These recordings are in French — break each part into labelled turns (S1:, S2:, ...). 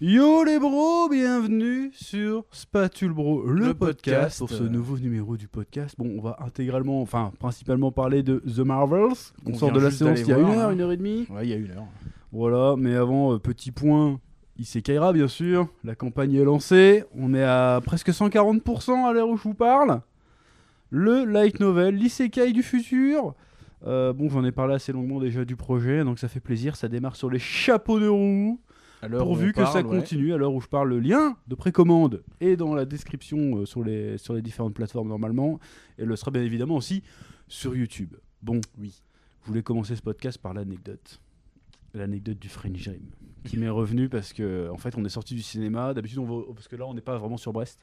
S1: Yo les bros, bienvenue sur Spatule Bro, le,
S2: Le
S1: podcast,
S2: podcast.
S1: pour ce nouveau numéro du podcast. Bon, on va intégralement, enfin principalement parler de The Marvels. On,
S2: On
S1: sort de
S2: vient
S1: la
S2: juste
S1: séance
S2: d'aller
S1: il y a
S2: voir,
S1: une heure,
S2: hein.
S1: une heure et demie.
S2: Ouais, il y a une heure.
S1: Voilà, mais avant, euh, petit point, il s'écaillera bien sûr. La campagne est lancée, on est à presque 140% à l'heure où je vous parle. Le light novel, l'isekai du futur. Euh, bon, j'en ai parlé assez longuement déjà du projet, donc ça fait plaisir. Ça démarre sur les chapeaux de roue. Pourvu que ça continue, à l'heure où je parle, le lien de précommande est dans la description euh, sur, les, sur les différentes plateformes normalement, et le sera bien évidemment aussi sur YouTube. Bon,
S2: Oui.
S1: je voulais commencer ce podcast par l'anecdote. L'anecdote du French Dream, qui m'est revenue parce que, en fait, on est sorti du cinéma. D'habitude, on va, parce que là, on n'est pas vraiment sur Brest.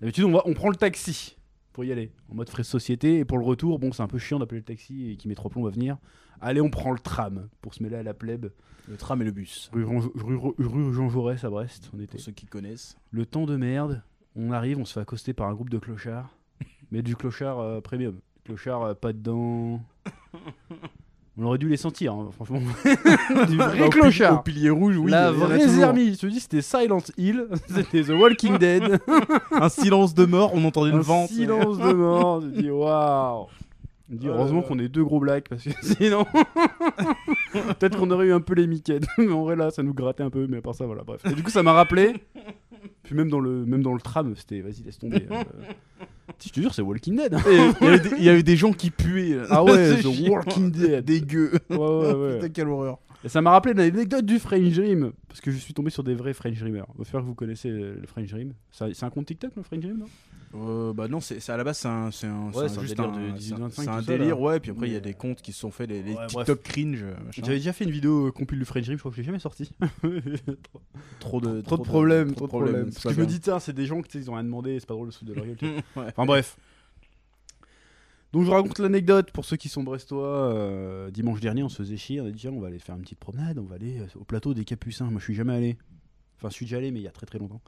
S1: D'habitude, on, va- on prend le taxi pour y aller, en mode frais de société. Et pour le retour, bon, c'est un peu chiant d'appeler le taxi et qui met trois plombs à venir. Allez, on prend le tram pour se mêler à la plèbe.
S2: Le tram et le bus.
S1: Rue, Jean- rue- rue- rue Jean Jaurès à Brest, on était.
S2: Pour ceux qui connaissent.
S1: Le temps de merde, on arrive, on se fait accoster par un groupe de clochards, mais du clochard euh, premium. Clochard euh, pas dedans. On aurait dû les sentir, hein, franchement. du vrai clochard.
S2: Au pilier rouge, oui.
S1: La vraie zermie. Je te dis, c'était Silent Hill, c'était The Walking Dead.
S2: Un silence de mort, on entendait une
S1: un
S2: vente.
S1: silence de mort. Je dis, waouh. Je dis,
S2: Oh là
S1: heureusement
S2: là.
S1: qu'on est deux gros blacks, parce que sinon. Peut-être qu'on aurait eu un peu les miquettes. Mais en vrai, là, ça nous grattait un peu, mais à part ça, voilà, bref. Et du coup, ça m'a rappelé. Puis même dans le, même dans le tram, c'était vas-y, laisse tomber. euh. Si je te jure, c'est Walking Dead. hein.
S2: Et Il y avait des- il y avait des gens qui puaient. là.
S1: Ah ouais,
S2: C'est
S1: The
S2: chiant.
S1: Walking Dead.
S2: Dégueu.
S1: Ouais, ouais, ouais.
S2: Putain, quelle horreur.
S1: Et ça m'a rappelé l'anecdote du French Dream. Parce que je suis tombé sur des vrais French Dreamers. J'espère que vous connaissez euh, le French Dream. Ça- C'est un compte TikTok, le French Dream, non
S2: Euh, bah non, c'est c'est à la base, c'est un, c'est un,
S1: Ouais, c'est un
S2: juste
S1: délire
S2: un,
S1: de
S2: c'est
S1: 18-25,
S2: un- C'est un
S1: tout ça, là.
S2: délire, ouais. Puis après, il y a
S1: Mais, euh,
S2: des comptes qui se sont faits, les, les
S1: ouais,
S2: TikTok
S1: bref.
S2: cringe. machin.
S1: J'avais déjà fait une vidéo euh, compile du French Dream, je crois que je l'ai jamais sortie.
S2: Trop de,
S1: trop de problèmes, trop de
S2: problèmes,
S1: problèmes.
S2: c'est
S1: Parce
S2: pas
S1: que je me
S2: bien.
S1: dis, tiens, c'est des gens qui tu sais, ils ont rien demandé, c'est pas drôle de se foutre de leur gueule. tu sais.
S2: Ouais.
S1: Enfin bref. Donc je vous raconte l'anecdote pour ceux qui sont brestois. euh, dimanche dernier, on se faisait chier, on a dit tiens, on va aller faire une petite promenade, on va aller euh, au plateau des Capucins. Moi, je suis jamais allé. Enfin, je suis déjà allé, mais il y a très très longtemps.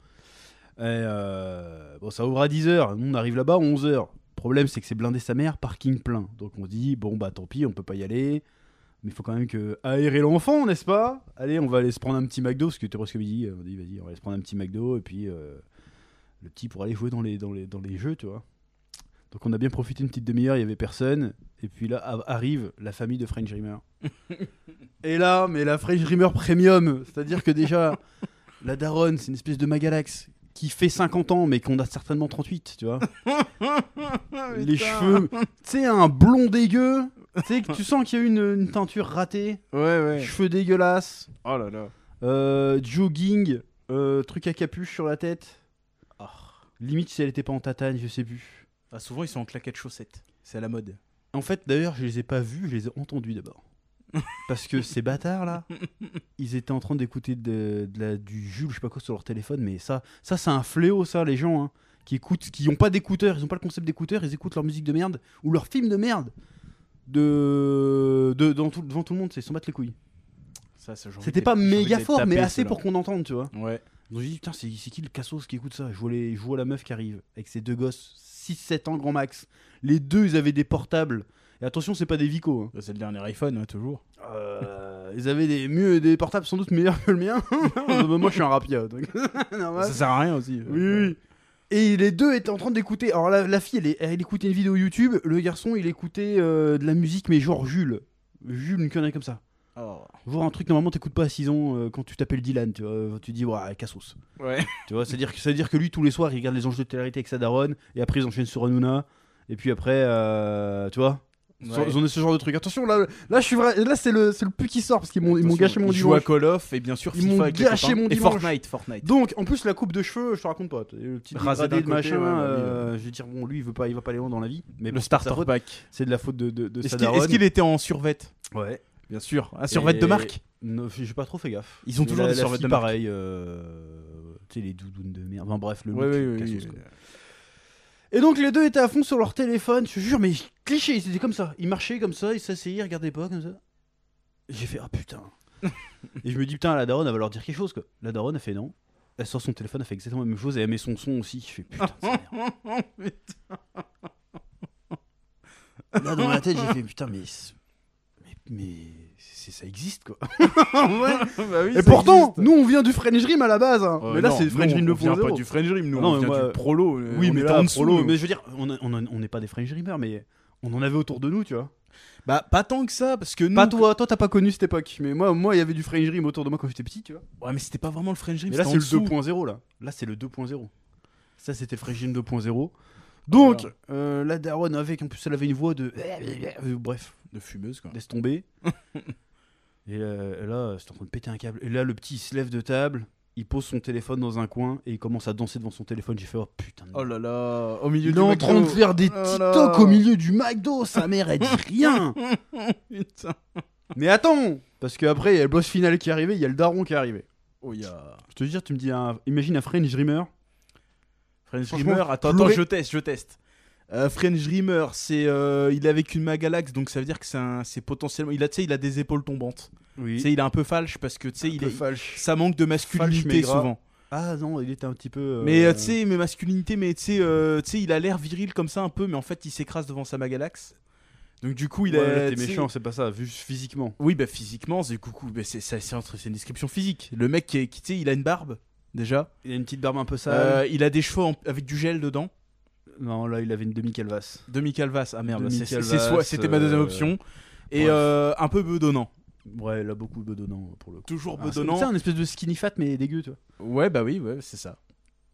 S1: Et, euh, bon, ça ouvre à 10h. Nous, on arrive là-bas à 11h. Problème, c'est que c'est blindé sa mère, parking plein. Donc on dit bon bah tant pis, on peut pas y aller. Mais il faut quand même que aérer l'enfant, n'est-ce pas Allez, on va aller se prendre un petit McDo, parce que t'es presque midi. On dit vas-y, on va aller se prendre un petit McDo et puis euh, le petit pour aller jouer dans les dans les dans les jeux, tu vois. Donc on a bien profité une petite demi-heure, il y avait personne. Et puis là a- arrive la famille de French Dreamer. et là, mais la French Dreamer Premium, c'est-à-dire que déjà, la daronne, c'est une espèce de magalax qui fait 50 ans, mais qu'on a certainement 38, tu vois.
S2: Ah,
S1: Les cheveux, tu sais, un blond dégueu. Tu sais, que tu sens qu'il y a eu une, une teinture ratée,
S2: Ouais, ouais.
S1: cheveux dégueulasses,
S2: Oh là là.
S1: euh, jogging, euh, truc à capuche sur la tête. Limite si elle était pas en tatane, je sais plus.
S2: Ah, souvent, ils sont en claquettes chaussettes. C'est à la mode.
S1: En fait, d'ailleurs, je les ai pas vus, je les ai entendus d'abord. Parce que ces bâtards là, ils étaient en train d'écouter de, de la- du Jules, je sais pas quoi, sur leur téléphone, mais ça, ça c'est un fléau, ça, les gens, hein, qui écoutent, qui ont pas d'écouteurs, ils ont pas le concept d'écouteurs, ils écoutent leur musique de merde ou leur film de merde de, de- dans tout- devant tout le monde, c'est ils s'en battent les couilles.
S2: Ça, ça, j'ai envie
S1: C'était
S2: de-
S1: pas
S2: j'ai envie de
S1: méga
S2: les
S1: fort, mais
S2: taper,
S1: assez
S2: ceux-là.
S1: pour qu'on entende, tu vois.
S2: Ouais.
S1: Donc j'ai dit, putain, c'est c'est qui le cassos qui écoute ça je vois, les, je vois la meuf qui arrive avec ses deux gosses, 6-7 ans grand max. Les deux, ils avaient des portables. Et attention, c'est pas des Vico. hein.
S2: Bah, C'est le dernier iPhone, hein, toujours.
S1: Euh, ils avaient des, mieux, des portables sans doute meilleurs que le mien. Bah, moi, je suis un rapia. donc. Normal.
S2: Ça sert à rien aussi.
S1: Oui, oui, oui. Et les deux étaient en train d'écouter. Alors, la, la fille, elle, est- elle écoutait une vidéo YouTube. Le garçon, il écoutait euh, de la musique, mais genre Jules. Jules, une connerie comme ça. Genre un truc, normalement, t'écoutes pas à 6 ans euh, quand tu t'appelles Dylan. Tu, vois, tu dis, ouais, cassos.
S2: Ouais.
S1: Tu vois, c'est-à-dire que, c'est-à-dire que lui, tous les soirs, il regarde les enjeux de télérité avec sa daronne, et après, ils enchaînent sur Hanouna, et puis après, euh, tu vois
S2: Ouais.
S1: so- Ils ont ce genre de truc. Attention, là, là, je suis vrai, là c'est, le, c'est le plus qui sort, parce qu'ils m'ont, ils m'ont gâché mon
S2: Ils jouent à
S1: dimanche.
S2: Call of et bien sûr
S1: Ils
S2: FIFA
S1: m'ont
S2: avec les
S1: gâché
S2: copains.
S1: mon
S2: Et
S1: dimanche.
S2: Fortnite, Fortnite.
S1: Donc, en plus, la coupe de cheveux, je te raconte pas. Le petit
S2: Rasé
S1: dégradé
S2: d'un
S1: de
S2: côté,
S1: machin,
S2: ouais, bah oui,
S1: euh, je vais dire, bon, lui, il, veut pas, il va pas aller loin dans la vie, mais
S2: le
S1: bon, c'est de sa
S2: starter
S1: faute.
S2: pack.
S1: C'est de la faute de, de, de
S2: Est-ce
S1: sa
S2: qu'il,
S1: daronne.
S2: est-ce qu'il était en survette
S1: Ouais.
S2: Bien sûr. Un survette de
S1: Et-
S2: marque
S1: Non, j'ai pas trop fait gaffe.
S2: Ils ont
S1: Mais
S2: toujours
S1: la-
S2: des
S1: la
S2: survêtements
S1: fille,
S2: de marque.
S1: pareil. euh, Tu sais, les doudounes de merde. Enfin bref, le
S2: Ouais,
S1: look,
S2: ouais, ouais,
S1: cassos,
S2: ouais.
S1: quoi. Et donc les deux étaient à fond sur leur téléphone, je te jure, mais cliché, ils étaient comme ça. Ils marchaient comme ça, ils s'asseyaient, ils regardaient pas comme ça. J'ai fait, ah putain. et je me dis, putain, la daronne, elle va leur dire quelque chose, quoi. La daronne a fait non. Elle sort son téléphone, elle fait exactement la même chose et elle met son son aussi. Je fais, putain, de sa mère. Là, dans la tête, j'ai fait, putain, mais. Mais. mais c'est- ça existe quoi.
S2: bah oui,
S1: Et pourtant, nous on vient du French Dream à la base. hein.
S2: Euh,
S1: mais là c'est French Dream
S2: ne
S1: le
S2: vient
S1: point
S2: pas
S1: zéro.
S2: du French Dream, nous,
S1: Ah non,
S2: on
S1: mais
S2: vient
S1: moi-
S2: du prolo. euh,
S1: Oui,
S2: on
S1: mais
S2: est
S1: t'as
S2: là
S1: un
S2: en dessous,
S1: prolo.
S2: nous.
S1: Mais je veux dire, on a- on a- on n'est pas des French Dreamers, mais on en avait autour de nous, tu vois.
S2: Bah, pas tant que ça, parce que nous.
S1: Pas toi, toi t'as pas connu cette époque. Mais moi, moi il y avait du French Dream autour de moi quand j'étais petit, tu vois.
S2: Ouais, mais c'était pas vraiment le French Dream.
S1: Mais là, c'est
S2: c'était
S1: le
S2: en dessous.
S1: 2.0, là. Là, c'est le 2.0. Ça, c'était French Dream 2.0. Donc, euh, la Daronne avec, en plus, elle avait une voix de. euh, Bref,
S2: De fumeuse, quoi.
S1: laisse tomber. et euh, là, c'est en train de péter un câble. Et là, le petit, il se lève de table, il pose son téléphone dans un coin et il commence à danser devant son téléphone. J'ai fait, oh putain de.
S2: Oh là là, au milieu
S1: il
S2: du
S1: est en
S2: McDo.
S1: train de faire des
S2: Oh là.
S1: TikTok au milieu du McDo, sa mère, elle dit rien!
S2: Putain.
S1: Mais attends! Parce qu'après, il y a le boss final qui est arrivé, il y a le daron qui est arrivé.
S2: Oh, il y a.
S1: Je te dis, tu me dis, un- imagine un French Dreamer.
S2: French
S1: Franchement,
S2: Dreamer, attends,
S1: pleurer.
S2: attends, je teste, je teste. Euh, French Dreamer, c'est euh, il est avec une magalaxe, donc ça veut dire que c'est un- c'est potentiellement. Il a, tu sais, il a des épaules tombantes. Tu
S1: Oui.
S2: sais, il est un peu falche parce que tu sais, il est-
S1: falche.
S2: ça manque de masculinité
S1: mais gras.
S2: souvent.
S1: Ah non, il était un petit peu. euh,
S2: Mais euh, tu sais, mais masculinité, mais tu sais, euh, tu sais, il a l'air viril comme ça un peu, mais en fait, il s'écrase devant sa magalaxe. Donc du coup, il
S1: ouais,
S2: a.
S1: là, t'es
S2: tu sais-
S1: méchant, c'est pas ça, vu physiquement.
S2: Oui, bah physiquement, c'est coucou. bah, c'est ça- c'est entre- c'est une description physique. Le mec qui, est- qui, tu sais, il a une barbe déjà.
S1: Il a une petite barbe un peu sale.
S2: Euh, il a des cheveux en- avec du gel dedans.
S1: Non, là, il avait une demi-calvasse.
S2: Demi calvas ah merde,
S1: Demi
S2: c'est- c'est-
S1: calvas,
S2: c'est soit- c'était ma deuxième
S1: euh,
S2: option. Et
S1: bref.
S2: euh, un peu bedonnant.
S1: Ouais, il a beaucoup de bedonnant pour le coup.
S2: Toujours
S1: Ah, c'est ça,
S2: bedonnant.
S1: un espèce de skinny fat, mais dégueu, tu vois.
S2: Ouais, bah oui, ouais, c'est ça.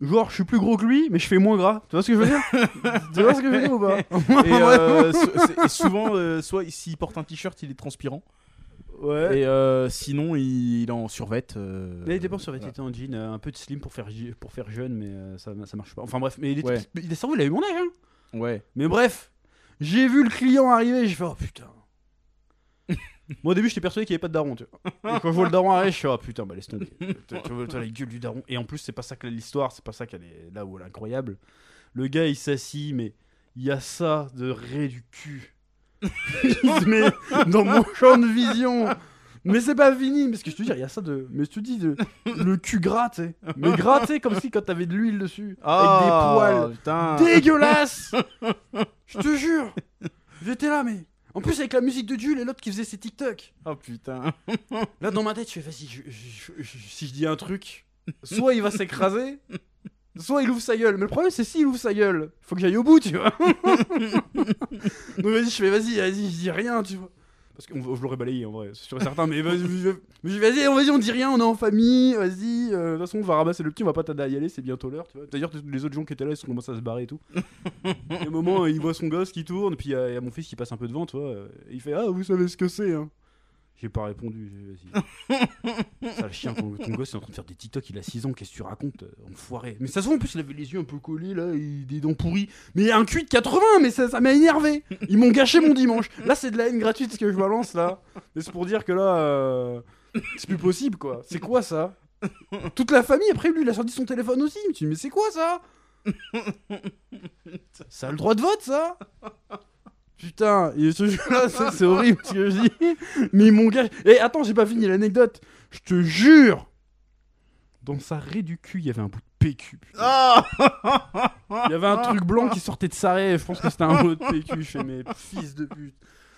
S1: Genre, je suis plus gros que lui, mais je fais moins gras. Tu vois ce que je veux dire Tu vois ce que je veux dire ou pas
S2: Et euh, so- c'est- et souvent, euh, soit s'il porte un t-shirt, il est transpirant.
S1: Ouais.
S2: Et euh, sinon, il, il est en survette. euh,
S1: Là, il était pas en survêt, il
S2: voilà.
S1: était en jean, euh, un peu de slim pour faire, gi- pour faire jeune, mais euh, ça, ça marche pas. Enfin bref, mais il est,
S2: Ouais.
S1: il est sorti, il a eu mon âge, hein.
S2: Ouais.
S1: Mais bref, j'ai vu le client arriver, j'ai fait oh putain. Moi au début j'étais persuadé qu'il n'y avait pas de daron, tu vois. Et quand je vois le daron arriver, je fais oh putain, bah laisse tomber. Tu tu vois, t'as la gueule du daron. Et en plus, c'est pas ça que l'histoire, c'est pas ça qu'elle est là où elle est incroyable. Le gars il s'assit, mais il y a ça de ré du cul. il se met dans mon champ de vision. Mais c'est pas fini, parce que je te dis, il y a ça de. Mais je te dis, de... le cul gras, tu sais. Mais gras, tu sais, comme si quand t'avais de l'huile dessus. avec des
S2: Ah,
S1: poils
S2: Putain.
S1: dégueulasse Je te jure J'étais là, mais... En plus, avec la musique de Jules et l'autre qui faisait ses TikTok.
S2: Oh putain.
S1: Là, dans ma tête, je fais, vas-y, je- je- je- je- si je dis un truc, soit il va s'écraser, soit il ouvre sa gueule. Mais le problème, c'est s'il ouvre sa gueule, faut que j'aille au bout, tu vois. Donc, vas-y, je fais, vas-y, vas-y, je dis rien, tu vois. Parce que on- je l'aurais balayé, en vrai, c'est sûr et certain. Mais vas-y, je- mais je dis, vas-y, on- vas-y, on dit rien, on est en famille, vas-y. euh, De toute façon, on va ramasser le petit, on va pas tarder à y aller, c'est bientôt l'heure, tu vois. D'ailleurs, tous les autres gens qui étaient là, ils sont commencés à se barrer et tout. Et au moment, il voit son gosse qui tourne, puis il y, a- il y a mon fils qui passe un peu devant, tu vois. et il fait, ah, vous savez ce que c'est, hein. J'ai pas répondu. j'ai- Vas-y. Sale chien, ton, ton gosse est en train de faire des TikTok, il a 6 ans, qu'est-ce que tu racontes euh, Enfoiré. Mais ça se voit en plus, il avait les yeux un peu collés là, et des dents pourries. Mais un cul de 80, mais ça ça m'a énervé. Ils m'ont gâché mon dimanche. Là, c'est de la haine gratuite ce que je balance là. Mais c'est pour dire que là, euh, c'est plus possible quoi. C'est quoi ça Toute la famille, après lui, il a sorti son téléphone aussi. Je me suis dit, mais c'est quoi ça Ça a le droit de vote ça Putain, et ce jeu-là, c'est c'est horrible ce que je dis. Mais mon gars. Et attends, j'ai pas fini l'anecdote. Je te jure. Dans sa raie du cul, il y avait un bout de PQ. putain.
S2: Ah
S1: Il y avait un truc blanc qui sortait de sa raie. Je pense que c'était un bout de PQ. Je fais, mais fils de pute.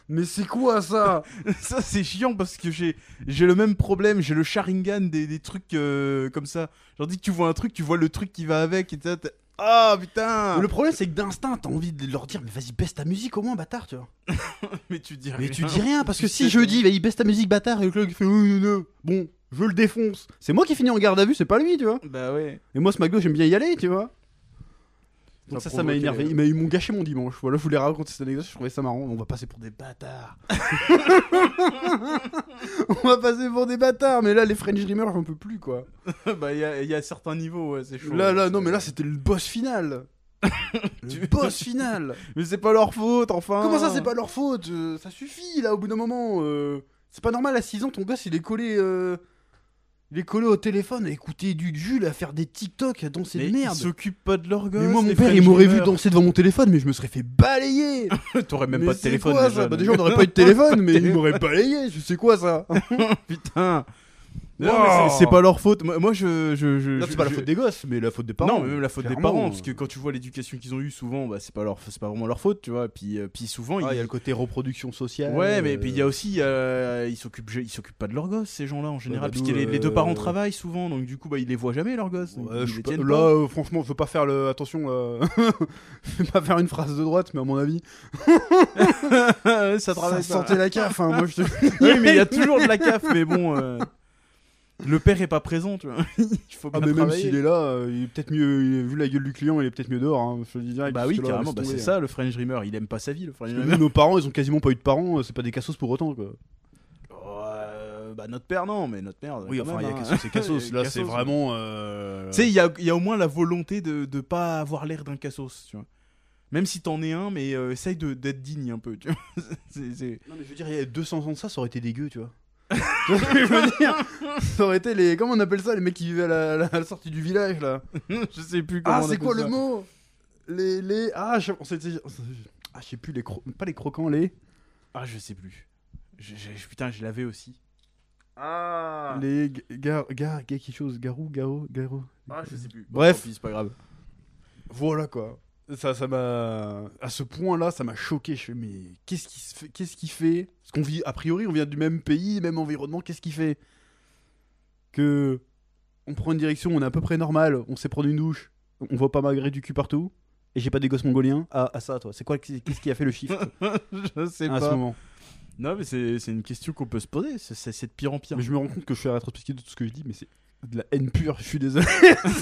S1: Mais c'est quoi ça
S2: Ça c'est chiant parce que j'ai j'ai le même problème, j'ai le Sharingan des, des trucs euh, comme ça. Genre dis que tu vois un truc, tu vois le truc qui va avec et t'as- t'as- Ah putain
S1: Mais Le problème, c'est que d'instinct, t'as envie de leur dire, mais vas-y, baisse ta musique au moins, bâtard, tu vois.
S2: Mais tu dis
S1: Mais
S2: rien.
S1: tu dis rien, parce que si
S2: sais
S1: je
S2: pas.
S1: dis, vas-y, baisse ta musique, bâtard, et le club il fait, oui, non, non, bon, je le défonce. C'est moi qui finis en garde à vue, c'est pas lui, tu vois.
S2: Bah ouais.
S1: Et moi, ce McDo, j'aime bien y aller, tu vois. Donc ça,
S2: Ça
S1: ça m'a
S2: provoquait,
S1: énervé.
S2: euh.
S1: Ils m'a- Ils m'ont gâché mon dimanche. Voilà, je voulais raconter cette anecdote, je trouvais ça marrant. On va passer pour des bâtards. On va passer pour des bâtards, mais là, les French Dreamers, j'en peux plus, quoi.
S2: bah il y a, il y a certains niveaux, ouais, c'est chaud.
S1: Là, là, non, mais là, c'était le boss final. le
S2: Tu- Oh.
S1: boss final.
S2: Mais c'est pas leur faute enfin.
S1: Comment ça, c'est pas leur faute Euh, Ça suffit, là, au bout d'un moment. euh. C'est pas normal, à 6 ans, ton gosse, il est collé... euh, Il est collé au téléphone à écouter du Jules, à faire des TikTok, à danser
S2: Mais
S1: de merde.
S2: Ils s'occupent pas de leur gosse.
S1: Mais moi, mon
S2: les
S1: père, il
S2: French
S1: m'aurait vu
S2: Dreamers.
S1: danser devant mon téléphone, mais je me serais fait balayer
S2: T'aurais même
S1: Mais
S2: pas de
S1: c'est
S2: téléphone
S1: quoi,
S2: déjà.
S1: ça bah,
S2: donc.
S1: Déjà, on aurait pas eu de téléphone, mais il m'aurait balayé, je sais quoi, ça
S2: Putain. Non, mais c'est- C'est pas leur faute. Moi, moi, je. je, je-
S1: Oh. Non,
S2: je-
S1: c'est pas la
S2: je-
S1: faute des gosses, mais la faute des parents.
S2: Non, mais même la faute des
S1: clairement.
S2: parents, parce que quand tu vois l'éducation qu'ils ont eue, souvent, bah, c'est pas leur, c'est pas vraiment leur faute, tu vois. Puis, euh, puis souvent,
S1: Ah, il
S2: ils-
S1: y a le côté reproduction sociale.
S2: ouais, mais puis il y a
S1: euh,
S2: aussi, euh, ils s'occupent, ils s'occupent pas de leurs gosses, ces gens-là en général,
S1: bah,
S2: puisque
S1: d'où,
S2: les, les deux
S1: euh,
S2: parents travaillent souvent, donc du coup, bah, ils les voient jamais leurs gosses. donc
S1: ouais,
S2: ils
S1: je
S2: les
S1: suis pas-
S2: tiennent
S1: là,
S2: pas.
S1: euh, franchement, je veux pas faire le. Attention, euh, je vais pas faire une phrase de droite, mais à mon avis,
S2: ça travaille. pas.
S1: sentait la CAF. hein, moi, je te-
S2: oui, mais il y a toujours de la CAF, mais bon. euh, Le père est pas présent, tu vois. Il faut
S1: Ah,
S2: bien
S1: mais même
S2: travailler.
S1: s'il est là, euh, il est peut-être mieux. il est- Vu la gueule du client, il est peut-être mieux dehors. hein, je te le dis direct,
S2: Bah
S1: parce
S2: oui,
S1: que là, hein.
S2: carrément,
S1: laisse
S2: bah, c'est
S1: tomber,
S2: ça le French Dreamer. Il aime pas sa vie, le French
S1: hein.
S2: Dreamer.
S1: Nous, nos parents, ils ont quasiment pas eu de parents, euh, c'est pas des cassos pour autant quoi.
S2: Euh, bah notre père non, mais notre mère.
S1: Oui,
S2: quand
S1: enfin, il y
S2: même,
S1: a
S2: hein.
S1: cassos, c'est cassos. Là, c'est
S2: Cassos.
S1: vraiment. euh,
S2: Tu sais, il y a, il y a au moins la volonté de ne pas avoir l'air d'un cassos, tu vois. Même si t'en es un, mais euh, essaye de- d'être digne un peu, tu vois. C'est- c'est-
S1: Non, mais je veux dire, il y a 200 ans de ça, ça aurait été dégueu, tu vois. Tu vois ce que je veux dire Ça aurait été les. Comment on appelle ça Les mecs qui vivaient à la, la- à la sortie du village, là.
S2: je sais plus comment
S1: Ah,
S2: on
S1: c'est
S2: appelle
S1: quoi le
S2: ça.
S1: mot Les. les... Ah, je... on s'était- ah, je sais plus, les cro- pas les croquants, les.
S2: Ah, je sais plus. Je- je- putain, je l'avais aussi.
S1: Les. g- Gar... Gar... Quelque chose. Garou, garou, garou.
S2: Ah, je sais plus.
S1: Bref.
S2: Tant pis, c'est pas grave.
S1: Voilà quoi. Ça, ça m'a. À ce point-là, ça m'a choqué. Je fais, mais qu'est-ce qui se fait Qu'est-ce qui fait Parce qu'on vit, a priori, on vient du même pays, même environnement. Qu'est-ce qui fait que on prend une direction, on est à peu près normal, on sait prendre une douche, on voit pas malgré du cul partout, et j'ai pas des gosses mongoliens Ah, à, à ça, toi. C'est quoi Qu'est-ce qui a fait le chiffre
S2: je sais
S1: à ce
S2: pas.
S1: moment
S2: Ah, Non, mais c'est c'est une question qu'on peut se poser. C'est- C'est c'est de pire en pire.
S1: Mais je me rends compte que je suis rétrospective de tout ce que je dis, mais c'est de la haine pure. Je suis désolé.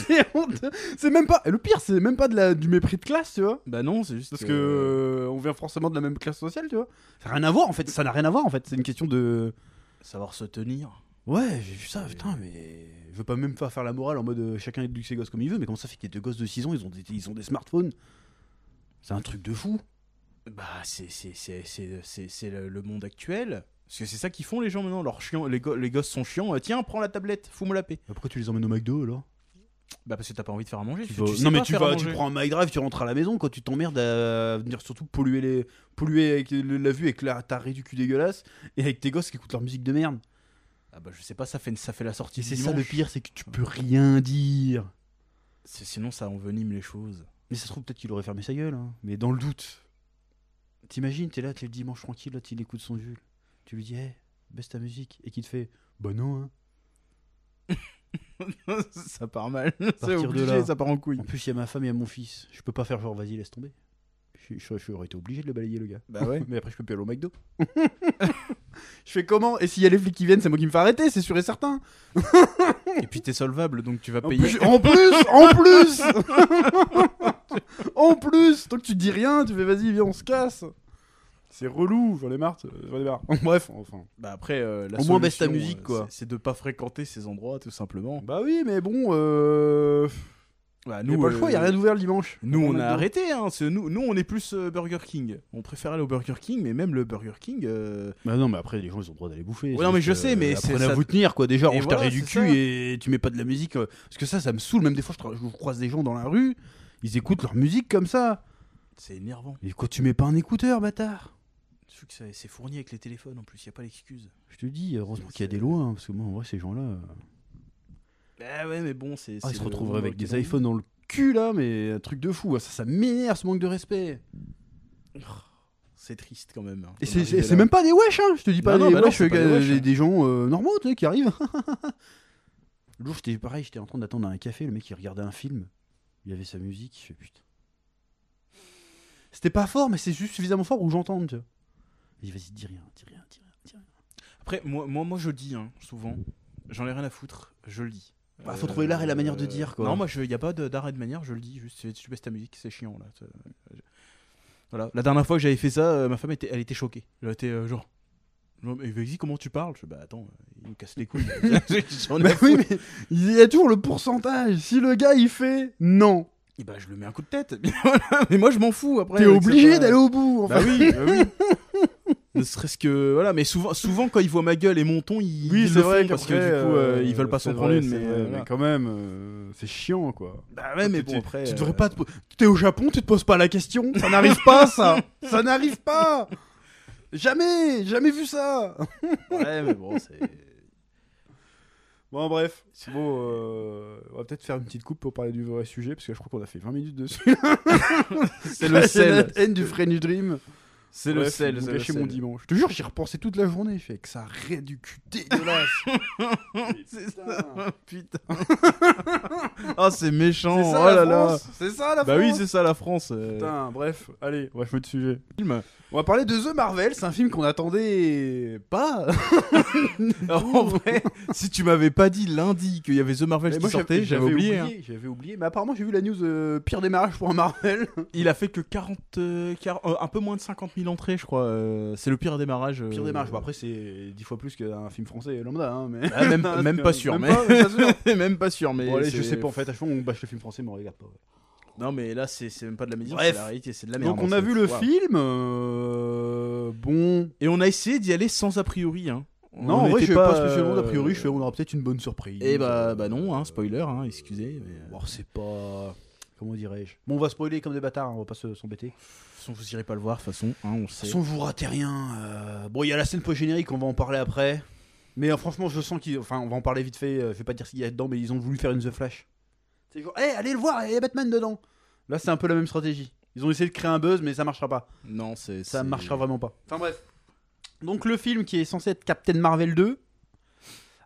S1: c'est honteux. C'est même pas. et le pire, c'est même pas de la, du mépris de classe, tu vois.
S2: Bah non, c'est juste.
S1: Parce que euh, on vient forcément de la même classe sociale, tu vois. Ça n'a rien à voir en fait, ça n'a rien à voir en fait, c'est une question de
S2: Savoir se tenir.
S1: Ouais, j'ai vu ça, putain, mais je veux pas même pas faire la morale en mode euh, chacun éduque ses gosses comme il veut, mais comment ça fait qu'il y a deux gosses de 6 ans, ils ont des ils ont des smartphones C'est un truc de fou.
S2: Bah, c'est c'est- c'est- c'est- c'est- c'est le le monde actuel. Parce que c'est ça qu'ils font les gens maintenant. Leurs chiants, les, go- les gosses sont chiants. Euh, Tiens, prends la tablette, fous-moi la paix.
S1: Après tu les emmènes au McDo alors
S2: Bah, parce que t'as pas envie de faire à manger.
S1: Tu
S2: tu-
S1: vas-
S2: tu sais
S1: Non mais
S2: pas
S1: tu
S2: faire à
S1: vas tu
S2: manger.
S1: prends un MyDrive, tu rentres à la maison quand tu t'emmerdes à venir surtout polluer les polluer avec le- la vue avec la tarée du cul dégueulasse et avec tes gosses qui écoutent leur musique de merde.
S2: Ah, bah, je sais pas, ça fait, ça fait la sortie.
S1: Et
S2: du
S1: c'est ça le
S2: dimanche.
S1: pire, c'est que tu peux rien dire.
S2: C'est- Sinon, ça envenime les choses.
S1: Mais ça se trouve, peut-être qu'il aurait fermé sa gueule, hein. mais dans le doute. T'imagines, t'es là, t'es le dimanche tranquille, là, il écoute son Jules. Tu lui dis, hé, baisse ta musique. Et qu'il te fait, bah non, hein.
S2: ça part mal. C'est
S1: Partir de
S2: obligé,
S1: là.
S2: ça part en couille.
S1: En plus, il y a ma femme et il y a mon fils. Je peux pas faire genre, vas-y, laisse tomber. Je, je- je- j'aurais été obligé de le balayer, le gars.
S2: Bah ouais.
S1: Mais après, je peux plus aller au McDo. je fais comment Et s'il y a les flics qui viennent, c'est moi qui me fais arrêter, c'est sûr et certain.
S2: Et puis, t'es solvable, donc tu vas
S1: En
S2: payer.
S1: plus, en plus, en plus, en plus, tant que tu dis rien, tu fais vas-y, viens, on se casse. C'est relou, j'en ai marre, euh, j'en ai marre. Bref, enfin.
S2: Bah, après, euh, la
S1: Au moins, baisse ta
S2: solution,
S1: musique,
S2: euh,
S1: quoi.
S2: C'est c'est de pas fréquenter ces endroits, tout simplement.
S1: Bah oui, mais bon, euh...
S2: Bah,
S1: nous, pas le
S2: euh,
S1: choix, il a rien d'ouvert le dimanche.
S2: Nous, on a
S1: McDo.
S2: arrêté. Hein. c'est- Nous, nous, on est plus euh, Burger King. On préfère aller au Burger King, mais même le Burger King. euh,
S1: Bah non, mais après, les gens, ils ont le droit d'aller bouffer.
S2: Ouais,
S1: c'est
S2: non, mais
S1: juste, euh,
S2: je sais, mais c'est-
S1: Apprenez à
S2: ça-
S1: vous tenir, quoi. Déjà,
S2: Et
S1: range ta
S2: voilà,
S1: raie du
S2: c'est
S1: cul
S2: ça.
S1: et tu mets pas de la musique. euh, Parce que ça, ça me saoule. Même des fois, je, tra- je croise des gens dans la rue, ils écoutent leur musique comme ça.
S2: C'est énervant.
S1: Et quoi, tu mets pas un écouteur, bâtard
S2: Surtout que ça- c'est fourni avec les téléphones en plus, il a pas l'excuse.
S1: Je te dis, heureusement
S2: C'est-
S1: qu'il y a des lois, hein, parce que moi, en vrai, ces gens-là. euh,
S2: Bah ouais, mais bon, c'est.
S1: Ah,
S2: c'est
S1: ils se
S2: le
S1: retrouveraient
S2: monde
S1: avec
S2: dans
S1: des
S2: lequel
S1: iPhones dans le cul là, mais un truc de fou. hein. Ça, ça m'énerve ce manque de respect.
S2: on vit. C'est triste quand même. hein,
S1: Et
S2: d'en
S1: c'est-
S2: arriver
S1: c'est c'est
S2: là.
S1: même pas des wesh, hein, je te dis pas
S2: Non, non,
S1: des
S2: bah non,
S1: wesh,
S2: c'est pas
S1: euh,
S2: des wesh,
S1: des-
S2: hein.
S1: des gens euh, normaux tu sais, qui arrivent. le jour, j'étais pareil, j'étais en train d'attendre un café, le mec il regardait un film, il avait sa musique, je fais putain. C'était pas fort, mais c'est juste suffisamment fort où j'entends, tu vois. Il dit, vas-y, dis rien, dis rien, dis rien, dis rien.
S2: Après, moi, moi, moi je dis, hein, souvent. J'en ai rien à foutre, je le dis.
S1: Bah, faut trouver l'art et la manière de dire, quoi.
S2: Non, moi, il n'y a pas de- d'art et de manière, je le dis. Juste, tu- tu baisses ta musique, c'est chiant, là. Ça- je- Voilà. La dernière fois que j'avais fait ça, euh, ma femme, était, elle était choquée. Elle était euh, genre. Non, mais vas-y, comment tu parles Je fais, Bah attends, euh, il me casse les couilles. J'en ai
S1: Bah
S2: à
S1: oui,
S2: foutre.
S1: mais il y a toujours le pourcentage. Si le gars il fait non,
S2: Et bah, je lui mets un coup de tête. Voilà. mais moi, je m'en fous après.
S1: t'es
S2: euh, que ça
S1: obligé
S2: soit-
S1: d'aller au bout. Enfin,
S2: Bah oui, bah oui. ne serait-ce que voilà, mais souvent, souvent quand ils voient ma gueule et mon ton, ils
S1: Oui,
S2: ils
S1: c'est
S2: le
S1: vrai
S2: font parce que du coup,
S1: qu'après,
S2: euh,
S1: euh,
S2: ils veulent pas
S1: c'est
S2: s'en prendre
S1: vrai,
S2: une,
S1: c'est
S2: mais,
S1: vrai,
S2: euh, voilà.
S1: quand même, euh, c'est chiant quoi.
S2: bah ouais, mais
S1: Tu-
S2: bon
S1: tu-
S2: après,
S1: tu
S2: euh,
S1: devrais pas te po- T'es au Japon, tu te poses pas la question. Ça n'arrive pas ça. Ça n'arrive pas. Jamais, jamais vu ça.
S2: Ouais, mais bon, c'est.
S1: Bon, bref. Bon, euh, on va peut-être faire une petite coupe pour parler du vrai sujet, parce que je crois qu'on a fait 20 minutes dessus.
S2: C'est le sel.
S1: haine du French Dream.
S2: C'est le
S1: Bref,
S2: sel.
S1: vous
S2: c'est le
S1: gâchez mon
S2: sel.
S1: dimanche. Je te jure, j'y repensais toute la journée. Fait que ça raide du cul dégueulasse.
S2: C'est
S1: Putain.
S2: ça. Putain. Ah, c'est méchant.
S1: C'est ça,
S2: oh
S1: la
S2: là là.
S1: France C'est ça la
S2: Bah oui,
S1: France
S2: c'est ça la France. euh.
S1: Putain, bref, allez, on va changer de sujet.
S2: Film.
S1: On va parler de The Marvel, c'est un film qu'on attendait pas.
S2: Alors, en vrai, si tu m'avais pas dit lundi qu'il y avait The Marvel
S1: Mais
S2: qui
S1: moi,
S2: sortait, j'avais oublié. hein.
S1: J'avais oublié, mais apparemment j'ai vu la news euh, pire démarrage pour un Marvel.
S2: hein. Il a fait que 40, euh, quar- euh, un peu moins de 50 000 entrées, je crois. euh, c'est le pire démarrage. euh.
S1: Pire démarrage, bon, après c'est dix fois plus qu'un film français lambda. hein, mais...
S2: Ah, même, même pas sûr,
S1: Même
S2: mais.
S1: pas, même pas sûr.
S2: même pas sûr, mais.
S1: Bon, allez, je
S2: c'est- Ah,
S1: sais pas en fait, à chaque fois on bâche le film français, mais on regarde pas. ouais.
S2: Non, mais là, c'est c'est même pas de la médire,
S1: Bref.
S2: c'est la réalité, c'est de la merde.
S1: Donc
S2: en
S1: on a
S2: fait.
S1: vu le
S2: Waouh.
S1: film. euh, Bon.
S2: Et on a essayé d'y aller sans a priori. Hein.
S1: Non, en vrai,
S2: n'était
S1: je pas, pas spécialement d'a priori,
S2: euh,
S1: je fais on aura peut-être une bonne surprise.
S2: Eh bah,
S1: Euh,
S2: bah non, hein, spoiler, hein, excusez. Mais...
S1: Bon, c'est pas. Comment dirais-je Bon, on va spoiler comme des bâtards, hein, on va pas se- s'embêter. De
S2: Sans vous irez pas le voir, de toute façon, hein, on sait.
S1: toute façon, vous ratez rien. euh, Bon, il y a la scène post-générique, on va en parler après. Mais euh, franchement, je sens qu'ils. Enfin, on va en parler vite fait, euh, je vais pas dire ce qu'il y a dedans, mais ils ont voulu faire une The Flash. C'est genre, hé, allez le voir, il y a Batman dedans Là, c'est un peu la même stratégie. Ils ont essayé de créer un buzz, mais ça marchera pas.
S2: Non, c'est.
S1: Ça
S2: c'est-
S1: marchera vraiment pas. Enfin, bref. Donc, le film qui est censé être Captain Marvel 2,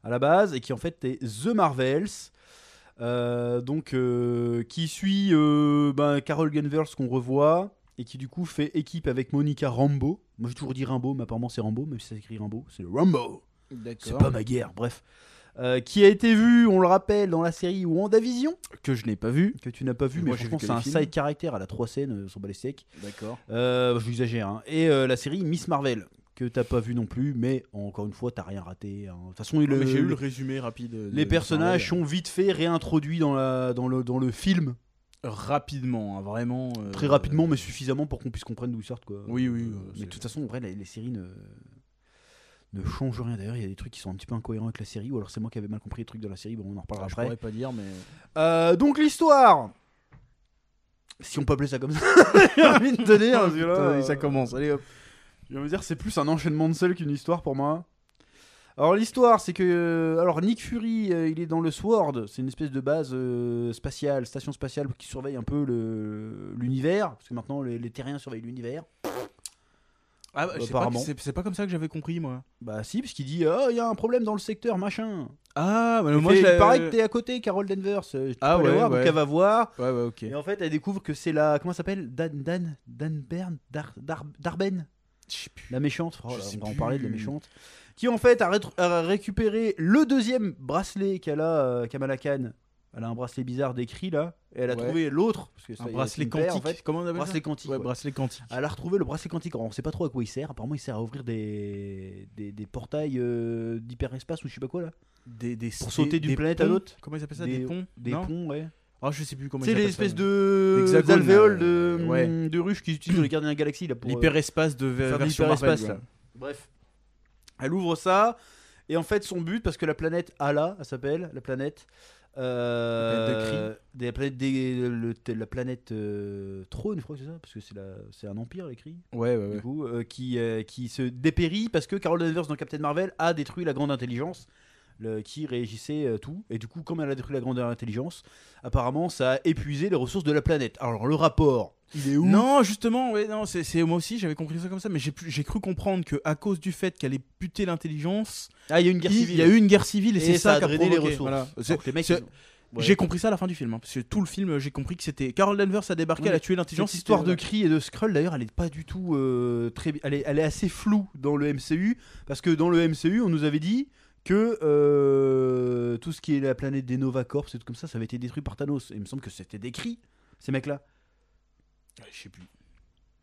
S1: à la base, et qui en fait est The Marvels. Euh, donc euh, qui suit euh, ben, Carol Danvers qu'on revoit et qui du coup fait équipe avec Monica Rambo. Moi j'ai toujours dit Rambo, mais apparemment c'est Rambo, même si ça s'écrit Rambo, c'est le Rambo. C'est
S2: D'accord.
S1: pas ma guerre, bref. Euh, qui a été vu, on le rappelle, dans la série WandaVision,
S2: Que je n'ai pas vu.
S1: que tu n'as pas vu,
S2: Moi,
S1: mais
S2: j'ai vu
S1: franchement
S2: que
S1: c'est
S2: les
S1: un
S2: films.
S1: side caractère à la 3 scènes, euh, son balai sec.
S2: D'accord.
S1: Euh, je l'exagère, hein. Et euh, la série Miss Marvel, que t'as pas vu non plus, mais encore une fois t'as rien raté. hein. De toute façon, il
S2: Mais j'ai eu
S1: le-
S2: le résumé rapide. de-
S1: les
S2: de
S1: personnages sont
S2: Marvel.
S1: vite fait réintroduits dans, la, dans, le, dans le film.
S2: Rapidement, hein, vraiment. euh,
S1: Très rapidement, mais suffisamment pour qu'on puisse comprendre d'où ils sortent. Quoi.
S2: Oui, oui, euh,
S1: mais
S2: c'est-
S1: de toute façon, en vrai, la- les, séries ne... ne changent rien. D'ailleurs, il y a des trucs qui sont un petit peu incohérents avec la série, ou alors c'est moi qui avais mal compris les trucs de la série. Bon, on en reparlera
S2: Ah, Je
S1: après.
S2: pourrais pas dire, mais.
S1: Euh, donc, l'histoire Si on peut appeler ça comme ça, j'ai envie de te dire. parce que là,
S2: Ah, Putain,
S1: euh,
S2: Ça commence, allez hop.
S1: je veux dire, c'est plus un enchaînement de sel qu'une histoire pour moi. Alors l'histoire, c'est que euh, alors Nick Fury, euh, il est dans le Sword, c'est une espèce de base euh, spatiale, station spatiale qui surveille un peu le l'univers, parce que maintenant les, les Terriens surveillent l'univers.
S2: Ah, bah,
S1: Bah,
S2: je sais pas,
S1: apparemment.
S2: c'est c'est pas comme ça que j'avais compris, moi.
S1: Bah si, parce qu'il dit oh il y a un problème dans le secteur machin.
S2: Ah, bah,
S1: Il
S2: moi
S1: fait,
S2: je
S1: il
S2: l'ai-
S1: paraît que t'es à côté, Carol Danvers. euh, tu
S2: Ah
S1: peux aller
S2: ouais,
S1: voir,
S2: ouais.
S1: donc elle va voir.
S2: Ouais, ouais, ok.
S1: Et en fait, elle découvre que c'est la comment ça s'appelle Dan Dan Dan Bern Dar, Dar- Darben.
S2: Je sais plus.
S1: La méchante, oh
S2: Je
S1: là,
S2: sais
S1: on va en
S2: plus.
S1: parler de la méchante. Qui en fait a, rétr- a récupéré le deuxième bracelet qu'elle a, euh, Kamala Khan. Elle a un bracelet bizarre d'écrit là, et elle a
S2: Ouais.
S1: trouvé l'autre. parce que ça,
S2: Un
S1: il y a
S2: bracelet
S1: une paire,
S2: quantique.
S1: en fait. Ah.
S2: Comment on appelle
S1: Bracelet
S2: ça
S1: quantique.
S2: Ouais,
S1: ouais.
S2: bracelet quantique.
S1: Elle a retrouvé le bracelet quantique. Alors, on sait pas trop à quoi il sert. Apparemment, il sert à ouvrir des, des, des portails euh, d'hyperespace ou je sais pas quoi là.
S2: Des, des,
S1: Pour
S2: des-
S1: sauter d'une
S2: des
S1: planète
S2: ponts.
S1: à l'autre
S2: Comment ils appellent ça
S1: Des-
S2: Des, ponts
S1: Des
S2: Non
S1: ponts, ouais.
S2: Ah, je sais plus comment
S1: C'est
S2: ils
S1: les
S2: appellent ça,
S1: espèces
S2: mais-
S1: de
S2: L'hexagone,
S1: d'alvéoles
S2: euh,
S1: de,
S2: ouais.
S1: de ruches qu'ils utilisent dans les gardiens de la galaxie là pour. euh,
S2: L'hyperespace de ver-
S1: faire de
S2: version Marvel.
S1: l'hyperespace,
S2: quoi.
S1: là. Bref. Elle ouvre ça, et en fait, son but, parce que la planète Ala, elle s'appelle, la planète. euh, des
S2: La planète
S1: planètes des- le- la planète euh, Trône, je crois que c'est ça, parce que c'est la- c'est un empire, les cris,
S2: Ouais, ouais,
S1: du
S2: ouais.
S1: coup, euh, qui, euh, qui se dépérit parce que Carol Danvers dans Captain Marvel a détruit la grande intelligence le- qui régissait euh, tout. Et du coup, comme elle a détruit la grande intelligence, apparemment, ça a épuisé les ressources de la planète. Alors, le rapport, il est où
S2: Non, justement, ouais, non, c'est c'est- moi aussi, j'avais compris ça comme ça, mais j'ai plus- j'ai cru comprendre que à cause du fait qu'elle ait buté l'intelligence,
S1: Ah, il y a une guerre
S2: il
S1: civile.
S2: il y a eu une guerre civile et,
S1: Et
S2: c'est
S1: ça
S2: ça,
S1: a
S2: qui a
S1: drainé les
S2: provoqué,
S1: ressources.
S2: voilà.
S1: Alors
S2: C'est-
S1: que les mecs,
S2: c'est-
S1: ils ont- Ouais.
S2: J'ai compris ça à la fin du film, hein, parce que tout le film, j'ai compris que c'était Carol Danvers a débarqué,
S1: Oui,
S2: elle a tué l'intelligence.
S1: Cette histoire de
S2: c'était-
S1: cri et de Skrull, d'ailleurs, elle est pas du tout euh, très. bi- Elle est, elle est assez floue dans le MCU parce que dans le MCU, on nous avait dit que euh, tout ce qui est la planète des Nova Corps et tout comme ça, ça avait été détruit par Thanos. Et il me semble que c'était des cris, ces mecs-là.
S2: Ouais, Je sais plus.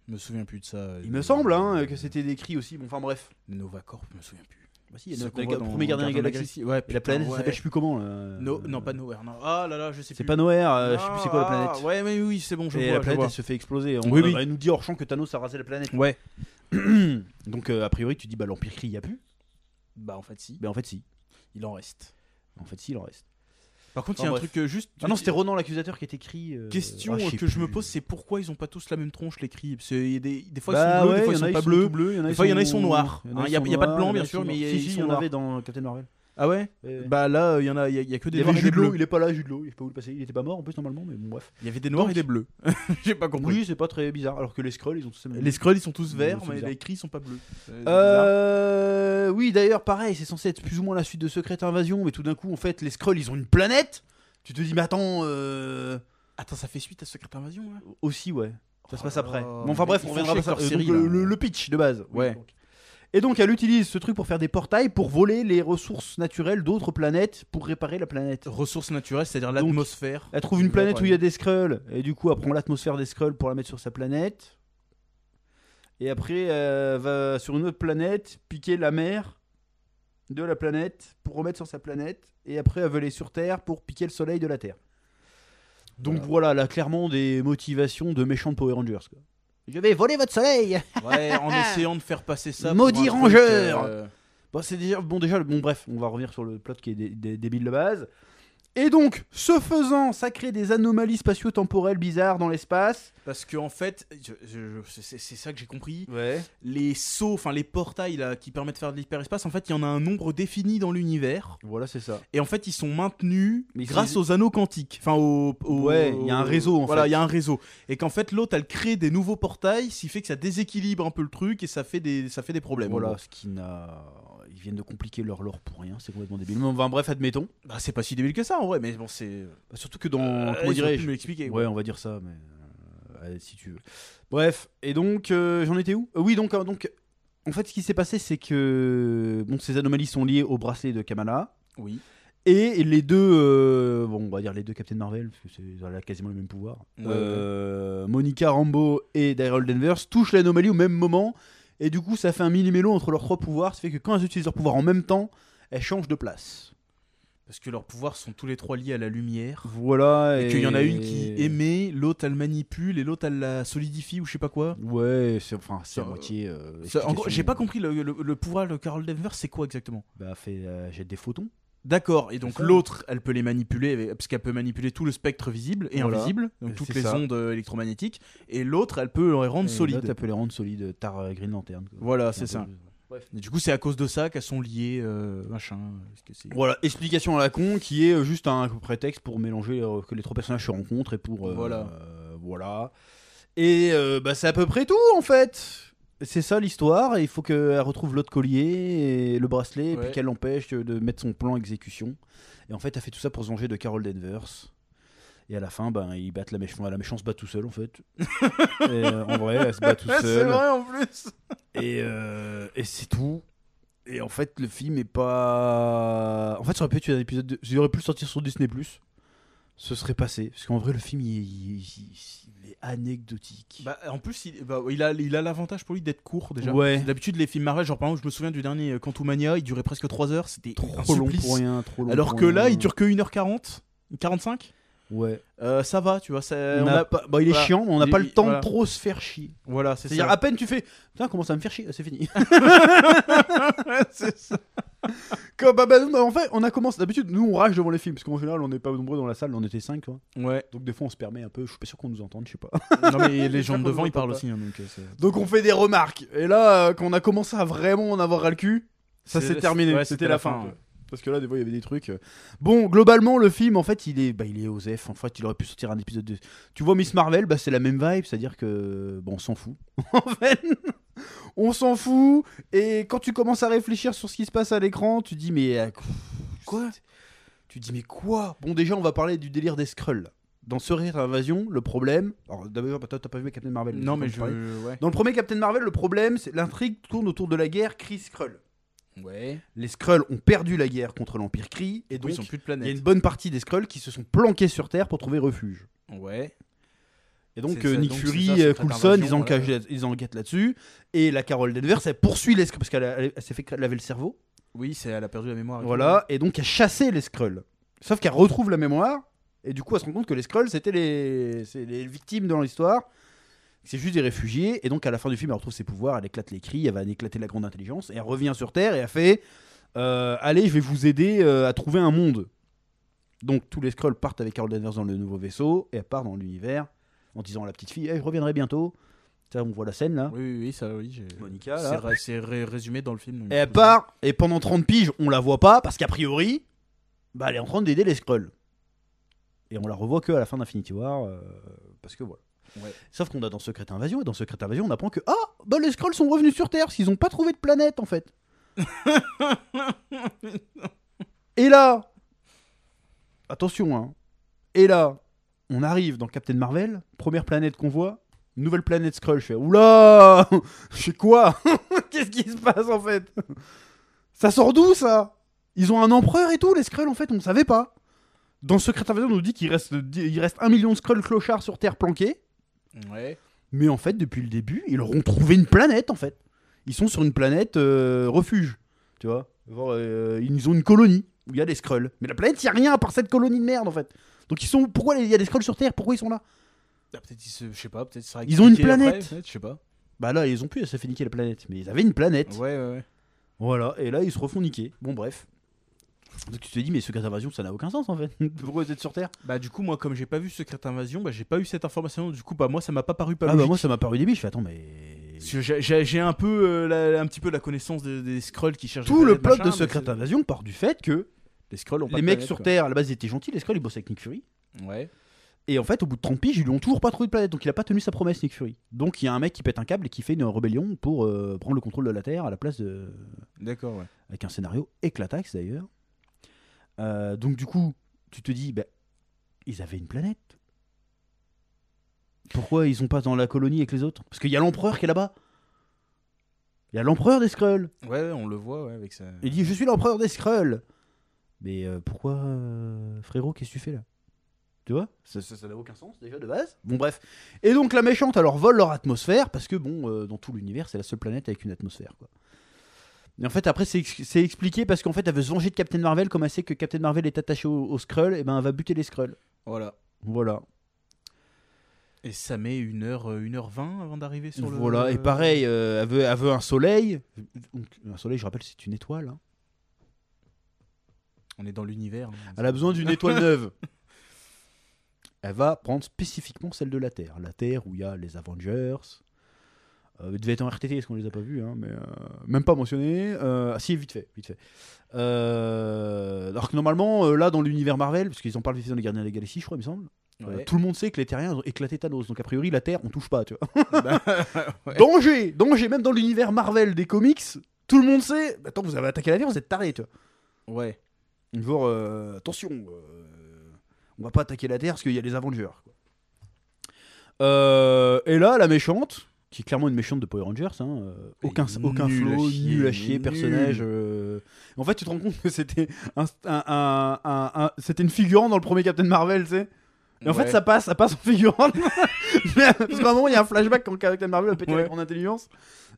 S2: Je me souviens plus de ça. euh,
S1: Il me semble hein, que c'était des cris aussi. Bon, enfin bref.
S2: Novacorp, je me souviens plus.
S1: Bah si, il y a
S2: C'est
S1: notre
S2: qu'on
S1: méga-
S2: voit dans
S1: premier gardien de la
S2: Gardien
S1: galaxie.
S2: Ouais,
S1: Et la planète, ça s'appelle je sais plus comment. Là.
S2: No- non, pas Nowhere. Non. Ah là là, je sais
S1: C'est
S2: plus.
S1: pas Noer, euh, je sais plus c'est quoi la
S2: Ah,
S1: planète.
S2: Ouais, mais oui, c'est bon, je
S1: et
S2: vois.
S1: la
S2: je
S1: planète,
S2: vois.
S1: elle se fait exploser. On,
S2: Oui, oui.
S1: Elle nous dit hors champ que Thanos a rasé la planète.
S2: Ouais.
S1: Donc, euh, a priori, tu dis, bah l'Empire cri, il y a plus.
S2: Bah en fait, si.
S1: Ben en fait, si.
S2: Il en reste.
S1: En fait, si, il en reste.
S2: Par contre, il
S1: Enfin,
S2: y a un
S1: bref.
S2: truc euh, juste.
S1: Ah non, c'était Ronan l'accusateur qui est écrit. euh,
S2: question
S1: ah,
S2: euh,
S1: sais
S2: que je me
S1: plus.
S2: pose, c'est pourquoi ils ont pas tous la même tronche les cris Parce que y a des, des fois
S1: Bah
S2: ils sont bleus,
S1: ouais,
S2: des fois
S1: y en
S2: ils
S1: a,
S2: sont pas
S1: tout
S2: bleus.
S1: bleus, y en a,
S2: Des
S1: ils
S2: fois, il y en a,
S1: sont-
S2: ils sont noirs.
S1: y en
S2: Hein, y a-
S1: ils sont
S2: y a pas de
S1: noirs,
S2: blanc,
S1: y en a,
S2: bien
S1: ils
S2: sûr,
S1: sont
S2: mais
S1: noirs.
S2: ils
S1: Si, si,
S2: sont
S1: il y en
S2: noirs.
S1: avait dans Captain Marvel.
S2: Ah ouais
S1: Ouais.
S2: Bah là, il y en a, il y, a- il y a que
S1: il
S2: des
S1: y avait
S2: noirs et des
S1: Jude Law,
S2: bleus.
S1: il est pas là, Jude Law, il est pas où le passer, il était pas mort en plus normalement, mais bon, bref.
S2: Il y avait des noirs
S1: Donc-
S2: et des bleus. J'ai pas compris.
S1: Oui, c'est pas très bizarre, alors que les Skrulls, ils ont tous la même-
S2: Les scrolls ils sont Euh, tous
S1: Ils
S2: verts,
S1: sont
S2: mais
S1: bizarres.
S2: les cris sont pas bleus. C'est bizarre.
S1: Euh, oui, d'ailleurs, pareil, c'est censé être plus ou moins la suite de Secret Invasion, mais tout d'un coup, en fait, les Skrulls, ils ont une planète. Tu te dis, mais attends, euh,
S2: Attends, ça fait suite à Secret Invasion là
S1: aussi, ouais. Ça se
S2: Oh
S1: passe
S2: là
S1: après.
S2: là,
S1: Bon, enfin
S2: mais
S1: bref,
S2: ils
S1: on
S2: font
S1: reviendra
S2: chier
S1: pas sur
S2: avec leur
S1: euh,
S2: série,
S1: donc, le,
S2: là.
S1: le- le pitch de base.
S2: Ouais.
S1: Oui, donc. Et donc, elle utilise ce truc pour faire des portails pour voler les ressources naturelles d'autres planètes pour réparer la planète.
S2: Ressources naturelles, c'est-à-dire
S1: Donc,
S2: l'atmosphère.
S1: Elle trouve
S2: Je
S1: une
S2: vois
S1: planète
S2: pas,
S1: où il y a des Skrulls, et du coup, elle prend l'atmosphère des Skrulls pour la mettre sur sa planète. Et après, elle va sur une autre planète, piquer la mer de la planète pour remettre sur sa planète. Et après, elle veut aller sur Terre pour piquer le soleil de la Terre. Donc voilà, elle a clairement des motivations de méchants de Power Rangers. quoi. Je vais voler votre soleil
S2: Ouais, en essayant de faire passer ça. pour
S1: Maudit
S2: un truc,
S1: rangeur
S2: euh,
S1: Bon, c'est déjà, bon, déjà, bon, bref, on va revenir sur le plot qui est dé- dé- débile de base. Et donc, ce faisant, ça crée des anomalies spatio-temporelles bizarres dans l'espace.
S2: Parce que en fait, je- je- je- c'est c'est ça que j'ai compris.
S1: Ouais.
S2: Les sauts, enfin les portails là, qui permettent de faire de l'hyperespace, en fait, il y en a un nombre défini dans l'univers.
S1: Voilà, c'est ça.
S2: Et en fait, ils sont maintenus
S1: Mais ils
S2: grâce
S1: sont-
S2: aux anneaux quantiques. Enfin, au, au-
S1: Ouais, il y a un réseau, en
S2: Voilà,
S1: fait.
S2: il y a un réseau. Et qu'en fait, l'autre, elle crée des nouveaux portails, ce qui fait que ça déséquilibre un peu le truc et ça fait des, ça fait des problèmes. en
S1: Voilà,
S2: gros.
S1: ce qui n'a. Ils viennent de compliquer leur lore pour rien, c'est complètement débile. Mais enfin, bref, admettons.
S2: Bah, c'est pas si débile que ça, en vrai, mais bon, c'est.
S1: Bah, Surtout que dans.
S2: Euh, ils
S1: comment
S2: auraient
S1: dirais-je
S2: pu me l'expliquer,
S1: Ouais, on va dire ça, mais. euh, allez, si tu veux. Bref, et donc, euh, j'en étais où Euh, Oui, donc, euh, donc. En fait, ce qui s'est passé, c'est que. Bon, ces anomalies sont liées au bracelet de Kamala.
S2: Oui.
S1: Et les deux, euh, bon, on va dire les deux Captain Marvel, parce que c'est elle a quasiment le même pouvoir.
S2: Ouais,
S1: Euh, Monica Rambeau et Daryl Denvers touchent l'anomalie au même moment, et du coup, ça fait un mini mélo entre leurs trois pouvoirs. Ça fait que quand elles utilisent leurs pouvoirs en même temps, elles changent de place.
S2: Parce que leurs pouvoirs sont tous les trois liés à la lumière.
S1: Voilà.
S2: Et, qu'il y en a une qui émet, l'autre elle manipule et l'autre elle la solidifie ou je sais pas quoi.
S1: Ouais, c'est enfin c'est à
S2: Ça,
S1: moitié. euh,
S2: Ça, en gros,
S1: explication.
S2: j'ai pas compris le, le- le pouvoir de Carol Denver, c'est quoi exactement
S1: Bah, fait, euh, jette des photons.
S2: D'accord, et donc
S1: ça.
S2: l'autre elle peut les manipuler avec- parce qu'elle peut manipuler tout le spectre visible et
S1: Voilà.
S2: invisible, donc
S1: Euh,
S2: toutes
S1: c'est
S2: les
S1: ça.
S2: ondes euh, électromagnétiques, et l'autre elle peut les rendre
S1: Et
S2: solides.
S1: là, t'as pu les rendre solides, tar euh, Green Lantern. quoi.
S2: Voilà,
S1: un
S2: Ah, c'est ça.
S1: peu-
S2: Et du coup, c'est à cause de ça qu'elles sont liées, euh, machin. parce que c'est-
S1: Voilà, explication à la con qui est euh, juste un prétexte pour mélanger euh, que les trois personnages se rencontrent et pour. euh,
S2: Voilà.
S1: euh, voilà. Et euh, bah, c'est à peu près tout en fait. C'est ça l'histoire. et Il faut qu'elle retrouve l'autre collier et le bracelet et
S2: Ouais.
S1: puis qu'elle l'empêche de mettre son plan en exécution. Et en fait, elle fait tout ça pour se venger de Carol Danvers. Et à la fin, ben, ils battent la méchante. La méchante se bat tout seul en fait. Et, euh, en vrai, elle se bat tout
S2: Ouais, c'est
S1: seul.
S2: vrai en plus
S1: Et, euh, et c'est tout. Et en fait, le film est pas. En fait, j'aurais pu être un épisode. De... J'aurais pu le sortir sur Disney. Ce serait passé. Parce qu'en vrai, le film, il est, il- il- il est anecdotique.
S2: Bah, en plus, il, bah, il a il a l'avantage pour lui d'être court déjà.
S1: Ouais.
S2: D'habitude, les films Marvel, genre par exemple, je me souviens du dernier euh, Quantumania, il durait presque 3 heures, c'était un
S1: trop long
S2: supplice.
S1: pour rien. Trop long
S2: Alors
S1: pour
S2: que là,
S1: rien.
S2: il dure que 1h40, 45.
S1: Ouais.
S2: Euh, ça va, tu vois. ça-
S1: On
S2: on
S1: a
S2: a-
S1: pas- bah, il est
S2: voilà.
S1: chiant, mais on n'a
S2: Il-
S1: pas le
S2: il-
S1: temps
S2: voilà.
S1: de trop se faire chier.
S2: Voilà, c'est
S1: C'est-à-dire,
S2: ça.
S1: à peine tu fais. Putain, comment ça me faire chier C'est fini.
S2: C'est ça.
S1: Comme- bah, bah, nous, bah, en fait, on a commencé. D'habitude, nous, on rage devant les films. Parce qu'en général, on n'est pas nombreux dans la salle. On était 5.
S2: Ouais.
S1: Donc, des fois, on se permet un peu. Je suis pas sûr qu'on nous entende, je sais pas.
S2: Non, mais les gens
S1: J'espère
S2: de
S1: qu'on
S2: devant,
S1: nous
S2: ils parlent
S1: entend
S2: aussi. hein, donc, euh, c'est-
S1: Donc on fait des remarques. Et là, euh, quand on a commencé à vraiment en avoir ras le cul, ça
S2: C'est-
S1: s'est terminé.
S2: ouais,
S1: C'était la, fin. tu vois. Parce que là, des fois, il y avait des trucs. euh. Bon, globalement, le film, en fait, il est, bah, il est OZF. En fait, il aurait pu sortir un épisode de. Tu vois, Miss Marvel, bah, c'est la même vibe. C'est-à-dire que. Bon, on s'en fout. en fait. On s'en fout. Et quand tu commences à réfléchir sur ce qui se passe à l'écran, tu dis, mais. euh,
S2: Quoi
S1: tu dis mais quoi Bon déjà on va parler du délire des Skrulls. Dans Secret Invasion, le problème. Alors d'abord toi t'as pas vu Captain Marvel.
S2: Non,
S1: c'est
S2: mais
S1: comme
S2: je.
S1: parlais.
S2: ouais.
S1: Dans le premier Captain Marvel, le problème, c'est l'intrigue tourne autour de la guerre Kree-Skrull.
S2: Ouais.
S1: Les Skrulls ont perdu la guerre contre l'Empire Kree, et
S2: Et donc,
S1: donc
S2: ils ont plus de
S1: il y a une
S2: planète.
S1: bonne partie des Skrulls qui se sont planqués sur Terre pour trouver refuge.
S2: Ouais.
S1: Et donc
S2: C'est
S1: euh,
S2: ça,
S1: Nick
S2: donc
S1: Fury,
S2: c'est ça,
S1: euh,
S2: Secret
S1: Coulson, ils
S2: Invasion,
S1: enquêtent, ils enquêtent là-dessus, et la Carol Denvers, elle poursuit les Skrulls, parce qu'elle a- elle- elle s'est fait laver le cerveau,
S2: Oui, c'est elle a perdu la mémoire. et tout.
S1: voilà, et donc elle chassait les Skrulls. Sauf qu'elle retrouve la mémoire, et du coup elle se rend compte que les Skrulls, c'était les... c'est les victimes dans l'histoire, c'est juste des réfugiés, et donc à la fin du film, elle retrouve ses pouvoirs, elle éclate les cris, elle va éclater la grande intelligence, et elle revient sur Terre et elle fait euh, Allez, je vais vous aider euh, à trouver un monde. Donc tous les Skrulls partent avec Carol Danvers dans le nouveau vaisseau, et elle part dans l'univers en disant à la petite fille Eh, Je reviendrai bientôt. Tu vois, on voit la scène là.
S2: Oui, oui, oui, ça, oui. j'ai-
S1: Monica,
S2: c'est
S1: là.
S2: ra- C'est ré- résumé dans le film. donc
S1: Et elle
S2: je-
S1: part, et pendant 30 piges, on la voit pas, parce qu'a priori, bah, elle est en train d'aider les Skrulls. Et on la revoit que à la fin d'Infinity War, euh, parce que voilà.
S2: Ouais.
S1: Sauf qu'on a dans Secret Invasion, et dans Secret Invasion, on apprend que Ah, bah les Skrulls sont revenus sur Terre, s'ils ont pas trouvé de planète en fait. et là, attention, hein. Et là, on arrive dans Captain Marvel, première planète qu'on voit, nouvelle planète Skrull. Je fais Oula Je fais quoi Qu'est-ce qui se passe en fait Ça sort d'où ça Ils ont un empereur et tout, les Skrulls en fait, on ne savait pas. Dans Secret Invasion, on nous dit qu'il reste, il reste un million de Skrulls clochards sur Terre planqués.
S2: euh, Ouais.
S1: Mais en fait, depuis le début, ils leur ont trouvé une planète en fait. Ils sont sur une planète euh, refuge, tu vois. Genre, euh, ils ont une colonie où il y a des Skrulls. Mais la planète, il n'y a rien à part cette colonie de merde en fait. Donc ils sont. Pourquoi il y a des Skrulls sur Terre Pourquoi ils sont là
S2: Ah, peut-être ils se. Je sais pas, peut-être ça sera
S1: Ils ont une
S2: expliqué après,
S1: planète.
S2: peut-être, Je sais pas.
S1: Bah là, ils ont pu, ça fait niquer la planète. Mais ils avaient une planète.
S2: Ouais, ouais, ouais.
S1: Voilà, et là ils se refont niquer. Bon, bref. Donc tu te dis, mais ce cas d'invasion, ça n'a aucun sens en fait. Pourquoi vous êtes sur Terre
S2: Bah, du coup, moi, comme j'ai pas vu Secret Invasion, bah, j'ai pas eu cette information. Du coup, bah, moi, ça m'a pas paru pas
S1: Ah bah
S2: logique.
S1: moi ça m'a paru débile, je fais attends, mais.
S2: Parce que j'ai- J'ai j'ai un peu euh, la- un petit peu la connaissance de- des scrolls qui cherchent
S1: Tout
S2: des
S1: le
S2: planètes,
S1: plot de
S2: machin, mais
S1: Secret
S2: c'est-
S1: Invasion part du fait que
S2: Les scrolls ont pas
S1: les
S2: de
S1: mecs
S2: planète,
S1: sur
S2: quoi.
S1: Terre, à la base ils étaient gentils, les Skrulls ils bossaient avec Nick Fury.
S2: Ouais.
S1: Et en fait, au bout de 30 piges, ils lui ont toujours pas trouvé de planète, donc il a pas tenu sa promesse, Nick Fury. Donc il y a un mec qui pète un câble et qui fait une rébellion pour euh, prendre le contrôle de la Terre à la place de,
S2: D'accord, ouais.
S1: avec un scénario éclataxe d'ailleurs. Euh, donc du coup, tu te dis, bah, ils avaient une planète. Pourquoi ils sont pas dans la colonie avec les autres Parce qu'il y a l'empereur qui est là-bas. Il y a l'empereur des Skrulls.
S2: Ouais, ouais, on le voit ouais, avec ça.
S1: Il dit, je suis l'empereur des Skrulls. Mais euh, pourquoi, euh, frérot, qu'est-ce que tu fais là Tu vois Ça ça- ça n'a aucun sens déjà de base. Bon bref. Et donc la méchante alors vole leur atmosphère parce que bon, euh, dans tout l'univers, c'est la seule planète avec une atmosphère quoi. Et en fait, après, c'est ex- c'est expliqué parce qu'en fait, elle veut se venger de Captain Marvel, comme elle sait que Captain Marvel est attaché aux au Skrulls, et ben elle va buter les Skrulls.
S2: Voilà.
S1: Voilà.
S2: Et ça met 1 heure, euh, 1h20 avant d'arriver sur le.
S1: voilà. Et pareil, euh, elle, veut, elle veut un soleil. Donc, un soleil, je rappelle, c'est une étoile. hein.
S2: On est dans l'univers. hein.
S1: Elle a besoin d'une étoile neuve. Elle va prendre spécifiquement celle de la Terre. La Terre où il y a les Avengers. Euh, ils devaient être en RTT, parce qu'on les a pas vus, hein, mais euh, même pas mentionnés. Euh, ah si, vite fait, vite fait. Euh, alors que normalement, euh, là, dans l'univers Marvel, parce qu'ils en parlent vite fait dans les Gardiens de la Galaxie, je crois, il me semble, euh,
S2: Ouais.
S1: tout le monde sait que les Terriens ont éclaté Thanos. Donc a priori, la Terre, on touche pas, tu vois.
S2: Bah, ouais.
S1: Danger, danger, même dans l'univers Marvel des comics, tout le monde sait. Attends, vous avez attaqué la Terre, vous êtes tarés, tu vois.
S2: Ouais.
S1: Genre, euh, attention, euh, on va pas attaquer la Terre parce qu'il y a les Avengers. quoi. Euh, et là, la méchante, qui est clairement une méchante de Power Rangers, hein, euh, aucun,
S2: Et
S1: aucun
S2: nul à
S1: flow,
S2: chier,
S1: nul à chier,
S2: nul.
S1: personnage. euh, En fait, tu te rends compte que c'était un, un- un- un- un- c'était une figurante dans le premier Captain Marvel, tu sais. Et en
S2: Ouais.
S1: fait, ça passe, ça passe en figurante. Mais- Parce qu'à un moment, il y a un flashback quand Captain Marvel a pété
S2: Ouais.
S1: la grande intelligence.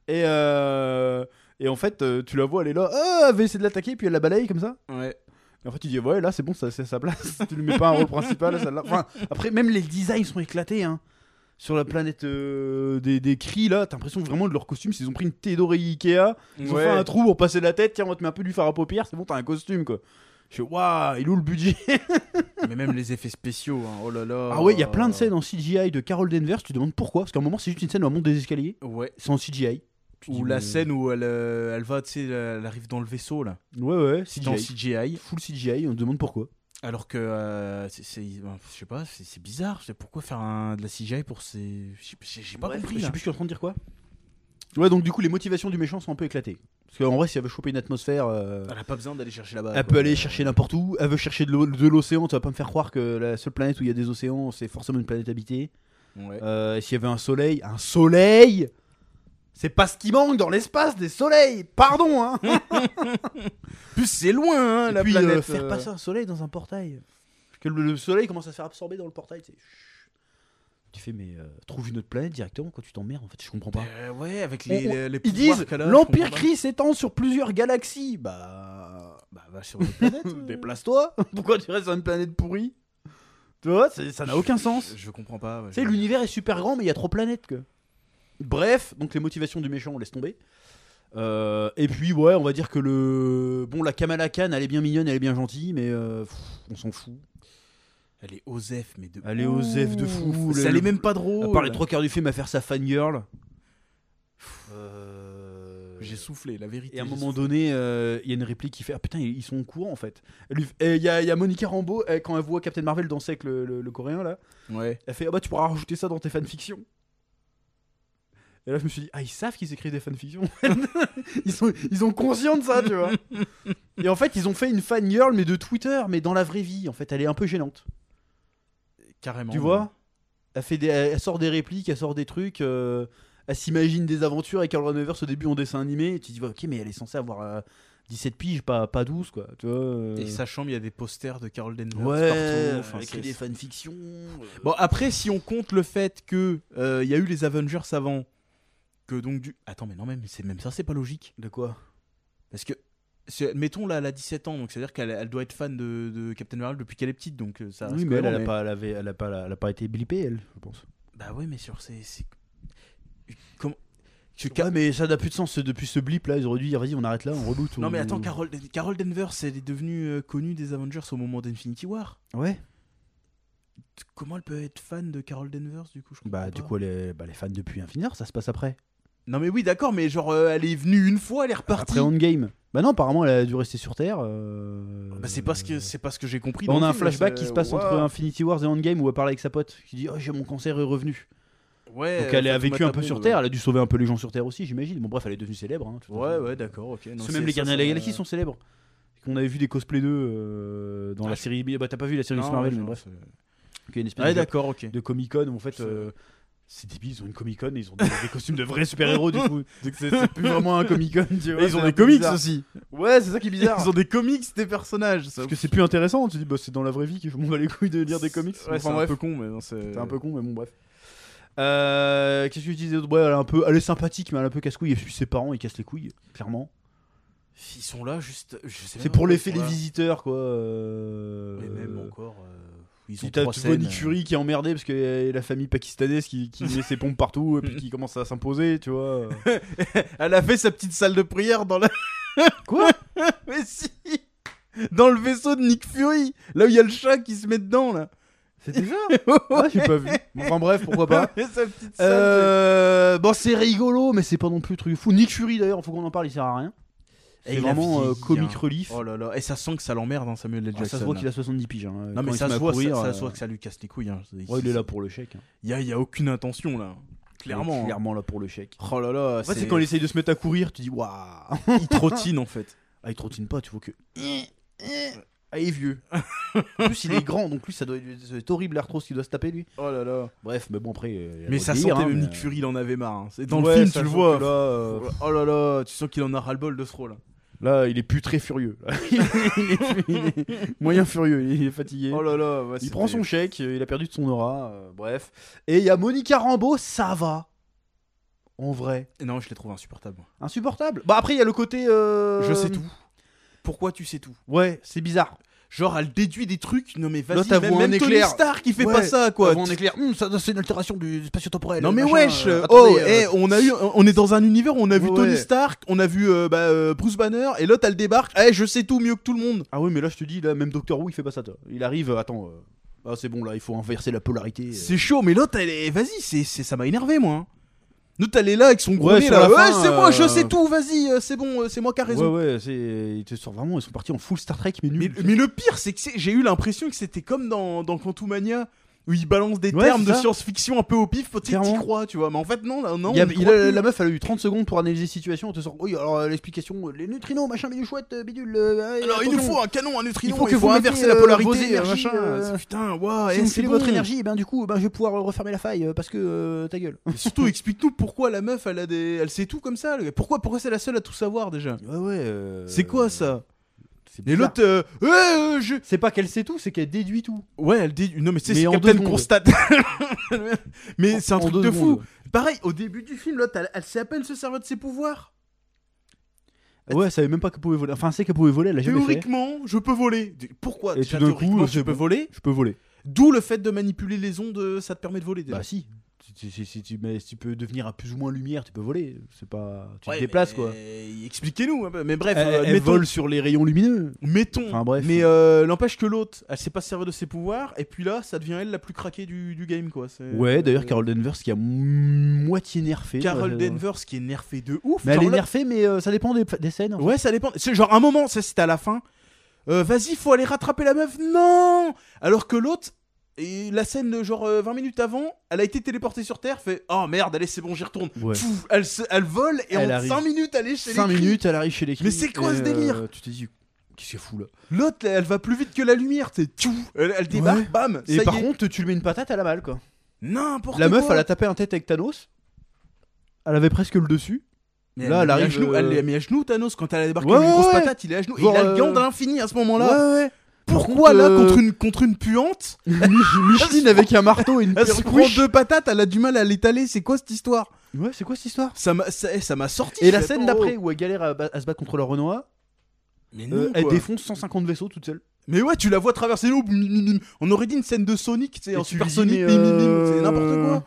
S1: Et, euh, et en fait, euh, tu la vois, elle est là, ah, elle va essayer de l'attaquer, puis elle la balaye comme ça.
S2: Ouais.
S1: Et en fait, il dit ouais, là c'est bon, ça c'est à sa place. tu lui mets pas un rôle principal, celle-là. Enfin, après, même les designs sont éclatés. Hein. Sur la planète euh, des, des cris, là, t'as l'impression vraiment de leur costume. Ils ont pris une thé d'oreiller Ikea, ils ont
S2: Ouais.
S1: fait un trou pour passer la tête. Tiens, on va te mettre un peu du fard à paupières, c'est bon, t'as un costume quoi. Je fais waouh, il est où le budget
S2: Mais même les effets spéciaux. hein, Oh là là.
S1: Ah ouais, il y a plein de scènes en CGI de Carol Danvers. Tu te demandes pourquoi Parce qu'à un moment, c'est juste une scène où elle monte des escaliers.
S2: Ouais.
S1: C'est en CGI. Tu dis,
S2: Ou la
S1: mais-
S2: scène où elle, euh, elle va, tu sais, elle arrive dans le vaisseau là.
S1: Ouais, ouais,
S2: C'est en
S1: CGI.
S2: CGI.
S1: Full CGI, on te demande pourquoi.
S2: Alors que, euh, c'est, c'est- ben, je sais pas, c'est, c'est bizarre. C'est pourquoi faire un, de la CGI pour ces. J'ai, j'ai- j'ai pas
S1: Bref,
S2: compris. hein.
S1: Je
S2: là.
S1: sais plus ce que je suis en train de dire quoi. Ouais, donc du coup, les motivations du méchant sont un peu éclatées. Parce qu'en vrai, si elle veut choper une atmosphère, euh,
S2: Elle a pas besoin d'aller chercher là-bas.
S1: elle
S2: quoi.
S1: peut aller chercher n'importe où. Elle veut chercher de l'eau- de l'océan. Tu vas pas me faire croire que la seule planète où il y a des océans, c'est forcément une planète habitée.
S2: Ouais.
S1: Euh, et S'il y avait un soleil, un soleil C'est pas ce qui manque dans l'espace des soleils Pardon, hein
S2: Plus c'est loin, hein,
S1: Et
S2: la
S1: puis,
S2: planète.
S1: euh, faire
S2: euh,
S1: passer un soleil dans un portail. Parce que le, le soleil commence à se faire absorber dans le portail. tu sais. Chut. Tu fais, mais euh, trouve une autre planète directement quand tu t'emmerdes. En fait, je comprends pas.
S2: euh, ouais, avec les,
S1: On- on-
S2: les, les
S1: Ils
S2: pouvoirs
S1: disent
S2: qu'elle a, je
S1: l'Empire
S2: comprends pas.
S1: Cris s'étend sur plusieurs galaxies. Bah,
S2: Bah, va sur une planète. euh.
S1: déplace-toi. Pourquoi tu restes sur une planète pourrie Tu vois, c'est- ça n'a aucun sens.
S2: Je, je comprends pas. ouais,
S1: Tu sais,
S2: je-
S1: l'univers est super grand, mais il y a trop de planètes. Que. Bref, donc les motivations du méchant, on laisse tomber. Euh, et puis, ouais, on va dire que le. Bon, la Kamala Khan, elle est bien mignonne, elle est bien gentille, mais euh, pff, on s'en fout.
S2: Elle est Osef, mais de.
S1: Elle est Osef de fou,
S2: Ouh,
S1: le-
S2: Ça
S1: le-
S2: l'est même pas drôle.
S1: À part les trois quarts du film à faire sa fangirl. Euh,
S2: J'ai soufflé, la vérité.
S1: Et à un
S2: j'ai
S1: moment
S2: soufflé.
S1: donné, euh, il y a une réplique qui fait Ah putain, ils ils sont au courant en fait. Elle lui- Et il y, a- il y a Monica Rambeau, elle, quand elle voit Captain Marvel danser avec le, le- le coréen là,
S2: Ouais.
S1: elle fait Ah bah tu pourras rajouter ça dans tes fanfictions. Et là je me suis dit Ah ils savent qu'ils écrivent des fanfictions. ils, sont, ils ont conscience de ça, tu vois. Et en fait, ils ont fait une fan girl mais de Twitter, mais dans la vraie vie. En fait, elle est un peu gênante.
S2: Carrément.
S1: Tu
S2: ouais.
S1: vois elle, fait des, elle sort des répliques, elle sort des trucs, euh, elle s'imagine des aventures avec Carl Renovers au début en dessin animé. Et tu te dis, ouais, ok, mais elle est censée avoir euh, 17 piges, pas, pas 12, quoi. Tu vois euh.
S2: Et sa chambre, il y a des posters de Carol Danvers
S1: Ouais,
S2: partout. Enfin,
S1: elle écrit
S2: c'est-
S1: des fanfictions. euh.
S2: Bon, après, si on compte le fait que euh, il y a eu les Avengers avant, que donc du. Attends, mais non, même, c'est même ça, c'est pas logique.
S1: de quoi
S2: Parce que. c'est- Mettons là, elle a 17 ans, donc c'est-à-dire qu'elle elle doit être fan de, de Captain Marvel depuis qu'elle est petite, donc euh, ça.
S1: Oui,
S2: reste
S1: mais elle,
S2: cohérent,
S1: elle, a pas, elle, avait- elle a pas, elle a pas été blippée, elle, je pense.
S2: Bah ouais, mais sur ces. ces- Comment. Tu-
S1: Ouais, mais ça n'a plus de sens ce- depuis ce blip là. Ils auraient dû dire, vas-y, on arrête là, on reboot.
S2: Non,
S1: on-
S2: mais attends, Carol, Carol Danvers, elle est devenue euh, connue des Avengers au moment d'Infinity War.
S1: Ouais.
S2: Comment elle peut être fan de Carol Danvers du coup je comprends
S1: Bah, du
S2: pas.
S1: coup, elle est, bah, elle est fan depuis Infinity, War, ça se passe après.
S2: Non, mais oui, d'accord, mais genre, euh, elle est venue une fois, elle est repartie.
S1: Après Endgame. Bah, non, apparemment, elle a dû rester sur Terre. euh,
S2: Bah, c'est pas ce que c'est pas ce que j'ai compris.
S1: Bah, on
S2: dans
S1: a
S2: le
S1: un
S2: film, euh, là,
S1: flashback
S2: c'est-
S1: qui se passe entre
S2: Ouah.
S1: Infinity Wars et Endgame où elle parle avec sa pote qui dit oh, j'ai mon cancer est revenu.
S2: Ouais,
S1: Donc elle
S2: euh,
S1: a vécu
S2: Fatoumata
S1: un peu sur
S2: Bombe,
S1: Terre, elle a dû sauver un peu les gens sur Terre aussi, j'imagine. Bon bref, elle est devenue célèbre. hein, de toute
S2: Ouais, ouais,
S1: façon.
S2: ouais, d'accord, ok. non,
S1: Parce que
S2: c'est-
S1: même les
S2: ça,
S1: Gardiens de
S2: ça
S1: la
S2: m'a-
S1: Galaxie sont célèbres. On avait vu des cosplays d'eux euh, dans
S2: Ah,
S1: la
S2: je-
S1: série. Bah t'as pas vu la série
S2: Non,
S1: Miss Marvel,
S2: ouais,
S1: mais
S2: non,
S1: bref.
S2: c'est-
S1: Il y a une espèce
S2: Ouais,
S1: de,
S2: d'accord, ok.
S1: Comic Con où en fait.
S2: C'est-
S1: euh, c'est débile, ils ont une Comic Con, ils ont des, des costumes de vrais super-héros du coup. Donc c'est c'est plus vraiment un Comic Con, tu vois.
S2: Et ils
S1: c'est
S2: ont
S1: un
S2: des
S1: peu
S2: comics
S1: bizarre.
S2: aussi.
S1: Ouais, c'est ça qui est bizarre.
S2: Ils ont des comics des personnages. ça-
S1: Parce que c'est plus intéressant, tu dis bah c'est dans la vraie vie qu'ils font les couilles de lire des comics.
S2: Ouais, c'est
S1: Enfin,
S2: un
S1: bref.
S2: peu con, mais non, c'est.
S1: T'es un peu con, mais bon, bref. Euh, Qu'est-ce que je disais d'autre Ouais, elle est un peu, elle est sympathique, mais elle est un peu casse couille. Et puis ses parents, ils cassent les couilles, clairement.
S2: Ils sont là juste. je sais
S1: C'est
S2: même
S1: pour
S2: pas, ils
S1: l'effet
S2: sont
S1: des
S2: là.
S1: visiteurs, quoi. Euh...
S2: Mais même encore. euh, Ils
S1: Si
S2: ont
S1: t'as
S2: trois
S1: toute
S2: scènes,
S1: Bonnie Curie qui est emmerdée parce que euh, la famille pakistanaise qui, qui met ses pompes partout et puis qui commence à s'imposer, tu vois.
S2: euh. Elle a fait sa petite salle de prière dans la.
S1: Quoi
S2: Mais si Dans le vaisseau de Nick Fury Là où il y a le chat qui se met dedans, là
S1: C'était ça Ah, j'ai pas vu. Enfin bref, pourquoi pas.
S2: Mais sa petite salle.
S1: Euh, bon, c'est rigolo, mais c'est pas non plus truc fou. Nick Fury d'ailleurs, faut qu'on en parle, il sert à rien.
S2: Et
S1: C'est
S2: il a
S1: vraiment euh,
S2: vieilli,
S1: comic
S2: hein.
S1: relief.
S2: Oh là là, et ça sent que ça l'emmerde, hein, Samuel L.
S1: Ah,
S2: Jackson.
S1: ça se voit
S2: là.
S1: qu'il a 70 piges. hein.
S2: Non,
S1: Quand
S2: mais
S1: il
S2: ça
S1: se met
S2: se,
S1: à
S2: voit,
S1: courir,
S2: ça, ça
S1: euh,
S2: se voit que ça lui casse les couilles. hein.
S1: Ouais, il est là pour le chèque. hein.
S2: Il y a, il y a aucune intention, là.
S1: Il est
S2: Clairement. hein.
S1: Clairement là pour le chèque.
S2: Oh là là,
S1: En fait, c'est quand il essaye de se mettre à courir, tu dis waouh
S2: il trottine, en fait.
S1: Ah, il trottine pas, tu vois que.
S2: Eh,
S1: Ah, il est vieux. en plus, il est grand, donc lui, ça doit être horrible l'arthrose qu'il doit se taper, lui.
S2: Oh là là.
S1: Bref, mais bon, après. euh, il a
S2: Mais
S1: le droit
S2: ça
S1: de
S2: sentait
S1: vieillir,
S2: même
S1: hein,
S2: Nick
S1: mais- euh,
S2: Fury, il en avait marre. hein. C'est Dans
S1: Ouais,
S2: le film,
S1: ça
S2: tu le
S1: sent
S2: vois.
S1: que Là, euh,
S2: Oh là là, tu sens qu'il en a ras-le-bol de ce rôle. hein. là.
S1: là, il est plus très furieux. là. il, est, il est moyen furieux, il est fatigué.
S2: Oh là là, ouais,
S1: il
S2: c'était-
S1: prend son chèque, euh, il a perdu de son aura, euh, bref. Et il y a Monica Rambeau, ça va. En vrai.
S2: Non, je l'ai trouvé insupportable. moi.
S1: Insupportable. Bah, après, il y a le côté. euh,
S2: Je sais tout. Pourquoi tu sais tout
S1: Ouais, c'est bizarre.
S2: Genre, elle déduit des trucs. Non, mais vas-y,
S1: L'autre, elle
S2: même,
S1: voit un
S2: même Tony
S1: éclair.
S2: Stark, il fait
S1: Ouais,
S2: pas ça, quoi.
S1: Avant un éclair,
S2: hmm.
S1: Hum, ça, c'est une altération du spatio-temporel.
S2: Non mais
S1: machin,
S2: wesh,
S1: euh,
S2: oh,
S1: attendez, euh,
S2: eh, on a eu, on est dans un univers où on a vu
S1: Ouais, ouais.
S2: Tony Stark, on a vu euh, bah, euh, Bruce Banner, et l'autre elle débarque, eh je sais tout mieux que tout le monde.
S1: Ah oui, mais là je te dis, là, même Doctor Who il fait pas ça. Toi. Il arrive, euh, attends, euh, ah, c'est bon là, il faut inverser la polarité. euh.
S2: C'est chaud, mais l'autre elle est, vas-y, c'est, c'est- ça m'a énervé moi. hein. L'autre elle est là avec son gros
S1: Ouais,
S2: nez
S1: sur
S2: là,
S1: la
S2: ouais
S1: fin,
S2: c'est moi, je
S1: euh,
S2: sais tout, vas-y, euh, c'est bon, euh, c'est moi qui a raison.
S1: Ouais, ouais, c'est. Ils te sortent vraiment, ils sont partis en full Star Trek, mais
S2: Mais,
S1: nul.
S2: mais le pire c'est que c'est- j'ai eu l'impression que c'était comme dans, dans Quantumania. Où ils balancent des
S1: Ouais,
S2: termes
S1: c'est
S2: de
S1: ça.
S2: science-fiction un peu au pif, faut que t'y
S1: Clairement.
S2: crois, tu vois. Mais en fait, non, là, non.
S1: Il y a-
S2: on y
S1: il
S2: croit
S1: a-
S2: plus.
S1: la meuf, elle a eu 30 secondes pour analyser les situations. On te sort, oui, alors euh, l'explication, euh, les neutrinos, machin, mais du chouette, euh, bidule. euh, euh,
S2: Alors, il nous
S1: attention.
S2: faut un canon, un neutrino,
S1: Il faut
S2: il
S1: que
S2: faut
S1: vous
S2: inverser
S1: mettiez,
S2: la
S1: euh,
S2: polarité,
S1: vos énergies,
S2: machin.
S1: euh,
S2: Putain, waouh,
S1: Si
S2: eh,
S1: vous
S2: c'est
S1: filez votre
S2: bon.
S1: énergie, et ben du coup, ben, je vais pouvoir euh, refermer la faille. euh, Parce que euh, ta gueule.
S2: Mais surtout, explique-nous pourquoi la meuf, elle a des, elle sait tout comme ça. le- Pourquoi, pourquoi c'est la seule à tout savoir déjà
S1: Ouais, ouais.
S2: C'est
S1: Euh,
S2: quoi ça Et
S1: Et l'autre,
S2: l'autre, euh, Ouais, euh, je...
S1: c'est pas qu'elle sait tout, c'est qu'elle déduit tout.
S2: ouais, elle dit, non mais tu sais,
S1: Mais
S2: c'est
S1: en
S2: Captain
S1: deux secondes.
S2: constate. mais c'est un
S1: En
S2: truc
S1: deux
S2: de
S1: secondes.
S2: fou. Pareil, au début du film, l'autre, elle, elle sait à peine se servir de ses pouvoirs.
S1: Ouais, elle savait même pas qu'elle pouvait voler. Enfin, c'est qu'elle pouvait voler, elle a jamais fait.
S2: Théoriquement, je peux voler. Pourquoi
S1: Et
S2: déjà,
S1: tout d'un coup,
S2: théoriquement,
S1: c'est
S2: je peux
S1: bon.
S2: voler
S1: Je peux voler.
S2: D'où le fait de manipuler les ondes, ça euh, te permet de voler. Déjà.
S1: Bah si. Si, si- si tu, mais si tu peux devenir à plus ou moins lumière, tu peux voler. C'est pas, tu
S2: Ouais,
S1: te déplaces
S2: mais-
S1: quoi.
S2: Expliquez-nous un peu. Mais bref,
S1: Elle,
S2: euh,
S1: elle
S2: mettons-
S1: vole sur les rayons lumineux.
S2: Mettons.
S1: Enfin, bref.
S2: Mais euh, n'empêche que l'autre, elle sait pas se servir de ses pouvoirs, et puis là, ça devient elle la plus craquée du, du game, quoi. C'est-
S1: Ouais, d'ailleurs,
S2: euh,
S1: Carol Danvers qui a m- moitié nerfé.
S2: Carol
S1: Euh,
S2: Danvers qui est nerfée de ouf.
S1: Mais elle
S2: genre
S1: est
S2: là-
S1: nerfée, mais euh, ça dépend des, des scènes. en fait.
S2: Ouais, ça dépend. C'est genre un moment, ça c'était à la fin. Euh, Vas-y, faut aller rattraper la meuf. Non Alors que l'autre, et la scène de genre euh, 20 minutes avant, elle a été téléportée sur Terre, fait Oh merde, allez, c'est bon, j'y retourne.
S1: Ouais.
S2: Pouf, elle, se- elle vole et
S1: Elle
S2: en
S1: arrive.
S2: 5 minutes, elle est chez les
S1: 5
S2: cris.
S1: minutes, elle arrive chez les
S2: Mais
S1: clients
S2: c'est quoi
S1: et,
S2: ce délire
S1: euh, Tu t'es dit, qu'est-ce qu'elle fout là
S2: L'autre, elle va plus vite que la lumière, t'es tout. Elle, elle débarque,
S1: Ouais.
S2: bam,
S1: Et
S2: ça
S1: par
S2: y est.
S1: contre, tu lui mets une patate, elle a mal quoi.
S2: N'importe
S1: La
S2: quoi.
S1: meuf, elle a tapé un tête avec Thanos. Elle avait presque le dessus.
S2: Mais
S1: là,
S2: elle
S1: elle
S2: est à
S1: arrive,
S2: genoux,
S1: euh,
S2: Elle est mis à genoux, Thanos, quand elle a débarqué
S1: Ouais,
S2: comme une grosse
S1: ouais.
S2: patate, il est à genoux. Et
S1: Genre,
S2: il a le gant
S1: euh,
S2: de l'infini à ce moment-là.
S1: ouais.
S2: Pourquoi là,
S1: euh,
S2: contre, une, contre une puante
S1: Micheline avec un marteau et une
S2: Elle se
S1: perruque.
S2: prend deux patates, elle a du mal à l'étaler, c'est quoi cette histoire
S1: Ouais, c'est quoi cette histoire
S2: Ça m'a ça, eh, ça m'a sorti.
S1: Et
S2: je
S1: la
S2: fais,
S1: scène
S2: attends,
S1: d'après
S2: oh.
S1: où elle galère à, ba- à se battre contre la Renoir,
S2: Mais
S1: euh,
S2: non,
S1: elle
S2: quoi.
S1: défonce 150 vaisseaux toute seule.
S2: Mais ouais, tu la vois traverser l'eau. bim, bim, bim. On aurait dit une scène de Sonic, c'est
S1: Et
S2: en
S1: tu lui
S2: Super
S1: dis,
S2: Sonic,
S1: mais
S2: bim, bim, bim, c'est
S1: euh,
S2: n'importe quoi.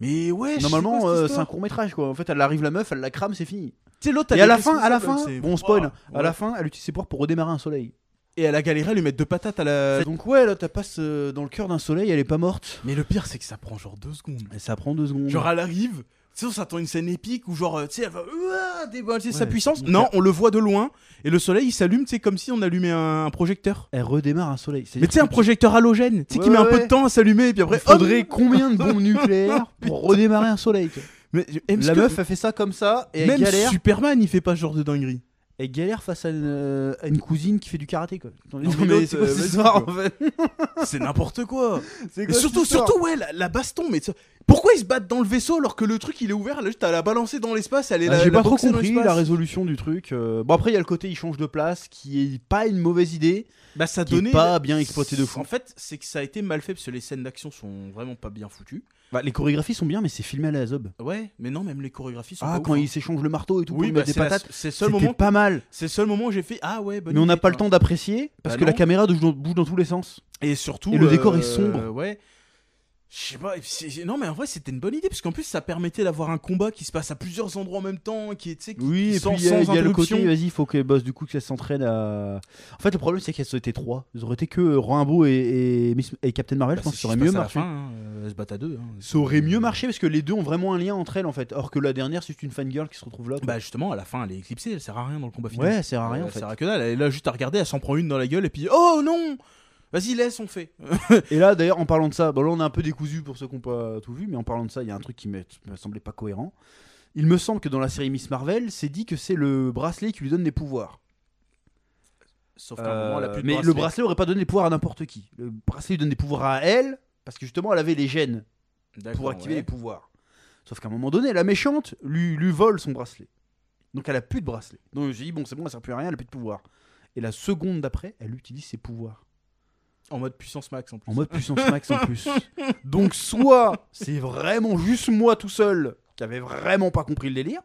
S2: Mais ouais, je sais pas,
S1: Normalement,
S2: cette
S1: euh, c'est
S2: histoire.
S1: un court métrage quoi. En fait, elle arrive la meuf, elle la crame, c'est fini.
S2: Tu sais, l'autre,
S1: Et
S2: elle
S1: à la
S2: est
S1: fin, à la
S2: responsable,
S1: fin,
S2: c'est-
S1: bon on spoil, hein,
S2: Ouais.
S1: à la fin, elle utilise ses pouvoirs pour redémarrer un soleil.
S2: Et elle a galéré à lui mettre deux patates à la.
S1: Euh, Donc ouais, là, t'as passe euh, dans le cœur d'un soleil, elle est pas morte.
S2: Mais le pire, c'est que ça prend genre deux secondes.
S1: Et ça prend deux secondes.
S2: Genre elle arrive, tu sais, on s'attend à une scène épique où genre, euh, tu sais, elle va ouah, dévoiler sa
S1: Ouais,
S2: puissance.
S1: nickel.
S2: Non, on le voit de loin et le soleil il s'allume, tu sais, comme si on allumait un, un projecteur.
S1: elle redémarre un soleil.
S2: Mais tu sais, un projecteur halogène, tu sais, qui
S1: Ouais,
S2: met un
S1: ouais,
S2: peu de
S1: ouais.
S2: temps à s'allumer et puis après,
S1: Il faudrait
S2: hop
S1: combien de bombes nucléaires pour redémarrer un soleil quoi.
S2: Mais, même
S1: La
S2: que-
S1: meuf, elle fait ça comme ça et elle
S2: même
S1: galère.
S2: Superman, il fait pas ce genre de dinguerie.
S1: Elle galère face à une, euh, à une cousine qui fait du karaté quoi. Tandis
S2: Non,
S1: que
S2: mais
S1: l'autre,
S2: c'est
S1: euh,
S2: quoi cette
S1: vas-y,
S2: histoire,
S1: quoi.
S2: C'est n'importe quoi.
S1: C'est
S2: Et
S1: quoi cette
S2: surtout,
S1: histoire
S2: surtout, ouais, la, la baston, mais tu sais, pourquoi ils se battent dans le vaisseau alors que le truc il est ouvert, elle a juste à la balancer dans l'espace, elle est
S1: Ah,
S2: la-
S1: J'ai
S2: la
S1: pas trop
S2: boxer dans
S1: compris
S2: l'espace.
S1: la résolution du truc. euh, Bon après il y a le côté il change de place qui est pas une mauvaise idée.
S2: bah, ça
S1: qui est
S2: donnait
S1: pas bien exploité de fou.
S2: En fait, c'est que ça a été mal fait parce que les scènes d'action sont vraiment pas bien foutues.
S1: Bah, les chorégraphies sont bien mais c'est filmé à la zob.
S2: Ouais, mais non, même les chorégraphies sont
S1: Ah
S2: pas
S1: quand
S2: ouf,
S1: il s'échange le marteau et
S2: hein.
S1: tout
S2: oui,
S1: pour
S2: bah,
S1: mettre des
S2: c'est la-
S1: patates.
S2: c'est le seul
S1: C'était
S2: moment
S1: pas mal.
S2: c'est le seul moment où j'ai fait ah ouais bonne
S1: Mais on n'a
S2: idée,
S1: pas
S2: tu
S1: le temps d'apprécier parce
S2: Bah
S1: que la
S2: non.
S1: caméra bouge dans, bouge dans tous les sens.
S2: vois. et surtout
S1: Et le
S2: euh,
S1: décor est sombre.
S2: ouais je sais pas et puis c'est- non mais en vrai c'était une bonne idée parce qu'en plus ça permettait d'avoir un combat qui se passe à plusieurs endroits en même temps qui est tu sais, qui- qui
S1: et
S2: sans,
S1: puis il y a-
S2: sans
S1: il y a le
S2: interruption.
S1: côté vas-y il faut que boss du coup que ça s'entraîne à. En fait le problème c'est qu'elles étaient trois. Ils auraient été que Rambo et, et Miss- et Captain Marvel.
S2: Bah,
S1: je pense
S2: c'est
S1: que ça
S2: ce qui
S1: aurait
S2: se
S1: mieux
S2: passe à la
S1: marché.
S2: fin, hein, euh, elles se battent à deux hein.
S1: Ça aurait mieux marché parce que les deux ont vraiment un lien entre elles en fait. Or que la dernière c'est juste une fangirl qui se retrouve là. quoi.
S2: bah justement à la fin elle est éclipsée elle sert à rien dans le combat final
S1: ouais, elle sert à rien
S2: Euh,
S1: en
S2: elle
S1: fait.
S2: sert à que dalle elle est là juste à regarder elle s'en prend une dans la gueule et puis oh non vas-y laisse on fait
S1: Et là, d'ailleurs, en parlant de ça, bon, là, on est un peu décousu pour ceux qui n'ont pas tout vu, mais en parlant de ça, il y a un truc qui m'est- me semblait pas cohérent. Il me semble que dans la série Miss Marvel, c'est dit que c'est le bracelet qui lui donne des pouvoirs.
S2: sauf qu'à un moment elle a
S1: Euh,
S2: plus de
S1: mais le
S2: bracelet.
S1: bracelet aurait pas donné des pouvoirs à n'importe qui. Le bracelet lui donne des pouvoirs à elle, parce que justement, elle avait les gènes pour
S2: D'accord,
S1: activer
S2: ouais.
S1: les pouvoirs. Sauf qu'à un moment donné, la méchante lui, lui vole son bracelet. Donc elle a plus de bracelet. Donc j'ai dit, bon, c'est bon, elle sert plus à rien, elle a plus de pouvoir. Et la seconde d'après, elle utilise ses pouvoirs.
S2: en mode puissance max en plus
S1: En mode puissance max en plus. Donc soit c'est vraiment juste moi tout seul qui avait vraiment pas compris le délire.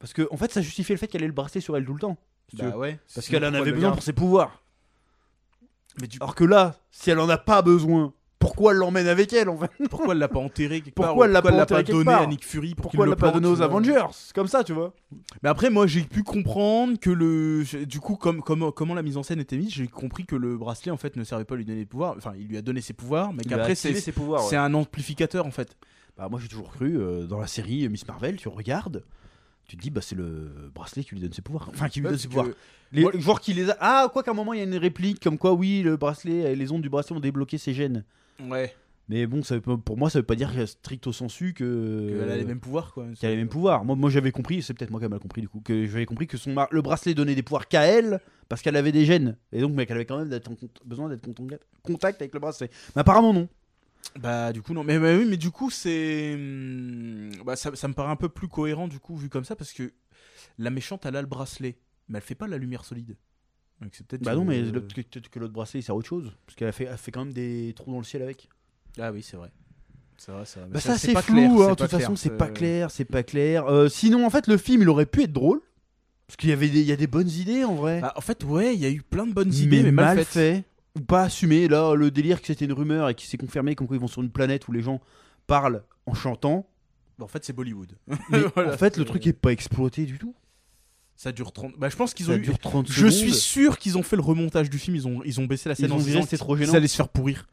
S1: Parce que en fait ça justifiait le fait qu'elle ait le bracelet sur elle tout le temps. si tu
S2: Bah
S1: veux.
S2: ouais.
S1: Parce
S2: sinon
S1: qu'elle en
S2: pourquoi
S1: avait
S2: le
S1: besoin
S2: garde
S1: pour ses pouvoirs.
S2: Mais du-
S1: Alors que là, si elle en a pas besoin, pourquoi elle l'emmène avec elle en fait
S2: pourquoi elle l'a pas enterré quelque part
S1: Pourquoi
S2: ou
S1: elle l'a pas enterré quelque
S2: donné
S1: part
S2: à Nick Fury pour qu'il
S1: Pourquoi elle
S2: le
S1: l'a pas
S2: plante,
S1: donné
S2: tu
S1: aux
S2: vois
S1: Avengers C'est comme ça, tu vois.
S2: Mais après moi j'ai pu comprendre que le j'ai- du coup comme comme- comment la mise en scène était mise, j'ai compris que le bracelet en fait ne servait pas à lui donner des pouvoirs, enfin il lui a donné ses pouvoirs mais qu'après c'est
S1: Bah, ses pouvoirs.
S2: c'est un amplificateur en fait.
S1: Bah, moi j'ai toujours cru euh, dans la série Miss Marvel, tu regardes, tu te dis bah c'est le bracelet qui lui donne ses pouvoirs. Enfin qui lui donne ses pouvoirs. Les,
S2: Moi-
S1: genre qui les a. Ah, quoi qu'à un moment, il y a une réplique comme quoi, oui, le bracelet, euh, les ondes du bracelet ont débloqué ses gènes.
S2: Ouais,
S1: Mais bon, ça veut pas- pour moi, ça veut pas dire stricto sensu que.
S2: Euh, qu'elle a les mêmes pouvoirs quoi.
S1: qu'elle a les mêmes pouvoirs. Moi, moi j'avais compris, c'est peut-être moi qui ai mal compris du coup, que j'avais compris que son mar- le bracelet donnait des pouvoirs qu'à elle parce qu'elle avait des gènes. Et donc, mais qu'elle avait quand même d'être en cont- besoin d'être en contact- contact avec le bracelet. Mais apparemment, non.
S2: Bah du coup non, mais, mais oui, mais du coup c'est hum, bah, ça, ça me paraît un peu plus cohérent du coup vu comme ça parce que la méchante elle a le bracelet, mais elle fait pas la lumière solide. Donc c'est peut-être euh,
S1: Bah non,
S2: une-
S1: mais le- peut-être que l'autre bracelet, il sert à autre chose. Parce qu'elle a fait, elle fait quand même des trous dans le ciel avec.
S2: Ah oui, c'est vrai. C'est vrai, c'est vrai. Mais
S1: Bah ça, c'est
S2: pas
S1: flou,
S2: clair,
S1: hein, de
S2: c'est pas
S1: toute
S2: clair, Euh,
S1: façon c'est pas clair, c'est pas clair. Euh, sinon en fait le film il aurait pu être drôle, parce qu'il y avait des, il y a des bonnes idées en vrai.
S2: Bah, en fait, ouais, il y a eu plein de Ah, bonnes
S1: Mais
S2: idées, mais mal,
S1: fait. ou pas assumer là le délire que c'était une rumeur et qui s'est confirmé comme quoi ils vont sur une planète où les gens parlent en chantant.
S2: Bah, en fait, c'est Bollywood.
S1: Mais
S2: Voilà,
S1: en fait, le
S2: c'est-
S1: truc est pas exploité du tout.
S2: Ça dure 30. Bah, je pense qu'ils ont
S1: Ça
S2: eu.
S1: dure 30
S2: Je
S1: secondes.
S2: suis sûr qu'ils ont fait le remontage du film. Ils ont, ils ont baissé la scène
S1: Ils
S2: en
S1: ont
S2: se
S1: viré,
S2: disant
S1: c'était
S2: que
S1: trop gênant.
S2: ça allait se faire pourrir.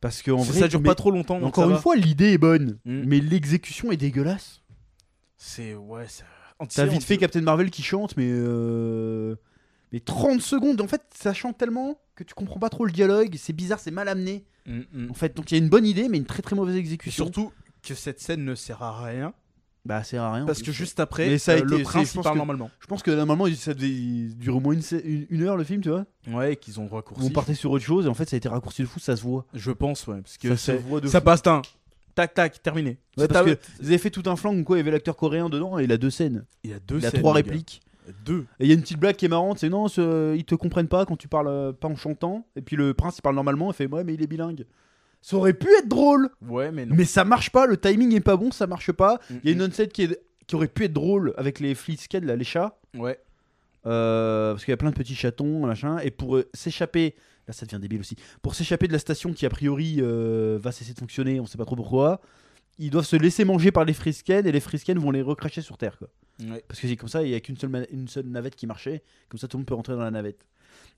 S1: parce que en vrai,
S2: ça dure
S1: mais-
S2: pas trop longtemps. donc
S1: Encore
S2: ça
S1: une
S2: va.
S1: fois, l'idée est bonne,
S2: Mm.
S1: mais l'exécution est dégueulasse.
S2: C'est. Ouais, ça.
S1: T'as vite fait Captain Marvel qui chante, mais. euh, Mais 30 secondes, en fait, ça chante tellement que tu comprends pas trop le dialogue, c'est bizarre, c'est mal amené.
S2: Mm, mm.
S1: En fait, donc il y a une bonne idée, mais une très très mauvaise
S2: Puis
S1: exécution.
S2: surtout que cette scène ne sert à rien.
S1: bah, ça sert à rien.
S2: Parce
S1: en
S2: que
S1: plus.
S2: juste après,
S1: Mais ça a
S2: euh,
S1: été-
S2: le
S1: c'est-
S2: prince
S1: je
S2: il
S1: pense
S2: parle
S1: que-
S2: normalement.
S1: Je pense que normalement, il- ça devait il dure au moins une, sé- une- une heure le film, tu vois.
S2: Ouais, qu'ils ont
S1: Où on
S2: raccourci.
S1: partait sur autre chose, et en fait, ça a été raccourci de fou, ça se voit.
S2: Je pense, ouais. Parce que
S1: ça
S2: c'est-
S1: se voit de
S2: ça
S1: fou.
S2: passe d'un. Tac, tac, terminé.
S1: Ouais,
S2: C'est
S1: parce
S2: à-
S1: que ils avaient fait tout un flanc, où quoi, il y avait l'acteur coréen dedans, et il a deux scènes.
S2: Il a deux
S1: Il a
S2: scènes,
S1: trois
S2: le gars.
S1: répliques.
S2: Deux.
S1: Et il y a une petite blague qui est marrante, c'est non, ce- ils te comprennent pas quand tu parles euh, pas en chantant. Et puis le prince, il parle normalement, il fait ouais, mais il est bilingue. Ça aurait pu être drôle,
S2: Ouais, mais non.
S1: mais ça marche pas, le timing est pas bon, ça marche pas.
S2: Mm,
S1: Il y a une onset qui, est- qui aurait pu être drôle avec les flitzked, là, les chats.
S2: mm. Ouais.
S1: euh, parce qu'il y a plein de petits chatons, machin. Et pour euh, s'échapper, là ça devient débile aussi, pour s'échapper de la station qui a priori euh, va cesser de fonctionner, on sait pas trop pourquoi, ils doivent se laisser manger par les frisken et les frisken vont les recracher sur Terre. Quoi.
S2: Ouais.
S1: Parce que c'est comme ça, il n'y a qu'une seule, ma- une seule navette qui marchait, comme ça tout le monde peut rentrer dans la navette.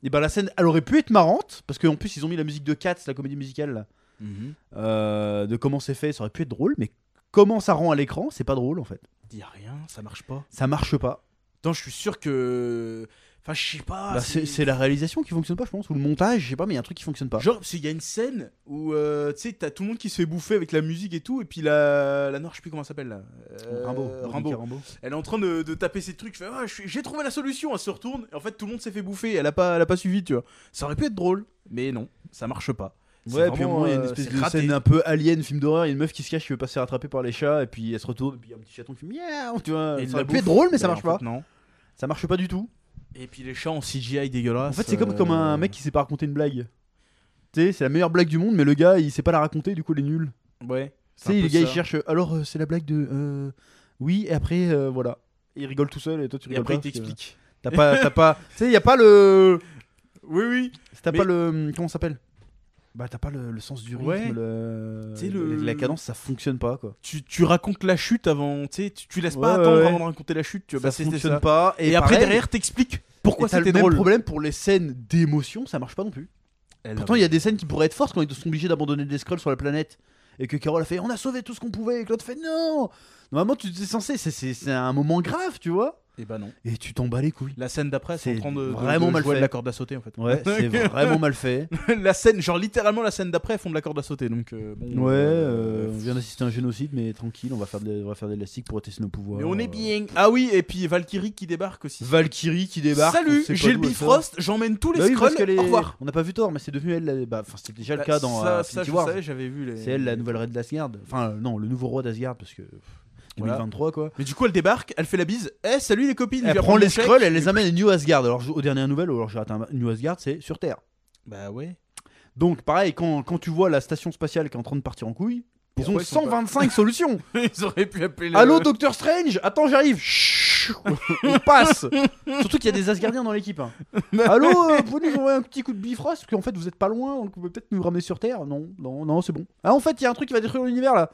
S1: Et ben la scène, elle aurait pu être marrante, parce qu'en plus ils ont mis la musique de Cats, la comédie musicale, là,
S2: Mhm.
S1: euh, de comment c'est fait, ça aurait pu être drôle, mais comment ça rend à l'écran, c'est pas drôle en fait.
S2: Dis rien, ça marche pas.
S1: Ça marche pas.
S2: Attends, je suis sûr que. Enfin, je sais pas.
S1: Bah, c'est c'est la réalisation qui fonctionne pas, je pense, ou le montage, je sais pas, mais il y a un truc qui fonctionne pas.
S2: Genre, parce qu'il y a une scène où euh, tu sais, t'as tout le monde qui se fait bouffer avec la musique et tout, et puis la, la noire, je sais plus comment elle s'appelle là. Euh,
S1: Rimbaud.
S2: Rimbaud. Elle est en train de, de taper ses trucs. je fais, Ah, je suis- j'ai trouvé la solution. Elle se retourne. Et en fait, tout le monde s'est fait bouffer. Elle a pas, elle a pas suivi, tu vois. Ça aurait pu être drôle, mais non, ça marche pas. C'est
S1: Ouais, puis à un
S2: vraiment,
S1: moment, il y a une
S2: euh,
S1: espèce
S2: c'est
S1: de
S2: raté.
S1: scène un peu alien, film d'horreur. Il y a une meuf qui se cache, qui veut pas se faire attraper par les chats, et puis elle se retourne, et puis il y a un petit chaton qui fait miaou, tu vois.
S2: Et
S1: ça
S2: la
S1: aurait pu
S2: bouffe,
S1: être drôle, mais ça
S2: bah,
S1: marche
S2: en
S1: pas.
S2: fait, non.
S1: Ça marche pas du tout.
S2: Et puis les chats en CGI dégueulasse.
S1: En fait, c'est comme,
S2: euh,
S1: comme un mec qui sait pas raconter une blague. Tu sais, c'est la meilleure blague du monde, mais le gars, il sait pas la raconter, du coup, il est nul.
S2: Ouais.
S1: Tu sais, les gars, ils cherchent. Alors, euh, c'est la blague de. euh, oui, et après, euh, voilà. Et il rigole tout seul, et toi, tu
S2: Et
S1: rigoles
S2: après,
S1: pas, parce
S2: il
S1: que-
S2: t'explique.
S1: T'as pas. t'as pas- Tu sais, il y a pas le.
S2: Oui, oui.
S1: T'as
S2: Mais-
S1: pas le. Comment ça s'appelle Bah, t'as pas le, le sens du rythme,
S2: Ouais.
S1: le...
S2: Tu sais, le-
S1: la cadence, ça fonctionne pas, quoi.
S2: Tu, tu racontes la chute avant. Tu sais, tu, tu laisses
S1: Ouais,
S2: pas attendre
S1: ouais.
S2: avant de raconter la chute. Tu vois,
S1: ça
S2: bah, c'était
S1: fonctionne
S2: ça.
S1: pas.
S2: Et,
S1: Et,
S2: après,
S1: pareil,
S2: derrière, t'expliques pourquoi
S1: et t'as
S2: c'était
S1: le
S2: drôle.
S1: même problème pour les scènes d'émotion, ça marche pas non plus.
S2: Ah
S1: Pourtant, il y a des scènes qui pourraient être fortes quand ils sont obligés d'abandonner des scrolls sur la planète. Et que Carole a fait on a sauvé tout ce qu'on pouvait. Et que l'autre fait non Normalement, tu es censé, c'est- c'est c'est un moment grave, tu vois.
S2: Et bah non.
S1: Et tu t'en bats les couilles.
S2: La scène d'après, c'est en
S1: Eh ben C'est
S2: train de, de-
S1: vraiment
S2: de
S1: mal
S2: jouer
S1: fait.
S2: de la corde à sauter en fait.
S1: Ouais, c'est vraiment mal fait.
S2: la scène, genre littéralement la scène d'après, elles font de la corde à sauter. Donc euh, bon,
S1: Ouais,
S2: euh,
S1: euh, on vient d'assister à un génocide, mais tranquille, on va faire des, on va faire des élastiques pour tester nos pouvoirs.
S2: Mais on est
S1: Euh,
S2: bien. Ah oui, et puis Valkyrie qui débarque aussi.
S1: Valkyrie qui débarque. on
S2: Salut,
S1: sait pas
S2: j'ai le
S1: d'où elle sort.
S2: Bifrost, j'emmène tous les
S1: Bah oui, parce
S2: scrolls.
S1: qu'elle est-
S2: Au revoir.
S1: On n'a pas vu tort, mais c'est devenu elle. la- bah, enfin, c'était déjà le cas dans
S2: ça,
S1: euh,
S2: ça,
S1: Infinity
S2: je
S1: War.
S2: savais, j'avais vu. Les...
S1: C'est elle la nouvelle reine d'Asgard. Enfin, euh, non, le nouveau roi d'Asgard parce que pff,
S2: Voilà.
S1: 2023 quoi.
S2: Mais du coup, elle débarque, elle fait la bise. Eh, salut les copines. je
S1: Elle
S2: viens
S1: prend
S2: prendre
S1: les
S2: mon chèque.
S1: scrolls, elle les amène à New Asgard. Alors, je- aux dernières nouvelles, alors j'ai atteint New Asgard, c'est sur Terre.
S2: Bah ouais.
S1: Donc, pareil, quand, quand tu vois la station spatiale qui est en train de partir en couille, ils
S2: Pourquoi
S1: ont
S2: ils sont pas-
S1: 125 solutions.
S2: Ils auraient pu appeler. le-
S1: Allô, Docteur Strange Attends, j'arrive. Chut On passe. Surtout qu'il y a des Asgardiens dans l'équipe. hein. Allô, euh, pouvez nous envoyer un petit coup de bifrost Parce qu'en fait, vous êtes pas loin, donc vous pouvez peut-être nous ramener sur Terre. Non, non, non, c'est bon. Ah, en fait, il y a un truc qui va détruire l'univers là.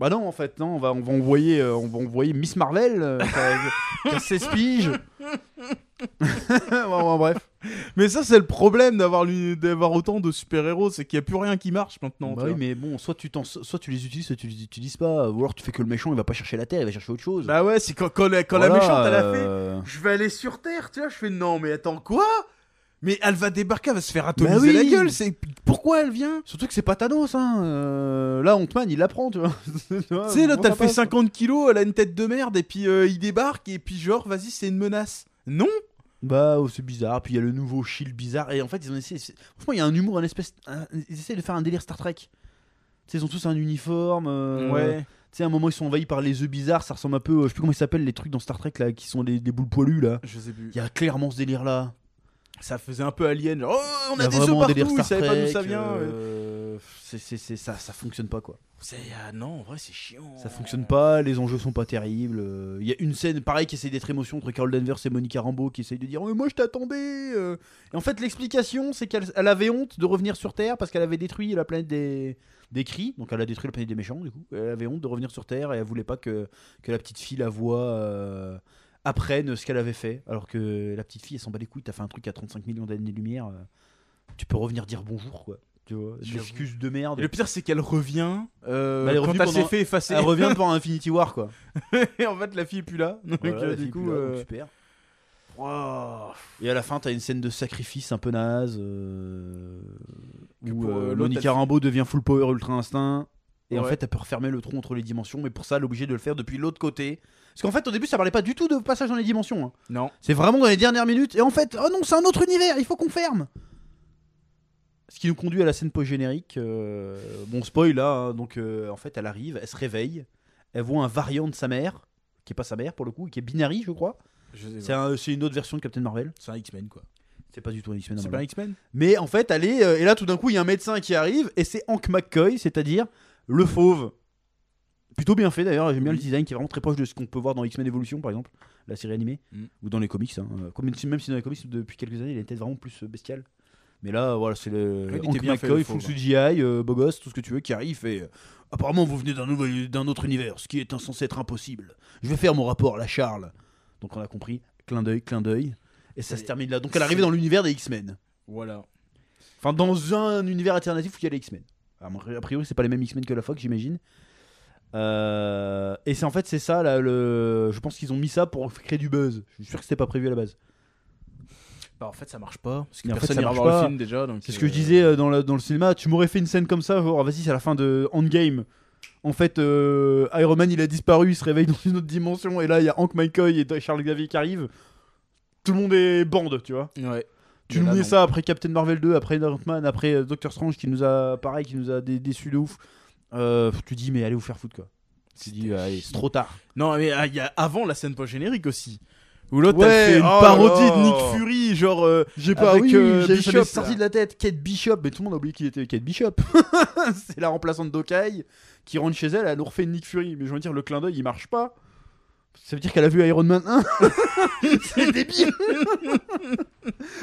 S1: Bah non, en fait, non, on va, on va envoyer, euh, on va envoyer Miss Marvel, euh, qui a- qui a 16 piges. Ouais, ouais, bref.
S2: Mais ça, c'est le problème d'avoir l'uni- d'avoir autant de super héros, c'est qu'il y a plus rien qui marche maintenant.
S1: Bah
S2: tu
S1: oui,
S2: vois.
S1: mais bon, soit tu, t'en- soit tu les utilises, soit tu les utilises pas. Ou alors tu fais que le méchant, il va pas chercher la Terre, il va chercher autre chose.
S2: Bah ouais, c'est quand, quand la, quand la
S1: Voilà,
S2: méchante elle a fait.
S1: euh,
S2: Je vais aller sur Terre, tu vois. Je fais non, mais attends quoi Mais elle va débarquer, elle va se faire atomiser
S1: Bah oui.
S2: la gueule. C'est pourquoi elle vient
S1: Surtout que c'est pas Thanos, hein. euh, là, Ant-Man, il l'apprend, tu vois. Ah,
S2: Tu sais, là, t'as fait 50 kilos, elle a une tête de merde, et puis euh, il débarque, et puis genre, vas-y, c'est une menace. Non
S1: Bah, oh, c'est bizarre. Puis il y a le nouveau Shield bizarre. Et en fait, ils ont essayé. c'est- Franchement, il y a un humour, un espèce. un- Ils essaient de faire un délire Star Trek. Tu sais, ils ont tous un uniforme. euh, Tu sais, à un moment, ils sont envahis par les œufs bizarres. Ça ressemble un peu. euh, Je sais plus comment ils s'appellent les trucs dans Star Trek, là, qui sont des, des boules poilues, là.
S2: Je sais plus.
S1: Il y a clairement ce délire là.
S2: Ça faisait un peu alien, genre, oh, on
S1: Il
S2: a,
S1: y a
S2: des œufs
S1: Bah, vraiment un
S2: partout,
S1: délire
S2: ils
S1: Star
S2: savaient pas d'où ça
S1: Trek,
S2: vient.
S1: euh, euh, c'est, c'est- c'est- ça, ça fonctionne pas quoi.
S2: C'est- ah non, en vrai, c'est chiant.
S1: Ça fonctionne pas, les enjeux sont pas terribles. euh, Il y a une scène, pareil, qui essaye d'être émotion entre Carol Danvers et Monica Rambeau qui essaye de dire oh, mais Moi je t'attendais euh. Et en fait, l'explication, c'est qu'elle elle avait honte de revenir sur Terre parce qu'elle avait détruit la planète des, des cris, donc elle a détruit la planète des méchants, du coup. Elle avait honte de revenir sur Terre et elle voulait pas que, que la petite fille la voie. euh, apprenne ce qu'elle avait fait, alors que la petite fille elle s'en bat les couilles, t'as fait un truc à 35 millions d'années-lumière, euh, tu peux revenir dire bonjour quoi, tu vois, des
S2: J'avoue.
S1: excuses de merde.
S2: Et le pire, c'est qu'elle revient euh,
S1: Bah, elle est
S2: quand
S1: revenue
S2: elle s'est
S1: pendant-
S2: fait effacer.
S1: Elle revient pour Infinity War quoi.
S2: et en fait, la fille est plus là. Donc,
S1: Voilà,
S2: euh,
S1: la
S2: du
S1: fille
S2: coup.
S1: pue là, donc
S2: euh,
S1: tu perds.
S2: waouh.
S1: Et à la fin, t'as une scène de sacrifice un peu naze euh,
S2: Que
S1: où
S2: pour,
S1: euh,
S2: euh, l'autre,
S1: Monica
S2: elle-
S1: Rambeau devient full power ultra instinct. Et en
S2: Ouais.
S1: fait, elle peut refermer le trou entre les dimensions, mais pour ça, elle est obligée de le faire depuis l'autre côté. Parce qu'en fait, au début, ça parlait pas du tout de passage dans les dimensions. hein.
S2: Non.
S1: C'est vraiment dans les dernières minutes. Et en fait, oh non, c'est un autre univers, il faut qu'on ferme. Ce qui nous conduit à la scène post-générique. euh, bon, spoil là. hein. donc, euh, en fait, elle arrive, elle se réveille. Elle voit un variant de sa mère, qui est pas sa mère pour le coup, qui est Binary, je crois.
S2: Je sais
S1: C'est
S2: pas.
S1: un- c'est une autre version de Captain Marvel.
S2: C'est un X-Men, quoi.
S1: C'est pas du tout un X-Men.
S2: C'est pas
S1: normalement.
S2: un X-Men
S1: Mais en fait, elle est. euh, et là, tout d'un coup, il y a un médecin qui arrive et c'est Hank McCoy, c'est-à-dire le fauve. Plutôt bien fait d'ailleurs, j'aime bien le
S2: Oui.
S1: design qui est vraiment très proche de ce qu'on peut voir dans X-Men Evolution par exemple, la série animée,
S2: Mm.
S1: ou dans les comics. hein. Euh, comme- Même si dans les comics, depuis quelques années, il était vraiment plus euh, bestial. Mais là, voilà, c'est le
S2: Oui, il était
S1: Hank
S2: bien fait, le
S1: McCoy,
S2: fauve,
S1: full CGI, euh, beau gosse, tout ce que tu veux, qui arrive et. euh, Apparemment, vous venez d'un nouvel- d'un autre univers, ce qui est censé être impossible. Je vais faire mon rapport, la Charles. Donc on a compris, clin d'œil, clin d'œil. Et ça
S2: Et
S1: se termine là. Donc elle arrive dans l'univers des X-Men.
S2: Voilà.
S1: Enfin, dans un univers alternatif où il y a les X-Men. Alors, A priori, c'est pas les mêmes X-Men que la Fox, j'imagine. Euh, et c'est en fait, c'est ça, là, le... je pense qu'ils ont mis ça pour créer du buzz. Je suis sûr que c'était pas prévu à la base.
S2: Bah, en fait, ça marche pas. Parce que
S1: Mais en fait,
S2: personne
S1: ça
S2: n'ira
S1: marche
S2: voir
S1: pas.
S2: le film déjà. donc,
S1: C'est ce que
S2: euh,
S1: je disais euh, dans, le- dans le cinéma. Tu m'aurais fait une scène comme ça, genre, ah, vas-y, c'est la fin de Endgame. En fait, euh, Iron Man, il a disparu, il se réveille dans une autre dimension, et là, il y a Hank McCoy et Charles Xavier qui arrivent. Tout le monde est bande, tu vois.
S2: Ouais.
S1: Tu
S2: Mais
S1: nous
S2: là,
S1: mets
S2: non.
S1: ça après Captain Marvel 2, après Ant-Man, après euh, Doctor Strange qui nous a, pareil, qui nous a dé- déçus de ouf. Euh, tu dis, mais allez vous faire foutre quoi. Tu dis, euh, allez, c'est trop tard.
S2: Non, mais ah, il y a avant la scène post-générique aussi. Où l'autre,
S1: Ouais,
S2: elle fait une
S1: oh
S2: parodie
S1: là.
S2: de Nick Fury, genre. euh,
S1: J'ai
S2: pas-
S1: avec,
S2: oui,
S1: euh,
S2: j'ai- ça
S1: Bishop
S2: m'est
S1: sorti
S2: là.
S1: de la tête, Kate Bishop, mais tout le monde a oublié qu'il était Kate Bishop. c'est la remplaçante d'Okai qui rentre chez elle, elle nous refait Nick Fury. Mais je veux dire, le clin d'œil il marche pas. Ça veut dire qu'elle a vu Iron Man 1 C'est débile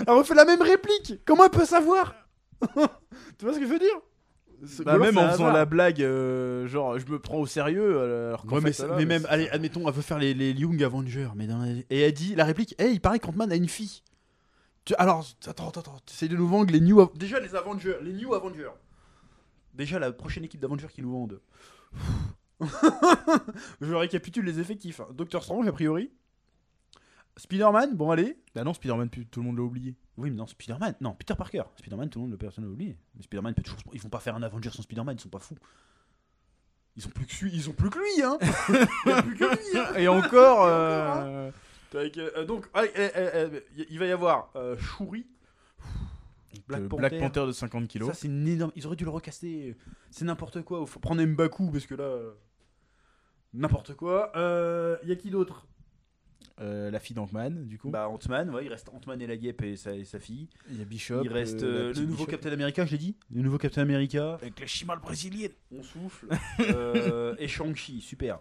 S1: Elle refait la même réplique Comment elle peut savoir Tu vois ce que je veux dire C'est- ou
S2: bah,
S1: alors
S2: même
S1: c'est un
S2: en faisant
S1: hasard.
S2: la blague, euh, genre, je me prends au sérieux. Alors qu'en
S1: Ouais,
S2: fait,
S1: mais, ça-
S2: voilà,
S1: mais
S2: bah,
S1: même,
S2: c'est-
S1: allez, admettons, elle veut faire les, les Young Avengers, mais dans la- et elle dit la réplique Hey, il paraît qu'Ant-Man a une fille. Tu- Alors, attends, attends, attends, c'est de nous vendre les New Av- Déjà, les Avengers, les New Avengers. Déjà, la prochaine équipe d'Avengers qui nous vendent. Je récapitule les effectifs hein. Doctor Strange, a priori. Spider-Man, bon, allez.
S2: Bah non, Spider-Man, plus- tout le monde l'a oublié.
S1: Oui, mais non, Spider-Man, non, Peter Parker. Spider-Man, tout le monde, le personne l'a oublié. Mais Spider-Man peut toujours. Ils vont pas faire un Avengers sans Spider-Man, ils sont pas fous. Ils ont plus que, su- ils ont plus que lui, hein Il y a plus que lui, hein
S2: Et encore.
S1: encore, hein.
S2: euh,
S1: Avec, euh, euh, donc, ah, euh, euh, euh, y- il va y avoir euh, Shuri, Black
S2: le
S1: Panther.
S2: euh, Black Panther de 50 kilos.
S1: Ça, c'est une énorme. Ils auraient dû le recaster. C'est n'importe quoi. Faut prendre Mbaku parce que là. euh, N'importe quoi. Il y a qui d'autre
S2: Euh, la fille d'Ankman, du coup.
S1: Bah, Ant-Man, ouais, il reste Ant-Man et la guêpe et sa, et sa fille.
S2: Il y a Bishop.
S1: il reste
S2: euh, la
S1: euh, le
S2: petite
S1: nouveau
S2: Bishop.
S1: Captain America, je l'ai dit Le nouveau Captain America.
S2: Avec la chimale brésilienne.
S1: On souffle. Euh, et Shang-Chi, super.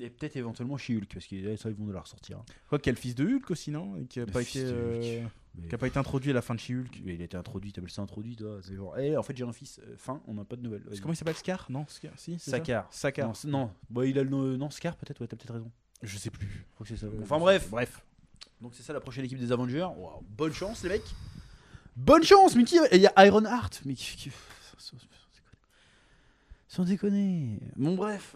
S1: Et peut-être éventuellement She-Hulk parce que eh, ça, ils vont nous la ressortir. hein.
S2: Quoi qu'il y a le fils de Hulk aussi, non Et Qui a,
S1: Le
S2: pas
S1: fils
S2: été,
S1: de Hulk.
S2: euh,
S1: Mais-
S2: qui a pas été introduit à la fin de She-Hulk.
S1: Mais il était introduit, t'appelles ça introduit, toi C'est genre, eh, en fait, j'ai un fils. Euh, fin, on n'a pas de nouvelles.
S2: Parce que Comment il s'appelle Scar Non, Scar, si. c'est ça
S1: Sakar.
S2: Sakaar.
S1: Non, c'est- non. Bon, il a le nom- euh, non, Scar peut-être, ouais, t'as peut-être raison.
S2: Je sais plus.
S1: Je crois que c'est ça.
S2: Euh,
S1: Enfin bref,
S2: Bref.
S1: donc c'est ça la prochaine équipe des Avengers. Waouh, bonne chance les mecs. Bonne chance, mais qui Et il y a Iron Heart, mais qui- qui- sans- sans- Sans déconner. Bon bref,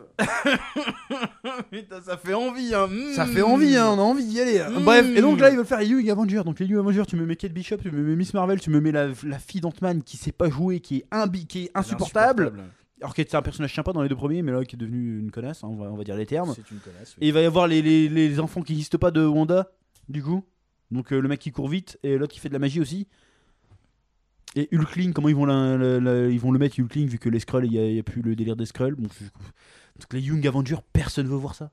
S2: Putain, ça fait envie, hein. mm.
S1: ça fait envie, hein, on a envie d'y aller. hein. Bref, et donc
S2: Mm.
S1: là ils veulent faire les Young Avengers. Donc les Young Avengers, tu me mets Kate Bishop, tu me mets Miss Marvel, tu me mets la, la fille d'Ant-Man qui sait pas jouer, qui est, imbi- qui est
S2: Elle est
S1: insupportable. Alors qu'elle était un personnage sympa dans les deux premiers, mais là qui est devenue une connasse, hein, on, va, on va dire les termes.
S2: C'est une connasse. oui.
S1: Et il va y avoir les, les- les enfants qui n'existent pas de Wanda, du coup. Donc euh, le mec qui court vite et l'autre qui fait de la magie aussi. Et Hulkling, comment ils vont, la- la- la- ils vont le mettre Hulkling vu que les Skrulls, il n'y a, il y a plus le délire des Skrulls. Bon, du coup, donc les Young Avengers, personne veut voir ça.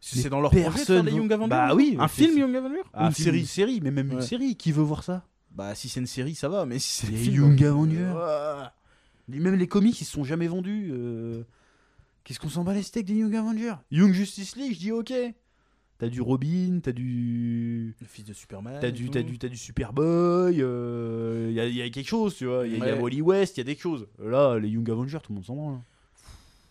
S2: C'est
S1: Mais
S2: dans leur projet de faire
S1: personne
S2: des
S1: veut-
S2: Young Avengers
S1: Bah oui,
S2: Un
S1: c'est-
S2: film
S1: c'est-
S2: Young Avengers
S1: Ah,
S2: Ou
S1: un film, une série, mais même une
S2: Ouais.
S1: série, qui veut voir ça
S2: Bah si c'est une série, ça va, mais si c'est
S1: Les
S2: un film,
S1: Young
S2: euh,
S1: Avengers.
S2: ouah.
S1: Même les comics, ils se sont jamais vendus. euh, Qu'est-ce qu'on s'en bat les steaks des Young Avengers Young Justice League, je dis ok. T'as du Robin, t'as du.
S2: Le fils de Superman.
S1: T'as
S2: et
S1: du,
S2: Ah, tout.
S1: t'as du, t'as du Superboy, il y, a, y a quelque chose, tu vois. Il y, a
S2: Ouais.
S1: Wally West, il y a des choses. Là, les Young Avengers, tout le monde s'en branle. hein.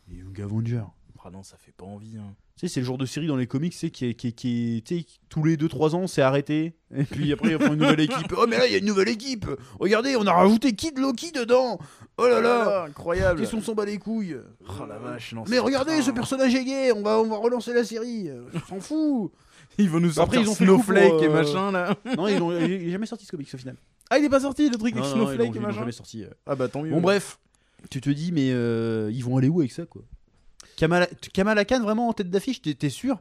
S1: Les Young Avengers.
S2: Ah non, ça fait pas envie. hein.
S1: Tu sais, c'est le genre de série dans les comics, c'est qui est, qui est- qui est- tu sais, tous les 2-3 ans, c'est arrêté. Et puis après, ils font une nouvelle équipe. Oh, mais là, il y a une nouvelle équipe. Regardez, on a rajouté Kid Loki dedans. Oh là là.
S2: incroyable.
S1: Qu'est-ce qu'on s'en bat les couilles
S2: Oh la vache, non.
S1: Mais
S2: c'est-
S1: regardez,
S2: Ah.
S1: ce personnage est gay. On va, on va relancer la série. On s'en fout.
S2: Ils vont nous
S1: Après,
S2: sortir
S1: ils ont fait le coup pour,
S2: Snowflake et
S1: euh,
S2: machin là.
S1: non, ils ont, il est jamais sorti ce comics au final.
S2: Ah, il est pas sorti le truc
S1: Non,
S2: avec
S1: non, non, ils l'ont-
S2: Snowflake et
S1: ils l'ont
S2: machin.
S1: jamais sorti. euh.
S2: Ah bah tant mieux.
S1: Bon, bref. Tu te dis, mais euh, ils vont aller où avec ça, quoi Kamala, Kamala Khan, vraiment en tête d'affiche, t'es t'es sûr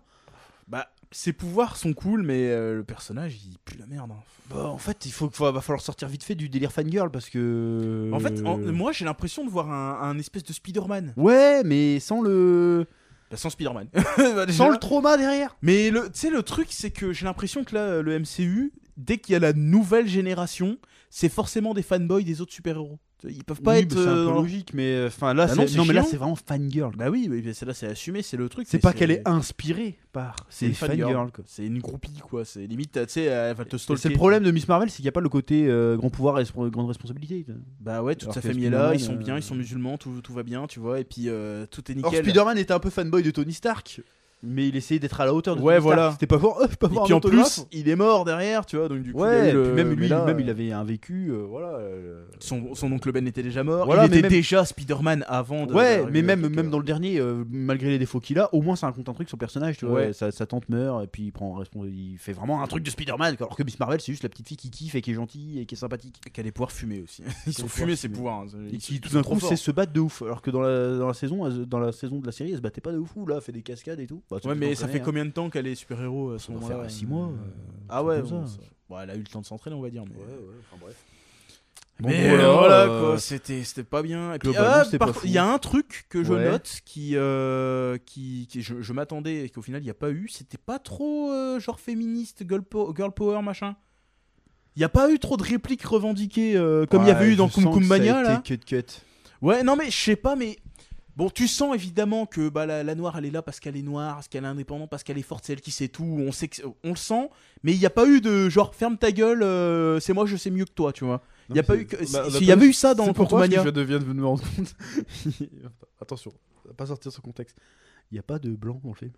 S2: Bah, ses pouvoirs sont cool, mais euh, le personnage il pue la merde. hein.
S1: Bah, en fait, il faut, va falloir sortir vite fait du délire fangirl parce que.
S2: En fait, en-
S1: Euh.
S2: moi j'ai l'impression de voir un, un espèce de Spider-Man.
S1: Ouais, mais sans le.
S2: Bah, sans Spider-Man. Bah, déjà.
S1: Sans le trauma derrière
S2: Mais le- tu sais, le truc c'est que j'ai l'impression que là, euh, le MCU, dès qu'il y a la nouvelle génération, c'est forcément des fanboys des autres super-héros. Ils peuvent pas
S1: Oui,
S2: être.
S1: mais c'est un
S2: euh,
S1: peu
S2: dans leur-
S1: logique, mais enfin là,
S2: Bah
S1: c'est-
S2: non, c'est
S1: non, mais là,
S2: chiant.
S1: c'est vraiment fangirl.
S2: Bah oui, oui, mais c'est là c'est assumé, c'est le truc.
S1: C'est
S2: mais
S1: pas qu'elle est inspirée par. C'est
S2: une
S1: une
S2: fangirl.
S1: fangirl, quoi.
S2: C'est une groupie quoi. C'est limite, tu sais, elle va te stalker.
S1: C'est le problème de Miss Marvel, c'est qu'il n'y a pas le côté euh, grand pouvoir et respons- grande responsabilité.
S2: Bah ouais, toute
S1: Alors
S2: sa
S1: que
S2: famille est là,
S1: Spider-Man,
S2: ils sont bien,
S1: euh,
S2: ils sont musulmans, tout, tout va bien, tu vois, et puis euh, tout est
S1: Or,
S2: nickel.
S1: Spider-Man était un peu fanboy de Tony Stark, mais il essayait d'être à la hauteur de
S2: Ouais,
S1: Tony Stark.
S2: voilà.
S1: C'était pas fort, je peux
S2: et
S1: avoir
S2: puis
S1: un
S2: en
S1: autographe
S2: plus, il est mort derrière, tu vois, donc du coup, il y a
S1: Ouais,
S2: eu
S1: et
S2: le-
S1: puis même
S2: mais
S1: lui,
S2: là,
S1: même, il
S2: euh,
S1: avait un vécu, euh, voilà. euh,
S2: Son, son oncle Ben était déjà mort,
S1: Voilà,
S2: il
S1: mais
S2: était
S1: même-
S2: déjà Spider-Man avant de.
S1: Ouais,
S2: d'arriver
S1: mais
S2: au
S1: même,
S2: truc,
S1: même
S2: euh.
S1: dans le dernier, euh, malgré les défauts qu'il a, au moins ça raconte un truc sur le personnage, tu vois.
S2: Ouais.
S1: Sa, sa tante meurt et puis il prend respons- il fait vraiment un truc de Spider-Man, alors que Miss Marvel c'est juste la petite fille qui kiffe et qui est gentille et qui est sympathique.
S2: Qu'elle allait pouvoir fumer aussi. Ils sont
S1: pouvoir
S2: fumés ces
S1: fumer.
S2: pouvoirs. hein.
S1: Et
S2: Ils
S1: qui
S2: sont-
S1: tout
S2: ils sont
S1: d'un
S2: trop
S1: coup sait
S2: forts.
S1: se battre de ouf, alors que dans la, dans la saison elle se- dans la saison de la série elle se battait pas de ouf, ou là elle fait des cascades et tout. Bah, c'est
S2: Ouais,
S1: tout
S2: mais
S1: qu'on
S2: ça
S1: connaît,
S2: fait
S1: hein.
S2: combien de temps qu'elle est super-héros à ce
S1: Ça doit
S2: moment-là
S1: faire 6 mois. euh,
S2: Ah
S1: un
S2: ouais,
S1: truc comme
S2: bon,
S1: ça.
S2: ça- bon, elle a eu le temps de s'entraîner, on va dire. mais-
S1: Ouais, ouais, enfin bref. Bon,
S2: Mais
S1: voilà,
S2: euh, voilà,
S1: euh,
S2: quoi, c'était c'était pas bien. Et puis,
S1: globalement,
S2: ah,
S1: c'était
S2: par
S1: pas
S2: contre,
S1: fou.
S2: il y a un truc que je
S1: Ouais.
S2: note qui, euh, qui, qui- je, je m'attendais et qu'au final il n'y a pas eu, c'était pas trop euh, genre féministe, girl, po- girl power, machin. Il n'y a pas eu trop de répliques revendiquées euh, comme il y avait
S1: Ouais,
S2: eu dans
S1: je sens
S2: Kum
S1: que
S2: Kum
S1: ça a
S2: Mania,
S1: été
S2: là.
S1: Cut cut.
S2: Ouais, non mais je sais pas, mais bon, tu sens évidemment que bah, la, la noire elle est là parce qu'elle est noire, parce qu'elle est indépendante, parce qu'elle est forte, c'est elle qui sait tout, on, sait que- on le sent, mais il n'y a pas eu de genre ferme ta gueule, euh, c'est moi je sais mieux que toi, tu vois. Il n'y a pas eu. que- si- S'il y avait eu ça dans Contomania.
S1: je deviens de me rendre compte. Attention, pas sortir ce contexte. Il n'y a pas de blanc dans le film.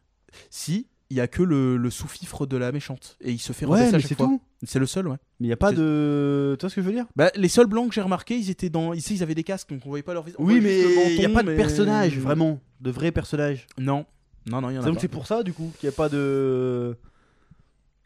S2: Si, il y a que le, le sous-fifre de la méchante. Et il se fait remplacer à chaque fois. C'est le seul, ouais.
S1: Mais il n'y a pas
S2: C'est-
S1: de. Tu vois ce que je veux dire
S2: Bah, les seuls blancs que j'ai remarqués, ils étaient dans. Ici, ils avaient des casques, donc on voyait pas leur visage. On
S1: Oui,
S2: voyait juste le
S1: mais il n'y a
S2: menton,
S1: pas de
S2: mais-
S1: personnage, vraiment. De vrais personnages.
S2: Non. Non, non, il y en a
S1: Donc
S2: pas.
S1: c'est pour ça, du coup, qu'il n'y a pas de.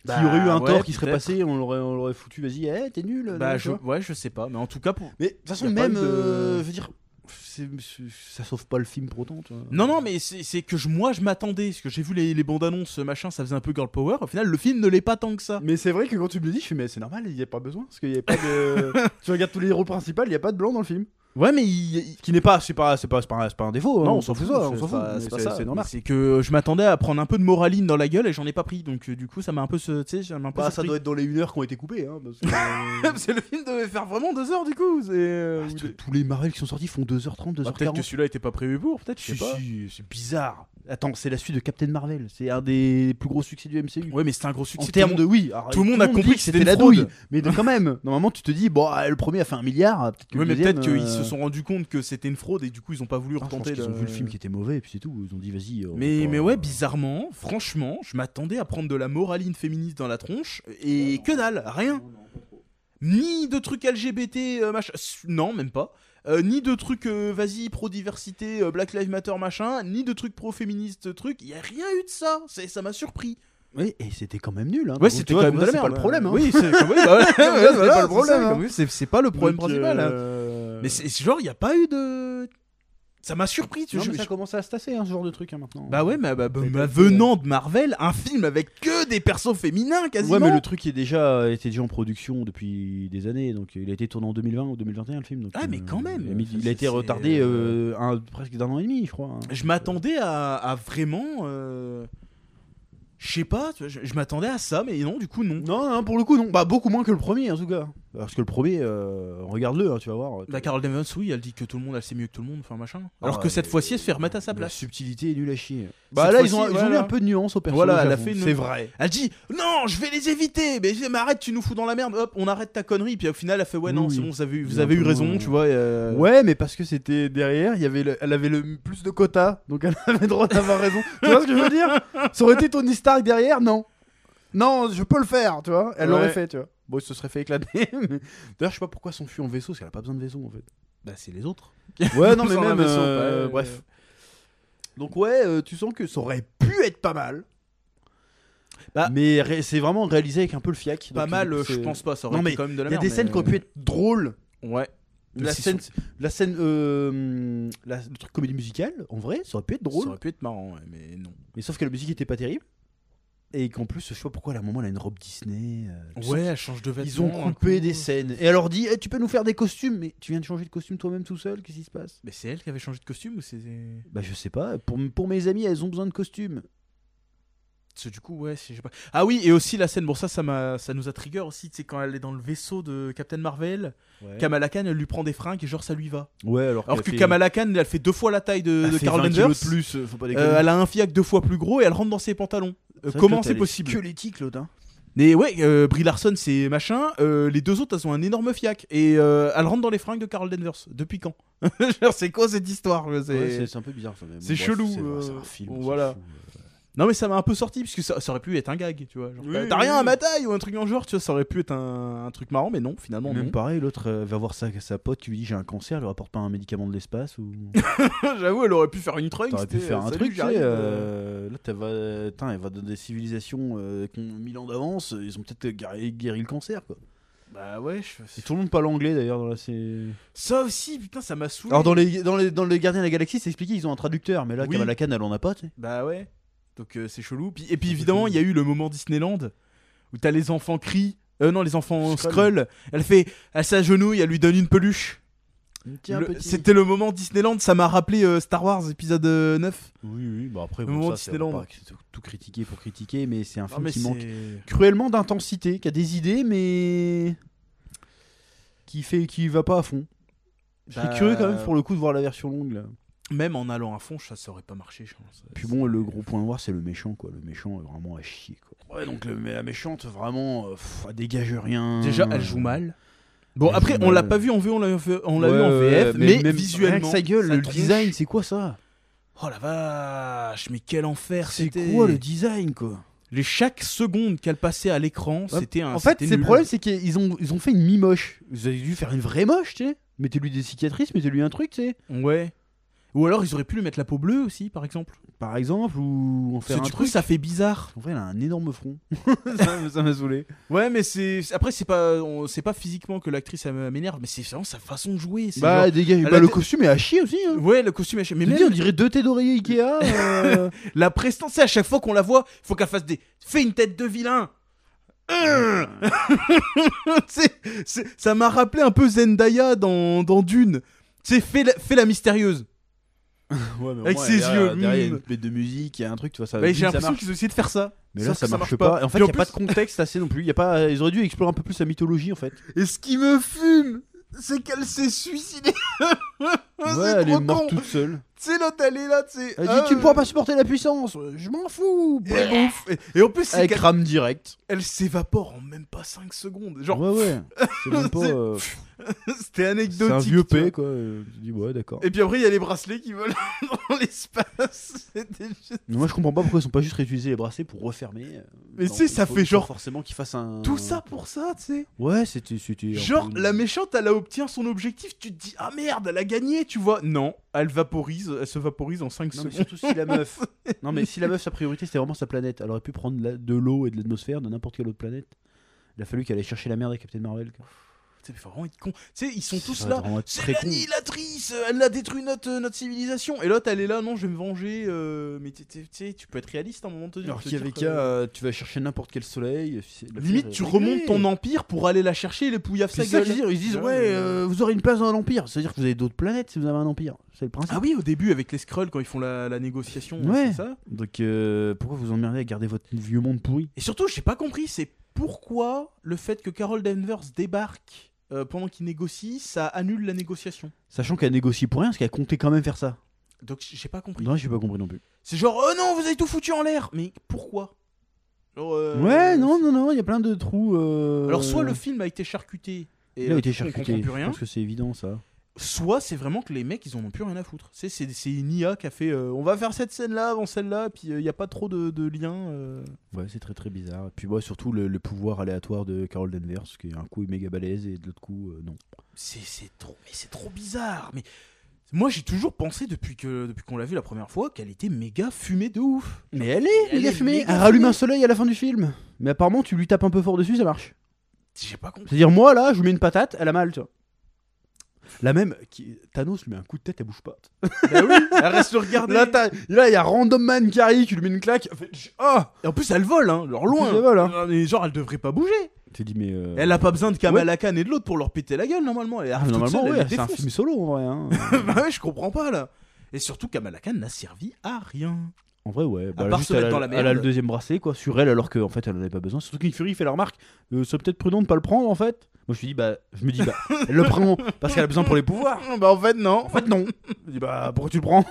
S2: Bah,
S1: S'il y aurait eu un
S2: ouais,
S1: tort qui serait
S2: peut-être.
S1: passé, on l'aurait on l'aurait foutu, vas-y, eh, t'es nul. là,
S2: Bah,
S1: tu
S2: je...
S1: vois.
S2: ouais, je sais pas. Mais en tout cas, pour.
S1: Mais de toute façon,
S2: Y a pas
S1: même.
S2: eu de-
S1: euh, je veux dire, c'est- c'est- ça sauve pas le film pour autant. tu vois.
S2: Non, non, mais c'est c'est que je- moi, je m'attendais. Parce que j'ai vu les, les bandes annonces, machin, ça faisait un peu girl power. Au final, le film ne l'est pas tant que ça.
S1: Mais c'est vrai que quand tu me le dis, je fais, mais c'est normal, il n'y a pas besoin. Parce qu'il y a pas de. tu regardes tous les héros principaux, il n'y a pas de blanc dans le film.
S2: Ouais, mais il. il-
S1: Ce qui n'est pas, c'est pas, c'est pas, c'est pas, un- c'est pas un défaut. hein,
S2: Non, on s'en
S1: fait
S2: fout,
S1: ça, on s'en fout. mais
S2: Oh, C'est pas ça.
S1: C'est normal.
S2: C'est que je m'attendais à prendre un peu de moraline dans la gueule et j'en ai pas pris. Donc, euh, du coup, ça m'a un peu. se- Tu sais, ça m'a un peu.
S1: Bah, ça
S2: surpris.
S1: doit être dans les 1 heure qui ont été coupées. Hein, parce que,
S2: Bah, Ouais, parce que le film devait faire vraiment deux heures du coup. c'est, euh,
S1: Ah,
S2: ou
S1: tous-
S2: des-
S1: tous les Marvel qui sont sortis font 2h30,
S2: Bah, peut-être que
S1: 2h40.
S2: celui-là était pas prévu pour, peut-être, je
S1: Si,
S2: sais pas.
S1: si, c'est bizarre. Attends, c'est la suite de Captain Marvel. C'est un des plus gros succès du MCU.
S2: Ouais, mais c'était un gros succès.
S1: En termes
S2: tout le
S1: de
S2: monde-
S1: oui, alors,
S2: tout le monde a compris
S1: dit
S2: que c'était une
S1: la
S2: fraude.
S1: douille, mais de- quand même, normalement tu te dis bon, ah, le premier a fait un milliard, peut-être que
S2: Ouais,
S1: le
S2: mais
S1: deuxième,
S2: peut-être
S1: euh,
S2: qu'ils se sont rendus compte que c'était une fraude et du coup ils ont pas voulu
S1: ah, je pense
S2: retenter.
S1: qu'ils ont
S2: de-
S1: vu le film qui était mauvais et puis c'est tout, ils ont dit vas-y. euh, on
S2: Mais,
S1: va
S2: mais
S1: pas-
S2: ouais, bizarrement, franchement, je m'attendais à prendre de la moraline féministe dans la tronche et que dalle, rien. Ni de trucs LGBT, euh, machin. s- Non, même pas. Euh, ni de trucs, euh, vas-y, pro-diversité, euh, Black Lives Matter, machin. Ni de trucs pro-féministes, truc. Il y a rien eu de ça. C'est- Ça m'a surpris.
S1: Oui, et c'était quand même nul. Hein,
S2: Ouais,
S1: Donc,
S2: Ah bah, c'était
S1: tu vois,
S2: quand même
S1: comme
S2: de la
S1: ça,
S2: merde.
S1: C'est pas le problème. hein.
S2: Oui, c'est oui, bah
S1: Comme
S2: ouais,
S1: ça,
S2: voilà,
S1: c'est
S2: voilà,
S1: pas le problème,
S2: ça,
S1: hein.
S2: comme oui, C'est c'est pas le problème
S1: Donc,
S2: principal. hein.
S1: euh,
S2: Mais c'est c'est genre, il y a pas eu de. Ça m'a surpris. Tu
S1: Non,
S2: vois,
S1: mais
S2: je-
S1: ça commence à se tasser hein, ce genre de truc hein, maintenant.
S2: Bah ouais, mais bah, bah,
S1: Ça a été
S2: bah,
S1: fait,
S2: venant de Marvel, un film avec que des persos féminins quasiment.
S1: Ouais, mais le truc est déjà euh, était déjà en production depuis des années, donc euh, il a été tourné en 2020 ou 2021 le film. donc,
S2: Ah, mais quand même.
S1: il a mis- Il
S2: Ça,
S1: a été
S2: c'est,
S1: retardé
S2: euh, Mm.
S1: euh, un- presque d'un an et demi, je crois. hein.
S2: Je m'attendais à, à vraiment. euh, Je sais pas, tu vois, je, je m'attendais à ça, mais non, du coup, non.
S1: Non, non, pour le coup non, bah beaucoup moins que le premier en tout cas. Parce que le premier, euh, regarde-le, hein, tu vas voir.
S2: La Carol Danvers, oui, elle dit que tout le monde, elle sait mieux que tout le monde, enfin machin.
S1: Ah,
S2: Alors que cette
S1: mais-
S2: fois-ci, elle se fait remettre à sa
S1: la
S2: place.
S1: subtilité est nulle à chier. Bah
S2: Cette
S1: là, ils ont,
S2: fois-ci,
S1: ils ont mis
S2: voilà.
S1: un peu de nuance au perso.
S2: Voilà, elle a
S1: j'avoue.
S2: fait une-
S1: C'est vrai.
S2: Elle dit non, je vais les éviter. Mais, mais arrête, tu nous fous dans la merde. Hop, on arrête ta connerie. Puis au final, elle fait ouais
S1: Oui,
S2: non,
S1: oui.
S2: c'est bon, vous avez, vous
S1: Il y a
S2: avez
S1: un
S2: eu
S1: peu
S2: raison,
S1: moins-
S2: tu vois. et, euh,
S1: Ouais, mais parce que c'était derrière, il y avait le- elle avait le plus de quotas, donc elle avait le droit d'avoir raison. tu vois ce que je veux dire Ça aurait été Tony Stark derrière, non. Non, je peux le faire, tu vois. Elle
S2: Ouais.
S1: l'aurait fait, tu vois. Bon, il se serait fait éclater. mais- D'ailleurs, je sais pas pourquoi son fut en vaisseau, parce qu'elle a pas besoin de vaisseau en fait.
S2: Bah c'est les autres.
S1: Ouais, non, mais
S2: Sans
S1: même.
S2: la vaisseau,
S1: euh,
S2: pas-
S1: Bref. Donc, ouais, euh, tu sens que ça aurait pu être pas mal.
S2: Bah-
S1: mais ré- c'est vraiment réalisé avec un peu le fiac.
S2: Pas
S1: donc,
S2: mal,
S1: euh,
S2: euh, je
S1: c'est-
S2: pense pas. Ça
S1: Non,
S2: aurait
S1: mais
S2: été quand même de la
S1: Il y a
S2: merde.
S1: des scènes
S2: mais- euh,
S1: qui auraient pu être drôles.
S2: Ouais.
S1: La
S2: Parce
S1: scène,
S2: qu'ils
S1: la scène euh, la- le truc comédie musicale, en vrai, ça aurait pu être
S2: Ça
S1: drôle.
S2: aurait pu être marrant, ouais, mais non.
S1: Mais sauf que la musique était pas terrible. Et qu'en plus, je sais pas pourquoi, à un moment, elle a une robe Disney. euh, tu
S2: Ouais,
S1: sens-
S2: elle change de vêtements.
S1: Ils ont
S2: un
S1: coupé
S2: coup.
S1: des scènes. Et elle leur dit, Eh, tu peux nous faire des costumes. Mais tu viens de changer de costume toi-même tout seul, qu'est-ce qui se passe
S2: Mais c'est elle qui avait changé de costume ou c'est.
S1: Bah, je sais pas. Pour, pour mes amis, elles ont besoin de costumes.
S2: Parce que du coup, ouais, c'est- je sais pas. Ah oui, et aussi la scène, bon, ça, ça, m'a- ça nous a trigger aussi, tu sais, quand elle est dans le vaisseau de Captain Marvel,
S1: Ouais,
S2: Kamala Khan, elle lui prend des fringues et genre ça lui va.
S1: alors,
S2: Alors que
S1: qu'elle fait-
S2: Kamala Khan, elle fait deux fois la taille de,
S1: elle
S2: de
S1: fait
S2: Carol
S1: 20
S2: Danvers.
S1: kilos de plus, euh, faut pas déconner.
S2: Euh, elle a un fiac deux fois plus gros et elle rentre dans ses pantalons. Euh,
S1: C'est vrai
S2: comment
S1: que
S2: c'est
S1: t'as
S2: possible
S1: les- Que les tics, l'autre. hein.
S2: Mais ouais, euh, Brie Larson c'est machin, euh, les deux autres elles ont un énorme fiac et euh, elle rentre dans les fringues de Carol Danvers. Depuis quand Genre, C'est quoi cette histoire c'est-
S1: Ouais, C'est c'est un peu bizarre. ça, mais bon,
S2: c'est
S1: bref,
S2: chelou,
S1: C'est
S2: euh,
S1: c'est un film. on s'en
S2: voilà.
S1: fout, euh.
S2: Non mais ça m'a un peu sorti parce que ça, ça aurait pu être un gag, tu vois. genre,
S1: Oui,
S2: t'as- T'as
S1: oui,
S2: rien
S1: oui.
S2: à ma taille ou un truc dans le genre, tu vois, ça aurait pu être un, un truc marrant, mais non, finalement
S1: Même
S2: non.
S1: pareil, l'autre euh, va voir sa, sa pote qui lui dit j'ai un cancer, elle lui rapporte pas un médicament de l'espace ou
S2: J'avoue, elle aurait pu faire une trunk.
S1: t'aurais pu
S2: c'était,
S1: faire un
S2: salut,
S1: truc. tu sais,
S2: j'arrive, euh.
S1: euh, Là, t'as va- tain, elle va dans des civilisations euh, qui ont mille ans d'avance, euh, ils ont peut-être guéri, guéri le cancer quoi.
S2: Bah ouais, je-
S1: Et tout le monde parle anglais d'ailleurs dans la série.
S2: ça aussi, putain, ça m'a saoulé.
S1: Alors dans les dans les dans les Gardiens de la Galaxie, c'est expliqué ils ont un traducteur, mais là
S2: Oui.
S1: Kamala Khan elle en a pas. tu sais.
S2: Bah ouais. Donc euh, c'est chelou. Puis- et puis
S1: Un peu
S2: évidemment,
S1: chelou.
S2: il y a eu le moment Disneyland où t'as les enfants crient. Euh, non, les enfants
S1: Skrull.
S2: scroll. Elle fait, elle s'agenouille, elle lui donne une peluche.
S1: Tiens,
S2: Le-
S1: petit.
S2: C'était le moment Disneyland, ça m'a rappelé euh, Star Wars épisode euh, 9.
S1: Oui oui, bah après
S2: Le
S1: bon,
S2: moment
S1: ça, c'est on va
S2: Disneyland.
S1: pas que- tout critiquer pour critiquer, mais c'est un
S2: Non,
S1: film
S2: mais
S1: qui
S2: c'est-
S1: manque cruellement d'intensité, qui a des idées mais qui fait qui va pas à fond. Je serais
S2: Bah,
S1: curieux quand même pour le coup de voir la version longue là.
S2: Même en allant à fond, ça, ça aurait pas marché, je pense.
S1: Puis bon, le gros point noir c'est le méchant quoi. Le méchant est vraiment à chier quoi. Ouais donc le- mais la méchante vraiment euh, pff, elle dégage rien.
S2: Déjà, elle joue mal. Bon,
S1: euh, Elle
S2: après,
S1: joue
S2: on l'a
S1: mal.
S2: pas vu en V, on l'a vu on l'a
S1: Ouais,
S2: vu en
S1: ouais,
S2: VF, mais,
S1: même- rien que
S2: visuellement.
S1: sa gueule,
S2: sa
S1: le
S2: tronche-
S1: design c'est quoi ça
S2: Oh la vache, mais quel enfer
S1: C'est
S2: c'était.
S1: quoi le design quoi
S2: Les chaque seconde qu'elle passait à l'écran,
S1: Ouais,
S2: c'était un.
S1: En fait,
S2: Ah, c'était
S1: c'est le
S2: nul.
S1: problème c'est qu'ils ont ils ont fait une mi moche. Vous avez dû faire une vraie moche, tu sais. Mettez-lui des cicatrices, mettez-lui un truc, tu sais.
S2: Ouais. Ou alors ils auraient pu lui mettre la peau bleue aussi, par exemple.
S1: Par exemple ou en
S2: Parce
S1: faire
S2: que
S1: un
S2: du coup,
S1: truc.
S2: ça fait bizarre.
S1: En vrai, elle a un énorme front. ça ça m'a saoulé.
S2: Ouais, mais c'est après c'est pas on- c'est pas physiquement que l'actrice elle m'énerve, mais c'est vraiment sa façon de jouer. c'est
S1: Bah, dégage.
S2: elle
S1: Bah,
S2: a
S1: le
S2: des-
S1: costume est à chier aussi. hein.
S2: genre- Ouais, le costume. elle-
S1: Je
S2: Mais
S1: te
S2: même
S1: dis, on dirait deux têtes d'oreiller Ikea. euh,
S2: la prestance, c'est à chaque fois qu'on la voit, faut qu'elle fasse des. Fais une tête de vilain. Euh C'est- c'est- ça m'a rappelé un peu Zendaya dans, dans Dune. Tu sais, fais la, fais la mystérieuse.
S1: Ouais, mais au
S2: Avec
S1: moins,
S2: ses
S1: derrière-
S2: yeux,
S1: Derrière, il y a
S2: mm.
S1: une bête de musique, il y a un truc, tu vois, ça,
S2: Bah,
S1: oui,
S2: J'ai
S1: ça
S2: l'impression
S1: marche.
S2: qu'ils ont essayé de faire ça.
S1: Mais
S2: Sauf
S1: là,
S2: que
S1: ça, marche pas. Et en fait, il
S2: Puis
S1: n'y
S2: en
S1: a pas de
S2: plus-
S1: contexte assez non plus. Il Y a pas... Ils auraient dû explorer un peu plus sa mythologie, en fait.
S2: Et ce qui me fume, c'est qu'elle s'est suicidée. c'est
S1: ouais, elle
S2: trop
S1: est morte
S2: con.
S1: toute seule.
S2: Tu sais, l'autre, elle est là, tu sais.
S1: Elle
S2: Ah,
S1: dit, tu
S2: euh,
S1: pourras pas supporter la puissance. Euh, Je m'en fous.
S2: Et, bouffe. Et- et en plus, c'est
S1: Elle
S2: qu'elle
S1: crame direct.
S2: elle s'évapore en même pas 5 secondes. Genre,
S1: Ouais, ouais. C'est même pas.
S2: C'est
S1: euh,
S2: c'était anecdotique.
S1: C'est un vieux
S2: tu vois.
S1: P, quoi. Euh, Tu dis, ouais, d'accord.
S2: Et puis après, il y a les bracelets qui volent dans l'espace. C'était juste-
S1: Mais Moi, je comprends pas pourquoi ils sont pas juste réutilisés les bracelets pour refermer. euh,
S2: Mais
S1: non,
S2: tu sais,
S1: il
S2: ça
S1: faut-
S2: fait
S1: il faut
S2: genre-
S1: Forcément qu'ils fassent un.
S2: Tout ça pour ça, tu sais.
S1: Ouais, c'était. c'était un
S2: Genre,
S1: peu-
S2: la méchante, elle a obtient son objectif. Tu te dis, ah merde, elle a gagné, tu vois. Non, elle vaporise, elle se vaporise en 5
S1: Non mais
S2: secondes.
S1: surtout si la meuf. non mais si la meuf sa priorité c'était vraiment sa planète, elle aurait pu prendre la- de l'eau et de l'atmosphère de n'importe quelle autre planète. Il a fallu qu'elle aille chercher la merde à Captain Marvel. quoi.
S2: Putain, mais faut vraiment être con. Tu sais, ils sont
S1: Ça
S2: tous
S1: va
S2: là.
S1: vraiment être
S2: C'est
S1: très con.
S2: l'annihilatrice, euh, elle a détruit notre, euh, notre civilisation. Et l'autre, elle est là, non, je vais me venger. euh, mais tu tu sais, tu peux être réaliste hein, à un moment donné.
S1: Alors
S2: te
S1: qu'il y
S2: dire
S1: avait
S2: que-
S1: qu'à, euh, tu vas chercher n'importe quel soleil. euh, c'est- l'affaire est
S2: Limite, tu
S1: réglée.
S2: remontes ton empire pour aller la chercher et les pouillaf
S1: C'est
S2: sa
S1: ça
S2: gueule.
S1: qu'ils disent. Ils disent
S2: Ouais,
S1: ouais, euh, vous aurez une place dans l'empire. C'est à dire que vous avez d'autres planètes si vous avez un empire. C'est le principe.
S2: Ah oui, au début, avec les Skrulls, quand ils font la, la négociation,
S1: Ouais.
S2: c'est ça
S1: Donc euh, pourquoi vous emmerdez à garder votre vieux monde pourri
S2: Et surtout, j'ai pas compris, c'est pourquoi le fait que Carol Danvers débarque euh, pendant qu'il négocie, ça annule la négociation
S1: Sachant qu'elle négocie pour rien, parce qu'elle comptait quand même faire ça.
S2: Donc j- j'ai pas compris.
S1: Non, j'ai pas compris non plus.
S2: C'est genre, oh non, vous avez tout foutu en l'air Mais pourquoi Genre, euh,
S1: Ouais, non, non, non, il y a plein de trous. euh,
S2: Alors soit le film a été charcuté et
S1: Il a
S2: euh,
S1: été
S2: on comprend
S1: charcuté. Je
S2: plus rien,
S1: pense que c'est évident ça.
S2: soit c'est vraiment que les mecs ils en ont plus rien à foutre. C'est, c'est, c'est une IA qui a fait euh, on va faire cette scène là avant celle là, puis il n'y a pas trop de, de lien. euh.
S1: Ouais, c'est très très bizarre. Et puis, ouais, surtout le, le pouvoir aléatoire de Carol Danvers, qui un coup est méga balèze et de l'autre coup, euh, non.
S2: C'est, c'est trop, mais c'est trop bizarre. Mais moi j'ai toujours pensé depuis, que, depuis qu'on l'a vu la première fois qu'elle était méga fumée de ouf.
S1: Mais elle est,
S2: Elle
S1: méga
S2: est
S1: fumée.
S2: méga
S1: Elle rallume
S2: fumée.
S1: un soleil à la fin du film. Mais apparemment, tu lui tapes un peu fort dessus, ça marche.
S2: J'ai pas compris.
S1: C'est-à-dire, moi là, je lui mets une patate, elle a mal, tu vois. La même, qui- Thanos lui met un coup de tête, elle bouge pas.
S2: bah oui, elle reste regardée.
S1: Là, t'as- là, il y a Random Man qui arrive, qui lui met une claque. elle fait, Ah
S2: Et en plus elle vole, hein, genre loin.
S1: plus, elle vole, hein.
S2: Ah, Mais genre elle devrait pas bouger.
S1: T'es dit, mais. euh,
S2: Elle a pas besoin de Kamala Khan et de l'autre pour leur péter la gueule normalement. Elle
S1: ah,
S2: arrive toute
S1: normalement,
S2: seule, elle
S1: ouais,
S2: les
S1: c'est un
S2: défonce.
S1: film solo en vrai. hein.
S2: bah ouais, je comprends pas là. Et surtout, Kamala Khan n'a servi à rien.
S1: En vrai, ouais. Bah,
S2: part
S1: juste,
S2: se mettre
S1: elle, a-
S2: dans la
S1: elle a
S2: merde.
S1: le deuxième bracelet, quoi, sur elle, alors qu'en fait, elle en avait pas besoin. Surtout qu'une Fury fait la remarque euh, c'est peut-être prudent de pas le prendre, en fait. Moi, je me dis, bah, je me dis, bah, elle le prend parce qu'elle a besoin pour les pouvoirs.
S2: Bah en fait non.
S1: Ah, En fait, non. Je dis, bah, pourquoi tu le prends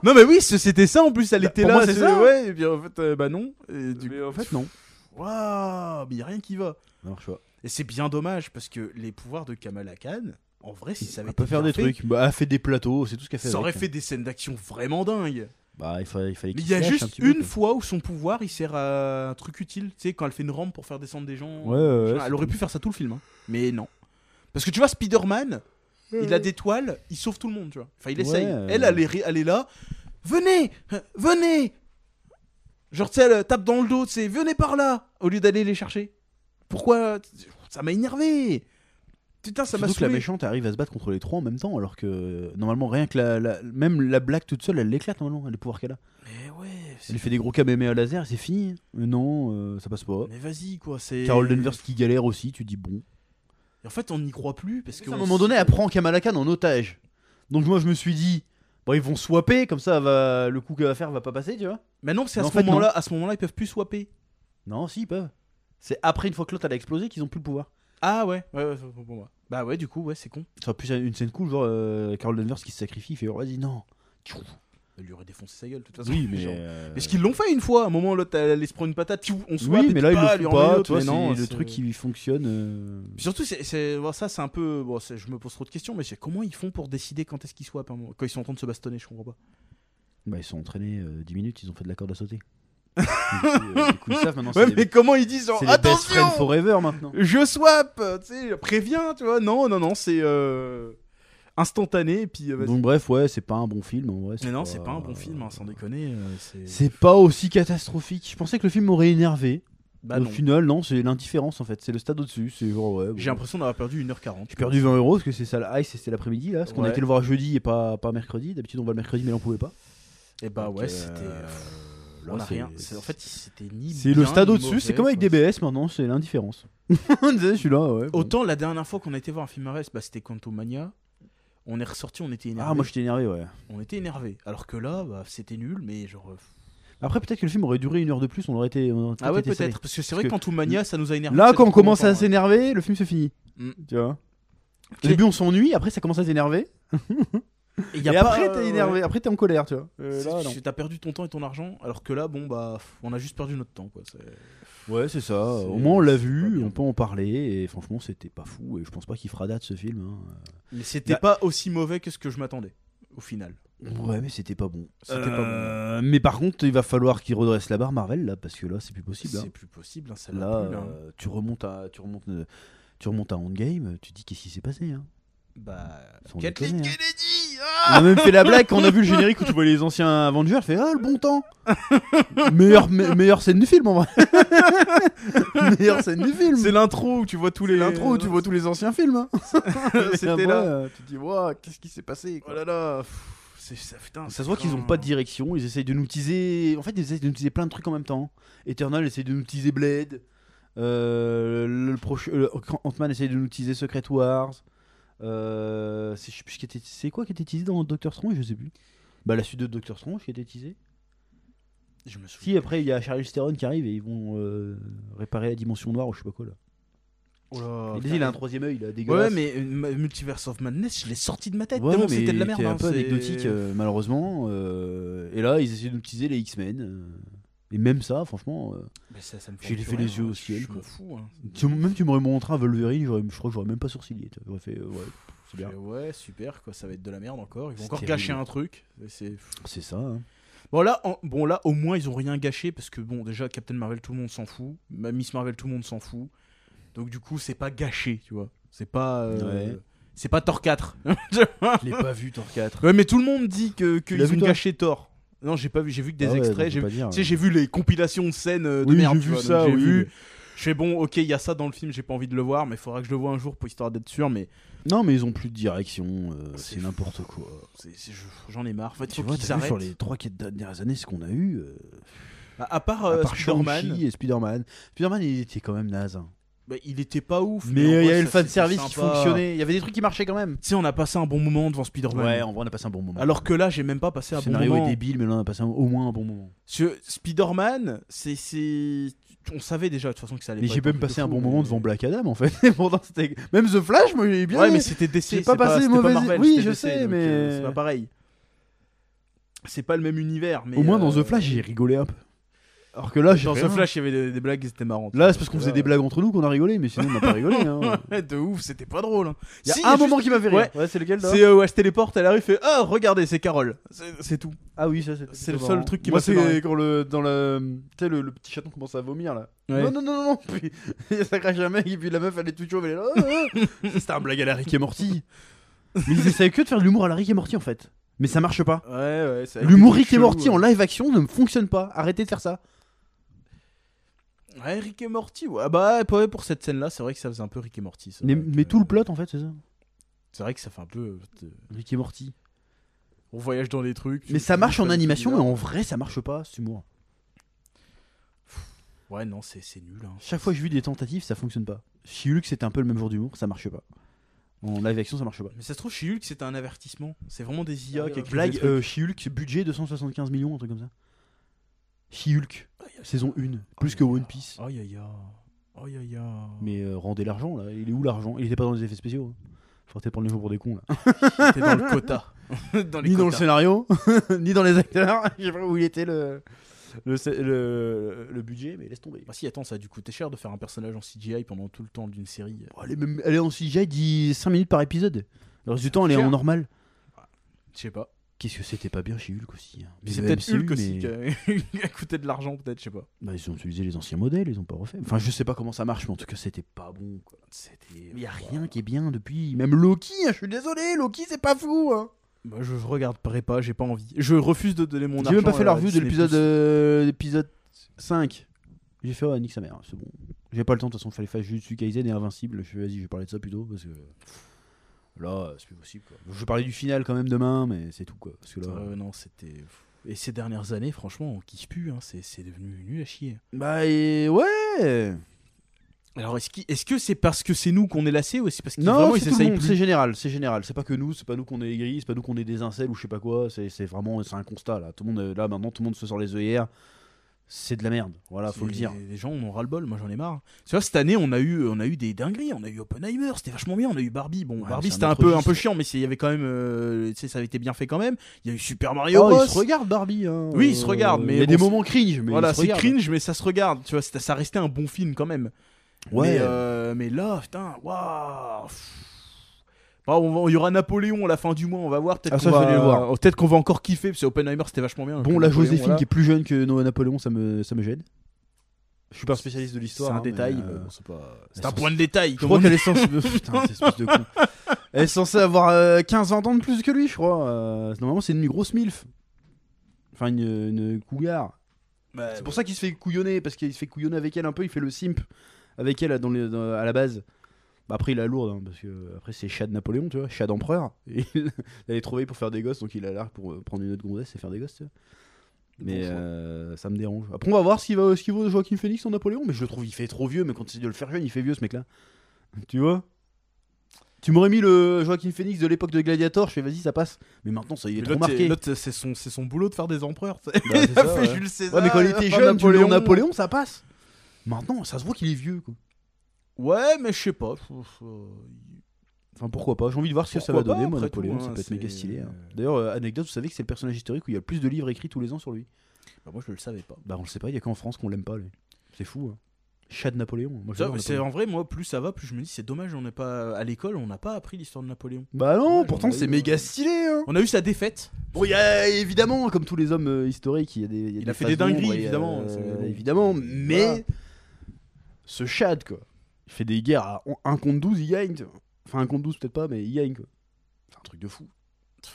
S2: Non mais oui, ce- c'était ça en plus, elle était
S1: Bah, pour
S2: là.
S1: moi, c'est
S2: ce-
S1: ça.
S2: Ouais, et puis en fait, euh, bah non. Et du
S1: En fait, non.
S2: Waouh, mais y a rien qui va.
S1: Ça marche pas.
S2: Et c'est bien dommage parce que les pouvoirs de Kamala Khan, en vrai, si ça avait
S1: Elle peut
S2: été
S1: faire
S2: bien
S1: des
S2: fait,
S1: trucs. Bah, elle fait des plateaux, c'est tout ce qu'elle fait.
S2: ça aurait
S1: avec. hein.
S2: fait des scènes d'action vraiment dingues.
S1: Bah, il fallait, il fallait
S2: Mais il
S1: qu'il
S2: y a
S1: se lâche un
S2: juste
S1: petit peu,
S2: une fois où son pouvoir il sert à un truc utile, tu sais, quand elle fait une rampe pour faire descendre des gens.
S1: quoi. Ouais, ouais, ouais,
S2: elle aurait pu faire ça tout le film, hein. mais non. Parce que tu vois, Spider-Man, il
S1: Euh.
S2: a des toiles, il sauve tout le monde, tu vois. Enfin, il
S1: Ouais,
S2: essaye.
S1: euh.
S2: Elle, elle est, ré- elle est là. Venez euh, Venez Genre, tu sais, elle tape dans le dos, c'est venez par là Au lieu d'aller les chercher. Pourquoi Ça m'a énervé Putain, ça m'a
S1: Surtout que la
S2: saoulé.
S1: méchante arrive à se battre contre les trois en même temps, alors que euh, normalement rien que la, la- même la blague toute seule, elle l'éclate normalement, les pouvoirs qu'elle a.
S2: Mais ouais, c'est-
S1: Elle lui fait des gros kamehameha laser, et c'est fini. hein. Mais non, euh, ça passe pas.
S2: mais vas-y, quoi. c'est...
S1: Carol Danvers qui galère aussi, tu dis bon.
S2: En fait, on n'y croit plus parce que.
S1: à un
S2: on
S1: moment
S2: sait
S1: donné,
S2: que-
S1: elle prend Kamala Khan en otage. Donc moi je me suis dit, bon ils vont swapper, comme ça elle va, le coup qu'elle va faire va pas passer, tu vois.
S2: Mais non, c'est à
S1: Mais en
S2: ce
S1: fait, non.
S2: moment-là, à ce moment-là, ils peuvent plus swapper.
S1: Non, si ils peuvent. C'est après une fois que l'autre elle a explosé qu'ils ont plus le pouvoir.
S2: Ah ouais, ouais, ouais, c'est pour moi. Bah ouais, du coup, ouais, c'est con.
S1: Ça aurait pu être une scène cool, genre euh, Carol Danvers qui se sacrifie, il fait vas-y non.
S2: Elle lui aurait défoncé sa gueule, de toute façon.
S1: Oui mais.
S2: Genre.
S1: euh,
S2: Parce qu'ils l'ont fait une fois, à un moment, l'autre, elle elle se prend une patate, tchou, on se
S1: Oui, mais là, ils
S2: pas,
S1: le
S2: lui
S1: font
S2: en met une
S1: pas,
S2: autre,
S1: tu vois,
S2: mais non,
S1: c'est le
S2: c'est-
S1: truc qui fonctionne. euh,
S2: Puis Surtout, c'est, c'est- bon, ça, c'est un peu. Bon, c'est- je me pose trop de questions, mais c'est comment ils font pour décider quand est-ce qu'ils swappent à un moment- Quand ils sont en train de se bastonner, je comprends pas.
S1: Bah, ils sont entraînés euh, 10 minutes, ils ont fait de la corde à sauter. du, coup, euh, du coup, ils savent maintenant, c'est
S2: Ouais,
S1: les-
S2: mais comment ils disent genre,
S1: c'est les best
S2: attention
S1: friends forever maintenant.
S2: Je swap Tu sais, préviens, tu vois. Non, non, non, c'est euh, instantané, et puis euh, vas-y.
S1: Donc, bref, ouais, c'est pas un bon film en vrai.
S2: mais non, c'est pas un bon film, hein, sans déconner. euh, c'est...
S1: C'est pas aussi catastrophique. Je pensais que le film m'aurait énervé.
S2: Bah
S1: Au
S2: non.
S1: final, non, c'est l'indifférence en fait. C'est le stade au-dessus. C'est genre, ouais. bon.
S2: J'ai l'impression d'avoir perdu 1h40.
S1: J'ai perdu 20 euros parce que c'est ça, le ice, c'était l'après-midi là. Parce qu'on a
S2: Ouais.
S1: été le voir jeudi et pas, pas mercredi. D'habitude, on va le mercredi, mais là, on pouvait pas.
S2: Et bah
S1: Donc,
S2: ouais,
S1: euh,
S2: c'était. pff,
S1: là,
S2: Euh, on a
S1: c'est-
S2: rien. C'est- En fait, c'était ni.
S1: C'est le
S2: bien,
S1: stade
S2: ni
S1: au-dessus, c'est
S2: mauvais,
S1: comme avec
S2: quoi.
S1: DBS maintenant, c'est l'indifférence. je suis là, ouais. bon.
S2: Autant la dernière fois qu'on a été voir un film RS, bah, c'était Quantumania. On est ressorti, on était énervé.
S1: Ah, moi j'étais énervé, ouais.
S2: On était énervé. Alors que là, bah, c'était nul, mais genre. euh,
S1: Après, peut-être que le film aurait duré une heure de plus, on aurait été. on aurait
S2: Ah ouais,
S1: été salé.
S2: peut-être. Parce que c'est vrai que
S1: Parce
S2: Quantumania, ça nous a énervé.
S1: Là,
S2: ça
S1: quand on
S2: dure
S1: commence à
S2: longtemps, hein.
S1: s'énerver, le film se finit.
S2: Mm.
S1: Tu vois
S2: Tu
S1: Au
S2: sais-
S1: début, on s'ennuie, après, ça commence à s'énerver.
S2: Et, y
S1: Et
S2: a pas,
S1: après,
S2: euh,
S1: t'es
S2: ouais.
S1: énervé, après, t'es en colère, tu vois. Euh,
S2: C'est-
S1: là, non.
S2: tu- T'as perdu ton temps et ton argent, alors que là, bon, bah, pff, on a juste perdu notre temps. Quoi. c'est-
S1: Ouais, c'est ça.
S2: C'est-
S1: Au moins, on l'a
S2: c'est pas
S1: vu,
S2: bien.
S1: on peut en parler, et franchement, c'était pas fou, et je pense pas qu'il fera date ce film. hein.
S2: Mais c'était
S1: Bah-
S2: pas aussi mauvais que ce que je m'attendais, au final. Mm.
S1: Ouais, mais c'était pas bon.
S2: C'était pas bon.
S1: Euh, Mais par contre, il va falloir qu'il redresse la barre Marvel, là, parce que là, c'est plus possible. hein.
S2: C'est plus possible, hein, ça va
S1: Là,
S2: plus, hein.
S1: euh, tu remontes à. Tu remontes, euh, tu remontes à Endgame, tu te dis qu'est-ce qui s'est passé hein
S2: Bah,
S1: Sans
S2: Kathleen
S1: déconner, hein.
S2: Kennedy
S1: On
S2: ah
S1: a même fait la blague quand on a vu le générique où tu vois les anciens Avengers, fait ah le bon temps. meilleure, me- meilleure scène du film en vrai. meilleure scène du film.
S2: C'est l'intro où tu vois tous les.
S1: C'est l'intro où tu vois tous les anciens films. hein. Et après,
S2: C'était là.
S1: euh, Tu te dis Ouah, qu'est-ce qui s'est passé quoi.
S2: Oh là là. pff, C'est ça, putain.
S1: Ça se voit qu'ils ont pas de direction, ils essayent de nous teaser. En fait, ils essayent de nous teaser plein de trucs en même temps. Eternal essaye de nous teaser Blade. Euh, le proche, euh, Ant-Man essaye de nous teaser Secret Wars. Euh, c'est je sais plus ce qui était- c'est quoi qui était teasé dans Doctor Strange Je sais plus. Bah, la suite de Doctor Strange qui était teasée.
S2: Je me souviens.
S1: Si après il y a Charlie Theron qui arrive et ils vont euh, réparer la dimension noire ou je sais pas quoi là.
S2: Oh là,
S1: Et Daisy, il a un troisième œil, il a
S2: Ouais,
S1: dégueulasse.
S2: mais euh, ma- Multiverse of Madness, je l'ai sorti de ma tête.
S1: Ouais,
S2: tellement
S1: mais
S2: c'était de la merde.
S1: c'était un
S2: hein,
S1: peu
S2: c'est-
S1: anecdotique euh, malheureusement. euh, et là ils essaient d'utiliser les X-Men. euh, et même ça franchement, euh,
S2: Bah, ça, ça me fait
S1: J'ai levé les yeux au ciel,
S2: Je m'en
S1: quoi.
S2: fous. hein.
S1: tu- même tu m'aurais montré un Wolverine, j'aurais- je crois que j'aurais même pas sourcillé. tu vois, J'aurais fait euh, ouais, c'est bien.
S2: J'ai- Ouais, super, quoi. Ça va être de la merde encore. Ils vont
S1: C'est
S2: encore
S1: terrible.
S2: gâcher un truc. C'est
S1: C'est ça. hein.
S2: Bon là, en- bon là, au moins ils ont rien gâché parce que bon déjà Captain Marvel tout le monde s'en fout, Ma- Miss Marvel tout le monde s'en fout, donc du coup c'est pas gâché, tu vois, c'est pas, euh,
S1: Ouais.
S2: c'est pas Thor 4.
S1: Je l'ai pas vu Thor 4.
S2: ouais, mais tout le monde dit que qu'ils
S1: l'as vu,
S2: ont
S1: toi
S2: gâché Thor. Non, j'ai pas vu, j'ai vu que des
S1: Ah ouais,
S2: extraits,
S1: donc
S2: j'ai
S1: faut
S2: vu,
S1: pas dire,
S2: tu sais,
S1: hein.
S2: j'ai vu les compilations de scènes euh, de
S1: Oui,
S2: merde.
S1: j'ai
S2: tu
S1: vu
S2: vois, donc
S1: ça,
S2: j'ai
S1: oui,
S2: vu. Je fais bon, ok, il y a ça dans le film, j'ai pas envie de le voir, mais faudra que je le vois un jour pour histoire d'être sûr, mais
S1: Non, mais ils ont plus de direction, euh,
S2: C'est
S1: c'est
S2: fou.
S1: n'importe quoi.
S2: c'est- c'est- je- j'en ai marre. En fait,
S1: Tu
S2: faut
S1: vois,
S2: qu'ils
S1: t'as vu
S2: arrêtent.
S1: sur les 3-4 dernières années ce qu'on a eu, euh,
S2: Bah, à part,
S1: à
S2: euh,
S1: part
S2: Spider-Man,
S1: Shang-Chi et Spider-Man. Spider-Man, il était quand même naze. hein.
S2: bah, il était pas ouf.
S1: Mais
S2: en
S1: il y
S2: vrai,
S1: avait le
S2: ça,
S1: fan service
S2: c'était
S1: qui
S2: sympa.
S1: fonctionnait, il y avait des trucs qui marchaient quand même.
S2: Tu sais, on a passé un bon moment devant Spider-Man.
S1: Ouais, en vrai, on a passé un bon moment.
S2: Alors que là, j'ai même pas passé un
S1: le
S2: bon
S1: scénario
S2: moment.
S1: est débile, mais là, on a passé un- au moins un bon moment.
S2: Sur Spider-Man, c'est, c'est. On savait déjà de toute façon que ça allait
S1: Mais
S2: pas
S1: j'ai
S2: être un
S1: même
S2: truc de
S1: passé un
S2: fou,
S1: bon
S2: mais-
S1: moment devant Black Adam en fait. Et pourtant, c'était- même The Flash, moi j'ai bien.
S2: Ouais,
S1: aimé.
S2: mais c'était DC.
S1: J'ai
S2: c'est
S1: pas passé
S2: c'était
S1: mauvaise-
S2: Marvel,
S1: oui,
S2: c'était
S1: je
S2: DC,
S1: sais,
S2: donc,
S1: mais-
S2: euh, c'est pas pareil. C'est pas le même univers. Mais
S1: Au moins dans
S2: euh,
S1: The Flash, j'ai rigolé un peu. Alors que là, j'ai
S2: Dans
S1: fait,
S2: The
S1: hein.
S2: Flash, Euh, il y avait des, des blagues qui étaient marrantes.
S1: Là, c'est parce qu'on
S2: Donc,
S1: faisait des blagues entre nous qu'on a rigolé, mais sinon on n'a pas rigolé. hein.
S2: Ouais, de ouf, c'était pas drôle. hein.
S1: Il y a
S2: Si,
S1: un
S2: juste-
S1: moment qui m'a fait rire.
S2: Ouais.
S1: Ouais, c'est lequel toi
S2: C'est euh, où elle se téléporte, elle arrive, fait Ah, regardez, c'est Carole. C'est, c'est tout.
S1: Ah oui, ça c'est. plutôt
S2: C'est le seul
S1: marrant.
S2: truc qui
S1: Moi,
S2: m'a fait
S1: c'est
S2: marrer.
S1: quand le dans le tu sais le, le petit chaton commence à vomir là.
S2: Ouais.
S1: Non non non non, non. Puis, ça crache jamais et puis la meuf elle est toute chauve elle est là. Ah, ah.
S2: C'était un blague à la Rick
S1: Rick est morti. Mais ils essayent que de faire de l'humour à la Rick est morti en fait. Mais ça marche pas.
S2: Ouais, ouais, c'est avec
S1: L'humour
S2: des
S1: Rick
S2: trucs
S1: est morti
S2: chelous,
S1: en
S2: ouais.
S1: live action ne me fonctionne pas. Arrêtez de faire ça.
S2: Ouais, Rick et Morty, ouais. Ah Bah, ouais, pour cette scène-là, c'est vrai que ça faisait un peu Rick et Morty. c'est
S1: Mais,
S2: vrai que-
S1: mais tout le plot en fait c'est ça.
S2: C'est vrai que ça fait un peu. euh,
S1: Rick est morti.
S2: On voyage dans des trucs. tu-
S1: Mais ça
S2: tu
S1: marche en
S2: fais des
S1: animation mais
S2: univers.
S1: en vrai ça marche pas cet humour.
S2: Ouais, non, c'est c'est nul. hein.
S1: Chaque fois que j'ai vu des tentatives ça fonctionne pas. Chihuluk c'était un peu le même genre d'humour ça marche pas. En live action ça marche pas.
S2: Mais ça se trouve, chez Hulk, c'était un avertissement. C'est vraiment des IA qui écrivent des
S1: Blague,
S2: trucs.
S1: euh, She-Hulk, budget 275 millions, un truc comme ça. She-Hulk,
S2: Ah,
S1: saison 1, plus que One Piece.
S2: Aïe aïe aïe. Aïe aïe aïe.
S1: Mais euh, rendez l'argent là, il est où l'argent Il était pas dans les effets spéciaux. hein. Faut arrêter de prendre les gens pour des cons là.
S2: C'était dans le quota. dans les
S1: ni dans le
S2: quotas.
S1: scénario, ni dans les acteurs, je sais pas où il était le, le, sc- le, le budget, mais laisse tomber.
S2: Bah, si, attends, ça a dû coûter cher de faire un personnage en CGI pendant tout le temps d'une série. euh,
S1: Oh, elle, est même- elle est en CGI, dit 5 minutes par épisode. Le reste du temps, elle est en
S2: Cher.
S1: normal.
S2: Je sais pas.
S1: Qu'est-ce que c'était pas bien chez Hulk aussi hein.
S2: C'est
S1: Le
S2: peut-être
S1: MCU,
S2: Hulk aussi
S1: mais-
S2: qui a- qui a coûté de l'argent, peut-être, je sais pas.
S1: Bah, ils ont utilisé les anciens modèles, ils ont pas refait. Enfin, je sais pas comment ça marche, mais en tout cas, c'était pas bon. Quoi.
S2: C'était.
S1: Il y a rien qui est bien depuis. Même Loki, hein, je suis désolé, Loki c'est pas fou. Hein.
S2: Bah, je regarde pas, j'ai pas envie. Je refuse de donner mon argent.
S1: J'ai même pas fait la
S2: à
S1: review de
S2: Disney+.
S1: l'épisode euh, l'épisode 5. J'ai fait ouais, nique sa mère, c'est bon. J'ai pas le temps, de toute façon, fallait faire Jujutsu Kaisen et Invincible. Je fais vas-y, je vais parler de ça plutôt parce que là, euh, c'est plus possible. Quoi. Je vais parler du final quand même demain, mais c'est tout quoi. Parce que là,
S2: Euh, non, c'était. Et ces dernières années, franchement, on kiffe plus. hein, C'est c'est devenu nul à chier.
S1: bah et ouais.
S2: Alors, est-ce qui- est-ce que c'est parce que c'est nous qu'on est lassés ou c'est parce qu'ils
S1: Non,
S2: vraiment
S1: c'est
S2: ils
S1: tout le
S2: essayent
S1: monde,
S2: plus
S1: c'est général, c'est général. C'est pas que nous, c'est pas nous qu'on est aigris, c'est pas nous qu'on est des incels ou je sais pas quoi. C'est c'est vraiment, c'est un constat là. Tout le monde euh, là maintenant, tout le monde se sort les œillères. C'est de la merde. Voilà, faut le
S2: C'est-
S1: dire.
S2: Les gens on en ras le bol, moi j'en ai marre. Tu vois, cette année, on a eu, on a eu des dingueries. On a eu Oppenheimer, c'était vachement bien. On a eu Barbie. Bon,
S1: Ouais,
S2: Barbie,
S1: mais c'est
S2: c'était
S1: un
S2: un
S1: autre
S2: peu, un
S1: registre.
S2: peu chiant, mais c'est- il y avait quand même. euh, tu sais, ça avait été bien fait quand même. Il y a eu Super Mario
S1: Oh,
S2: Bros.
S1: il se regarde Barbie. hein.
S2: Oui, il se
S1: Euh,
S2: regarde, mais
S1: il y a
S2: bon,
S1: des
S2: c'est-
S1: moments cringe, mais
S2: voilà,
S1: il se
S2: c'est
S1: regarde.
S2: cringe, mais ça se regarde. Tu vois, c'était- ça restait un bon film quand même.
S1: Ouais.
S2: Mais, euh, mais là, putain, waouh. pff. Bah, on va- il y aura Napoléon à la fin du mois, on va voir. Peut-être
S1: Ah, ça, je
S2: qu'on
S1: vais
S2: va, euh,
S1: aller le voir.
S2: peut-être qu'on va encore kiffer, parce que Oppenheimer c'était vachement bien.
S1: bon,
S2: Puis
S1: la
S2: Napoléon,
S1: Joséphine
S2: bah, voilà.
S1: qui est plus jeune que Noah Napoléon, ça me, ça me gêne. Je suis pas un spécialiste de l'histoire.
S2: C'est un
S1: hein,
S2: détail.
S1: mais,
S2: mais
S1: euh,
S2: bon, c'est pas-
S1: elles
S2: C'est un
S1: sont-
S2: point de détail.
S1: Je
S2: comme
S1: crois
S2: on
S1: qu'elle est censée. Putain, cette espèce de con. Elle est censée avoir euh, 15 ans de plus que lui, je crois. Euh, normalement, c'est une grosse MILF. Enfin, une, une cougar.
S2: dit. Bah,
S1: C'est pour ça qu'il se fait couillonner, parce qu'il se fait couillonner avec elle un peu. Il fait le simp avec elle dans les- dans- à la base. Bah, après, il a lourde, hein, parce que euh, après, c'est chat de Napoléon, tu vois, chat d'empereur. Et il elle est trop vieille pour faire des gosses, donc il a l'air pour euh, prendre une autre gondesse et faire des gosses, tu vois. Mais
S2: Bonsoir.
S1: euh, ça me dérange. Après, on va voir ce qu'il va- ce qu'il vaut Joaquin Phoenix en Napoléon. Mais je le trouve, il fait trop vieux. Mais quand tu essaies de le faire jeune, il fait vieux ce mec-là. Tu vois Tu m'aurais mis le Joaquin Phoenix de l'époque de Gladiator, je fais vas-y, ça passe. Mais maintenant, ça y est,
S2: Mais
S1: trop
S2: l'autre, c'est-
S1: marqué.
S2: l'autre, c'est son, c'est son boulot de faire des empereurs. tu sais.
S1: Bah, c'est
S2: il a
S1: ça,
S2: fait
S1: ouais.
S2: Jules César.
S1: Ouais, mais quand il était
S2: euh,
S1: jeune, tu le mets en
S2: Napoléon.
S1: Napoléon, ça passe. Maintenant, ça se voit qu'il est vieux. Quoi.
S2: Ouais, mais je sais pas. euh, faut- faut-
S1: Enfin, pourquoi pas J'ai envie de voir ce que ça va
S2: Pourquoi pas,
S1: donner, moi,
S2: après
S1: Napoléon.
S2: tout,
S1: ça
S2: hein,
S1: peut être méga
S2: c'est-
S1: stylé. hein. D'ailleurs, euh, anecdote, vous savez que c'est le personnage historique où il y a le plus de livres écrits tous les ans sur lui.
S2: Bah, moi, je le savais pas.
S1: Bah, on le sait pas, il y a qu'en France qu'on l'aime pas, lui. C'est fou. Hein. Chat de Napoléon. Moi,
S2: Ça,
S1: j'adore
S2: c'est
S1: Napoléon.
S2: en vrai, moi, plus ça va, plus je me dis, c'est dommage, on n'est pas à l'école, on n'a pas appris l'histoire de Napoléon.
S1: Bah non,
S2: Ouais,
S1: pourtant
S2: j'en ai
S1: c'est
S2: eu,
S1: méga
S2: ouais.
S1: stylé. Hein.
S2: On a eu sa défaite.
S1: Bon, il y a évidemment, comme tous les hommes euh, historiques, il y a des. y
S2: Il
S1: des
S2: a fait des
S1: phases
S2: dingueries,
S1: d'ombre et,
S2: évidemment,
S1: euh,
S2: c'est- bon.
S1: évidemment, mais
S2: Voilà.
S1: ce Chad, quoi, il fait des guerres à 1 contre 12, il gagne. tu vois. Enfin, 1 contre 12, peut-être pas, mais il gagne, quoi. C'est un truc de fou.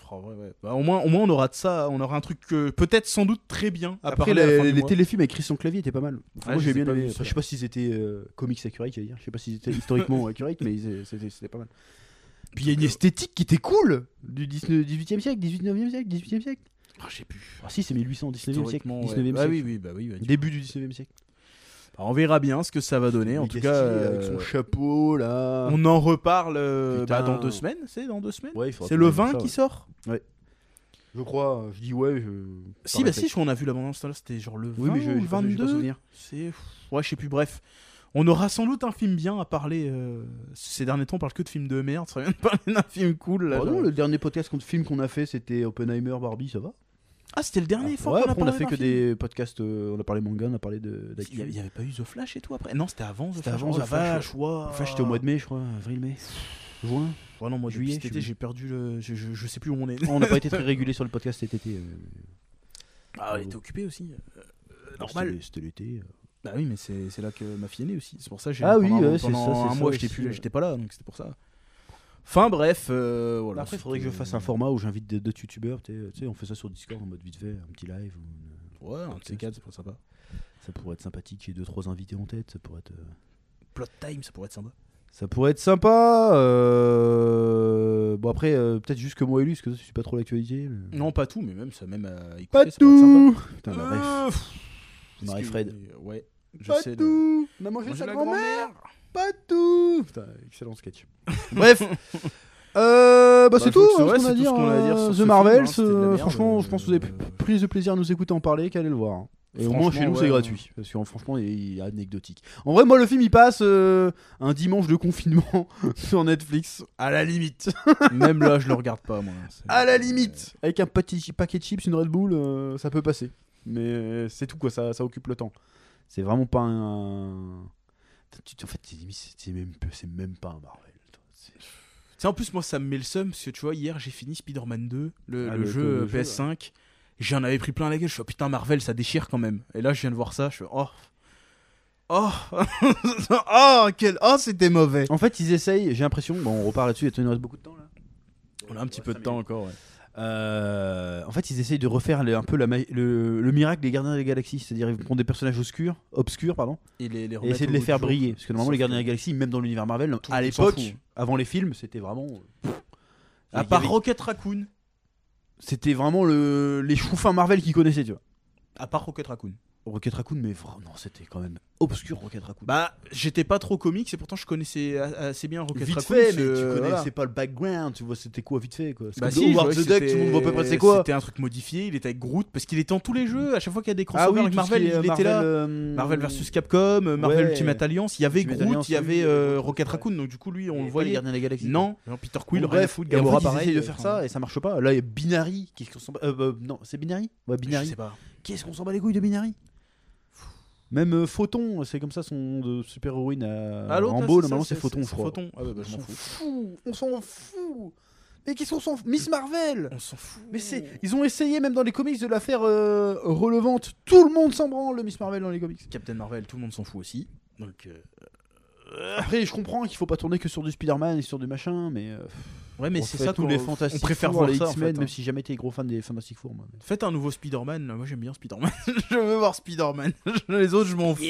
S2: Oh, ouais, ouais. Bah, au, moins, au moins, on aura de ça. On aura un truc euh, peut-être sans doute très bien. À
S1: Après,
S2: parler à la fin
S1: les,
S2: du
S1: les
S2: mois.
S1: téléfilms avec Christian Clavier étaient pas mal.
S2: Ouais,
S1: Moi,
S2: je
S1: j'ai
S2: les ai
S1: bien
S2: pas
S1: aimé.
S2: vus,
S1: Enfin, je sais pas s'ils étaient euh, comics accurate, j'allais dire. Je sais pas s'ils étaient historiquement accurate, mais ils étaient- c'était c'était pas mal. Puis il y
S2: euh,
S1: a une esthétique qui était cool du 19 18e siècle, 19e siècle, 18e siècle.
S2: Ah, j'ai plus.
S1: Ah si, c'est 1800, 19e siècle.
S2: Historiquement, ouais.
S1: 19e siècle.
S2: Bah oui, oui, bah oui. bah, du-
S1: Début du 19e siècle.
S2: Bah, on verra bien ce que ça va donner. En
S1: Méga
S2: tout cas,
S1: stylé, avec
S2: euh,
S1: son chapeau là.
S2: on en reparle euh,
S1: Putain.
S2: bah, dans deux semaines. C'est dans deux semaines.
S1: Ouais, il faudra
S2: c'est
S1: qu'on
S2: le
S1: regarde
S2: 20
S1: ça,
S2: qui
S1: ouais.
S2: sort.
S1: Je crois, je dis ouais. Je...
S2: Si, bah si, je crois qu'on a vu l'abondance tout à l'heure, c'était genre le 20
S1: Oui, mais je-
S2: ou
S1: j'ai
S2: le
S1: pas- j'ai pas
S2: 22.
S1: souvenir.
S2: C'est. pff, Ouais, je sais plus, bref. On aura sans doute un film bien à parler. euh, Ces derniers temps, on parle que de films de merde. Ça vient de parler d'un film cool. là,
S1: Bah
S2: genre.
S1: non, le dernier podcast qu'on film qu'on a fait, c'était Oppenheimer, Barbie, ça va.
S2: Ah, c'était le dernier fois
S1: ouais,
S2: qu'on a
S1: après, on a
S2: parlé
S1: fait
S2: d'un
S1: que
S2: film.
S1: des podcasts. euh, on a parlé manga, on a parlé de.
S2: Il y
S1: d'actu.
S2: avait- il y avait pas eu The Flash et tout après Non, c'était avant The
S1: C'était
S2: Flash.
S1: avant
S2: oh
S1: The
S2: la
S1: Flash,
S2: vache, waouh.
S1: Enfin, j'étais au mois de mai, je crois, euh, avril, mai, juin.
S2: Ouais, non, moi, depuis
S1: Juillet,
S2: cet
S1: je
S2: été,
S1: suis-
S2: j'ai perdu le. Je, je- je sais plus où on est.
S1: Oh, on n'a pas été très régulé sur le podcast cet été. euh,
S2: Ah, elle était occupée aussi. Euh, euh,
S1: c'était
S2: normal.
S1: l'é- C'était l'été. euh.
S2: Bah oui, mais c'est c'est là que ma fille est née aussi. C'est pour ça que j'ai.
S1: Ah oui,
S2: pendant-
S1: ouais, c'est
S2: pendant
S1: ça, c'est
S2: un
S1: ça
S2: mois, j'étais
S1: aussi,
S2: plus-
S1: ouais.
S2: j'étais pas là, donc c'était pour ça. Enfin, bref. euh, voilà,
S1: Après, il faudrait que je
S2: c'était-
S1: fasse un format où j'invite des- d'autres youtubeurs. Tu sais, on fait ça sur Discord en mode vite fait, un petit live. ou une-
S2: euh, Ouais, un de ces quatre, ça pourrait être sympa.
S1: Ça pourrait être sympathique, j'ai deux trois invités en tête, ça pourrait être euh,
S2: Plot time, ça pourrait être sympa.
S1: ça pourrait être sympa. euh, Bon après euh, peut-être juste que moi et lui parce que je suis pas trop l'actualité. mais-
S2: Non, pas tout, mais même ça, même à écouter,
S1: Pas
S2: Mm. ça pourrait être sympa.
S1: tout. Putain, la ref.
S2: Euh, pff,
S1: On a
S2: parce que-
S1: Fred.
S2: Ouais, je
S1: Pas
S2: sais. le-
S1: tout. On a
S2: Manger
S1: mangé sa
S2: la
S1: grand-mère.
S2: grand-mère.
S1: Pas tout. Putain, excellent sketch. Bref. Euh, bah,
S2: Bah,
S1: c'est
S2: je
S1: tout,
S2: crois que
S1: hein,
S2: c'est-
S1: ce qu'on a
S2: ouais,
S1: à
S2: c'est tout
S1: dire.
S2: ce qu'on a à dire
S1: euh,
S2: sur
S1: The
S2: ce film,
S1: Marvel,
S2: hein, c'était de la
S1: euh,
S2: merde,
S1: franchement,
S2: euh,
S1: je pense que vous avez
S2: euh,
S1: pris le plaisir à nous écouter en parler qu'à aller le voir. hein. Et au moins chez nous
S2: Franchement,
S1: c'est
S2: ouais.
S1: gratuit parce que euh, franchement il est anecdotique. En vrai moi le film il passe euh, un dimanche de confinement sur Netflix à la limite.
S2: Même là, je le regarde pas, moi. C'est-
S1: À la limite Avec un petit paquet de chips, une Red Bull, euh, ça peut passer. Mais euh, c'est tout, quoi, ça, ça occupe le temps. C'est vraiment pas un. Putain, tu- En fait, c'est limite, c'est- c'est même, c'est même pas un Marvel. toi. C'est-
S2: Tu sais, en plus, moi, ça me met le seum, parce que tu vois, hier, j'ai fini Spider-Man 2, le,
S1: Ah,
S2: le
S1: le-
S2: jeu
S1: le
S2: euh,
S1: jeu,
S2: PS5. J'en avais pris plein la gueule. Je suis, oh, putain, Marvel, ça déchire quand même. Et là, je viens de voir ça, je suis, oh. Oh, oh, quel... oh c'était mauvais.
S1: En fait, ils essayent, j'ai l'impression, bon, on repart là-dessus, et il nous reste beaucoup de temps là.
S2: On a un petit
S1: Ouais,
S2: peu
S1: cinq
S2: de temps encore. Ouais.
S1: Euh, en fait, ils essayent de refaire le- un peu la ma- le, le miracle des Gardiens de la Galaxie, c'est-à-dire ils prennent des personnages obscurs, obscurs pardon,
S2: Et, les, les
S1: et
S2: remettre
S1: essayer de
S2: au
S1: les
S2: goût
S1: faire
S2: du jour.
S1: briller. Parce que normalement,
S2: Sauf
S1: les Gardiens
S2: que-
S1: de la Galaxie, même dans l'univers Marvel,
S2: Tout le
S1: à
S2: monde s'en
S1: l'époque,
S2: fout.
S1: avant les films, c'était vraiment.
S2: À
S1: Il y
S2: part
S1: avait-
S2: Rocket Raccoon.
S1: c'était vraiment le, les choufins Marvel qu'ils connaissaient, tu vois.
S2: À part Rocket Raccoon.
S1: Rocket Raccoon, mais vra- non, c'était quand même obscur Rocket Raccoon.
S2: Bah, j'étais pas trop comique, et pourtant je connaissais a- assez bien Rocket
S1: vite
S2: Raccoon.
S1: fait,
S2: parce
S1: mais
S2: que,
S1: tu connaissais
S2: voilà.
S1: pas le background, tu vois, c'était quoi vite fait quoi. C'est
S2: Bah
S1: comme
S2: si, je
S1: Howard
S2: vois
S1: the
S2: que
S1: Duck, tout le monde voit à peu près c'est quoi.
S2: C'était un truc modifié, il était avec Groot parce qu'il était dans tous les jeux. À chaque fois qu'il y a des crossovers avec
S1: tout ce qui
S2: Marvel,
S1: est,
S2: il
S1: euh,
S2: était là.
S1: euh,
S2: Marvel versus Capcom, euh, Marvel
S1: Ouais.
S2: Ultimate Alliance, il y avait
S1: Ultimate
S2: Groot,
S1: Alliance,
S2: il y
S1: oui,
S2: avait
S1: oui,
S2: euh,
S1: oui.
S2: Rocket Raccoon, donc du coup lui on
S1: Et
S2: le
S1: pas les
S2: voyait.
S1: Gardiens de la Galaxie.
S2: Non, genre Peter Quill,
S1: Bon,
S2: rien à
S1: bref,
S2: foutre,
S1: et en
S2: Gamora
S1: fait, ils
S2: pareil,
S1: essayent de
S2: euh,
S1: faire
S2: enfin,
S1: ça et ça marche pas. Là, il y a Binary, qu'est-ce qu'on s'en bat euh, euh, Non, c'est Binary Ouais,
S2: Je
S1: Binary.
S2: sais pas.
S1: Qu'est-ce qu'on s'en bat les couilles de Binary Même euh, Photon, c'est comme ça son nom de super-héroïne à
S2: Ah, l'autre, là,
S1: Rambo,
S2: ça,
S1: normalement c'est Photon, je crois.
S2: Photon, ah bah, bah, je
S1: On s'en
S2: m'en fous.
S1: fout, on s'en fout. Mais qu'est-ce qu'on s'en fout Miss Marvel
S2: On s'en fout.
S1: Mais c'est, ils ont essayé même dans les comics de la faire euh, relevante. Tout le monde s'en branle le Miss Marvel dans les comics.
S2: Captain Marvel, tout le monde s'en fout aussi. Donc euh,
S1: Après, je comprends qu'il faut pas tourner que sur du Spider-Man et sur du machin, mais. euh,
S2: ouais, mais
S1: on
S2: c'est
S1: fait
S2: ça
S1: tous
S2: qu'on
S1: les fantastiques.
S2: On préfère
S1: Four,
S2: voir
S1: les
S2: ça en
S1: X-Men,
S2: fait,
S1: même
S2: hein.
S1: si jamais été gros fan des Fantastic Four. Moi, mais-
S2: Faites un nouveau Spider-Man, moi j'aime bien Spider-Man. je veux voir Spider-Man. Les autres, je m'en fous.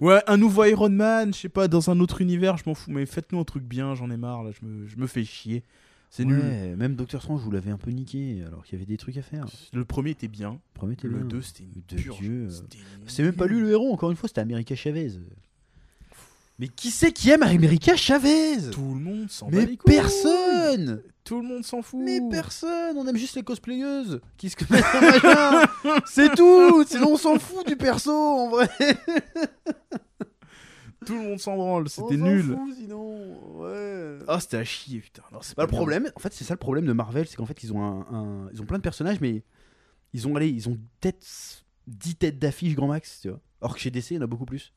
S2: Ouais, un nouveau Iron Man, je sais pas, dans un autre univers, je m'en fous, mais faites-nous un truc bien, j'en ai marre, là, je me, je me fais chier. C'est nul.
S1: Ouais, Même Doctor Strange, vous l'avez un peu niqué, alors qu'il y avait des trucs à faire.
S2: Le premier était bien,
S1: Promettez
S2: le
S1: bien.
S2: 2 c'était une
S1: De
S2: purge.
S1: Dieu.
S2: C'était
S1: C'est même pas
S2: nul.
S1: lui le héros, encore une fois, c'était America Chavez. Mais qui c'est qui aime America Chavez
S2: Tout le monde s'en bat
S1: Mais
S2: les couilles.
S1: personne
S2: Tout le monde s'en fout
S1: Mais personne On aime juste les cosplayeuses qui se connaissent en machin C'est tout Sinon on s'en fout du perso en vrai
S2: Tout le monde s'en branle,
S1: On
S2: c'était
S1: s'en
S2: nul.
S1: fout, sinon, ouais.
S2: Ah, c'était à chier, putain. Non, c'est
S1: Bah,
S2: pas
S1: le
S2: bien.
S1: problème, en fait, c'est ça le problème de Marvel, c'est qu'en fait, ils ont un, un- ils ont plein de personnages, mais ils ont allez, ils ont peut-être 10 têtes d'affiche grand max, tu vois. Or que chez DC, il y en a beaucoup plus.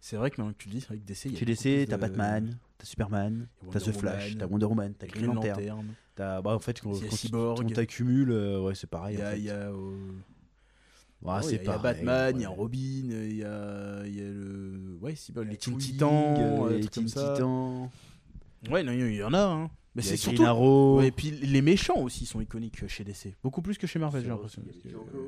S2: C'est vrai que maintenant que tu le dis, c'est vrai que DC. il y a
S1: Chez
S2: beaucoup
S1: DC,
S2: plus
S1: t'as
S2: de-
S1: Batman, t'as Superman,
S2: il y a
S1: t'as
S2: Wonder
S1: The Flash,
S2: Woman,
S1: t'as Wonder Woman,
S2: il y
S1: t'as
S2: a
S1: Green Lantern, t'as bah en fait quand,
S2: Il y a
S1: quand tu-
S2: Cyborg.
S1: on t'accumule, euh, ouais, c'est
S2: Il
S1: pareil.
S2: y
S1: en
S2: a,
S1: fait.
S2: il y a, euh,
S1: Ouais,
S2: ouais,
S1: Ah, c'est
S2: il y a
S1: pareil,
S2: Batman, il y a
S1: ouais.
S2: Robin, euh, il y a, il y a le. Ouais, c'est bon,
S1: Il y a
S2: les Teen
S1: Twig,
S2: Titans,
S1: euh,
S2: euh,
S1: les
S2: trucs comme
S1: Teen
S2: ça.
S1: Titans,
S2: Ouais, non, il y en a, hein. Mais
S1: il y a
S2: c'est
S1: Green
S2: surtout.
S1: Arrow.
S2: Ouais, et puis les méchants aussi sont iconiques chez DC. Beaucoup plus que chez Marvel, j'ai
S1: C'est vrai
S2: l'impression.
S1: aussi, il y a
S2: Parce que,
S1: les
S2: euh,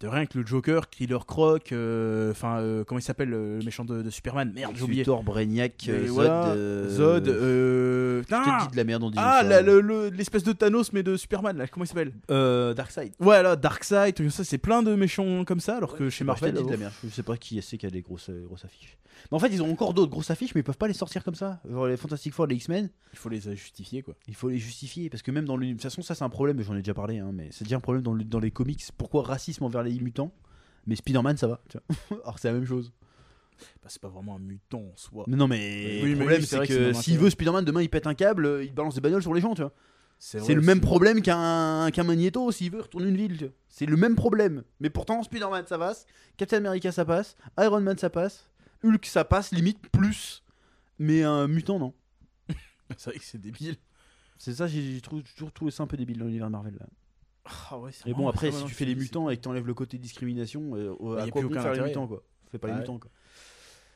S2: De rien que le Joker, Killer Croc, euh, enfin, euh, comment il s'appelle euh, le méchant de, de Superman Merde, j'ai oublié.
S1: Luthor, Brainiac,
S2: Mais
S1: euh, Zod.
S2: voilà,
S1: euh,
S2: Zod, euh.
S1: Je
S2: putain,
S1: te dis de la merde en disant
S2: Ah,
S1: ça.
S2: la- le- le- l'espèce de Thanos, mais de Superman, là, comment il s'appelle
S1: Euh, Darkseid.
S2: Ouais, là, Darkseid, tout ça, c'est plein de méchants comme ça, alors que chez
S1: Marvel,
S2: Marvel.
S1: dit de la merde. Bah, Je sais pas qui c'est qui a des grosses, euh, grosses affiches. Mais en fait, ils ont encore d'autres grosses affiches, mais ils peuvent pas les sortir comme ça. Genre les Fantastic Four, les X-Men,
S2: Il faut les euh, justifier, quoi.
S1: il faut les justifier. Parce que même dans l'univers. De toute façon, ça c'est un problème, j'en ai déjà parlé, hein, mais c'est déjà un problème dans, le- dans les comics. Pourquoi racisme envers les mutants Mais Spider-Man, ça va. tu vois. Alors c'est la même chose.
S2: Bah, c'est pas vraiment un mutant en soi.
S1: Mais non, mais
S2: Oui, mais
S1: le problème,
S2: oui, c'est
S1: c'est
S2: vrai que c'est
S1: que
S2: dans
S1: s'il
S2: l'intérêt.
S1: veut Spider-Man, demain il pète un câble, euh, il balance des bagnoles sur les gens, tu vois.
S2: vrai
S1: C'est le
S2: aussi.
S1: même problème qu'un qu'un Magneto s'il veut retourner une ville. tu vois. C'est le même problème. Mais pourtant, Spider-Man ça passe, Captain America ça passe, Iron Man ça passe, Hulk ça passe, limite plus. Mais un mutant non.
S2: C'est vrai que c'est débile.
S1: C'est ça, j'ai j'ai trou- toujours trouvé ça un peu débile dans l'univers Marvel. Là.
S2: Ah ouais, c'est
S1: Mais bon,
S2: vraiment-
S1: après,
S2: ça,
S1: si
S2: maintenant
S1: tu
S2: que
S1: fais les
S2: le dis,
S1: mutants et que t'enlèves le côté discrimination, euh, au-
S2: Bah,
S1: à
S2: y a
S1: quoi
S2: plus
S1: bon
S2: aucun
S1: faire les
S2: intérêt.
S1: mutants quoi Fais pas
S2: Ah
S1: les
S2: ouais.
S1: mutants quoi.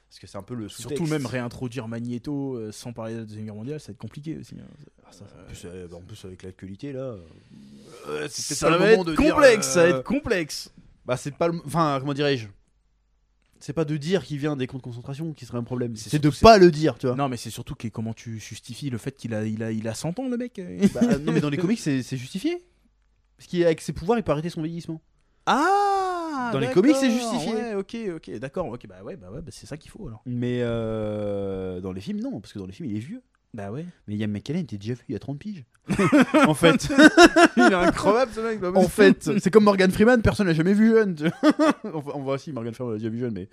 S1: Parce que c'est un peu le
S2: c'est- Surtout
S1: sous-texte.
S2: même réintroduire Magneto euh, sans parler de la Deuxième Guerre mondiale, ça va être compliqué aussi. hein.
S1: Ah, ça, en, plus, euh, bah, en plus, avec l'actualité là. euh, c'est
S2: ça va être complexe, ça
S1: euh,
S2: va être complexe.
S1: Bah c'est pas le... Enfin, comment dirais-je C'est pas de dire qu'il vient des camps de concentration qui serait un problème.
S2: C'est
S1: C'est de
S2: surtout-
S1: pas le dire, tu vois.
S2: Non, mais c'est surtout que comment tu justifies le fait qu'il a, il a, il a 100 ans, le mec.
S1: Bah, euh, non, mais dans les comics, c'est c'est justifié. Parce qu'avec ses pouvoirs, il peut arrêter son vieillissement.
S2: Ah
S1: Dans les
S2: d'accord,
S1: comics, c'est justifié.
S2: Ouais, ok, ok, d'accord. Ok, bah ouais, bah ouais, bah c'est ça qu'il faut alors.
S1: Mais euh, dans les films, non, parce que dans les films, il est vieux.
S2: Bah ouais.
S1: Mais Ian McKellen était déjà vu il y a 30 piges. en fait,
S2: Il est incroyable ce mec. bah,
S1: en fait, c'est comme Morgan Freeman, personne l'a jamais vu jeune. tu vois. enfin, on voit si Morgan Freeman l'a déjà vu jeune, mais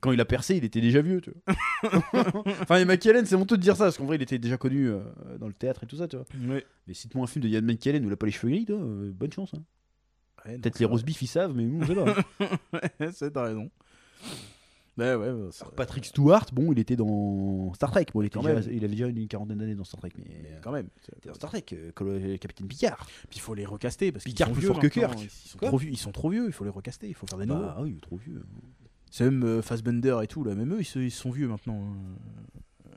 S1: quand il a percé, il était déjà vieux, tu vois. enfin, Ian McKellen, c'est honteux de dire ça, parce qu'en vrai, il était déjà connu euh, dans le théâtre et tout ça, tu vois.
S2: Ouais.
S1: Mais cite-moi un film de Yann McKellen où il a pas les cheveux gris, toi, euh, bonne chance. hein.
S2: non,
S1: Peut-être les
S2: c'est
S1: roast beef ils savent, mais nous on sait pas. hein.
S2: vrai. c'est t'as raison. Bah ouais, bah, c'est-
S1: Alors, Patrick Stewart, bon, il était dans Star Trek. Bon, il, était
S2: Quand
S1: déjà-
S2: même.
S1: il avait déjà une quarantaine d'années dans Star Trek, mais,
S2: Mais
S1: euh,
S2: quand même.
S1: il était dans Star Trek, euh, Colo- Capitaine Picard.
S2: Puis il faut les recaster parce qu'ils
S1: Picard
S2: sont
S1: plus
S2: vieux
S1: fort que
S2: maintenant,
S1: Kirk.
S2: Ils sont,
S1: Quoi
S2: trop vieux, ils sont trop vieux, il faut les recaster, il faut faire des nouveaux.
S1: Bah, ah oui, il est trop vieux.
S2: C'est même euh, Fassbender et tout, là, même eux ils, se- ils sont vieux maintenant. hein.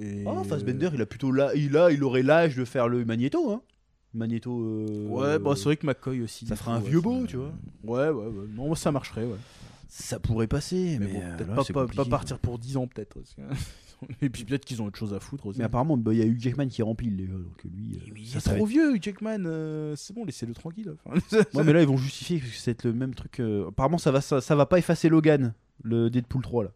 S2: Et-
S1: Oh, Fassbender, il a plutôt là, il a, il aurait l'âge de faire le Magneto, hein. Magneto. euh,
S2: Ouais, bah c'est vrai que McCoy aussi.
S1: ça
S2: du
S1: ferait un
S2: coup,
S1: vieux
S2: ouais,
S1: beau,
S2: ça-
S1: tu vois.
S2: Ouais, ouais, ouais. Non, moi, ça marcherait, ouais.
S1: Ça pourrait passer, mais,
S2: Mais, bon,
S1: euh,
S2: peut-être
S1: là,
S2: pas,
S1: c'est
S2: pas- pas
S1: compliqué.
S2: partir pour 10 ans, peut-être. parce que- Et puis peut-être qu'ils ont autre chose à foutre aussi.
S1: Mais apparemment, bah, il y a eu Jackman qui rempile déjà, donc lui. euh,
S2: Mais il
S1: ça,
S2: est
S1: ça va
S2: trop vieux, Jackman. euh, c'est bon, laissez-le tranquille. enfin.
S1: Ouais, mais là ils vont justifier parce que c'est le même truc. euh, Apparemment, ça va, ça, ça va pas effacer Logan, le Deadpool 3 là.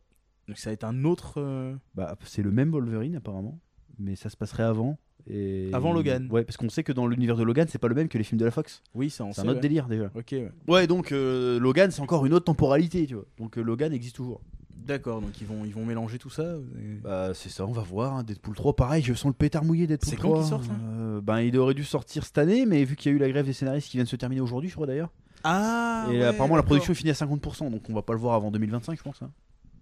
S2: Donc ça va être un autre. euh,
S1: Bah, c'est le même Wolverine apparemment, mais ça se passerait avant. Et...
S2: Avant Logan.
S1: Ouais, parce qu'on sait que dans l'univers de Logan, c'est pas le même que les films de la Fox.
S2: Oui, ça, on
S1: C'est
S2: sait.
S1: un autre
S2: ouais.
S1: délire déjà.
S2: Ok, ouais.
S1: Ouais, donc euh, Logan, c'est encore une autre temporalité, tu vois. Donc euh, Logan existe toujours.
S2: d'accord. Donc ils vont, ils vont mélanger tout ça. euh,
S1: Bah, c'est ça, on va voir. hein. Deadpool 3, pareil, je sens le pétard mouillé Deadpool
S2: C'est
S1: 3.
S2: quand qu'il sort, ça
S1: Euh, Ben, il aurait dû sortir cette année, mais vu qu'il y a eu la grève des scénaristes qui vient de se terminer aujourd'hui, je crois d'ailleurs.
S2: Ah.
S1: et
S2: ouais,
S1: apparemment, la
S2: d'accord.
S1: production est finie à 50%, donc on va pas le voir avant 2025, je pense. hein.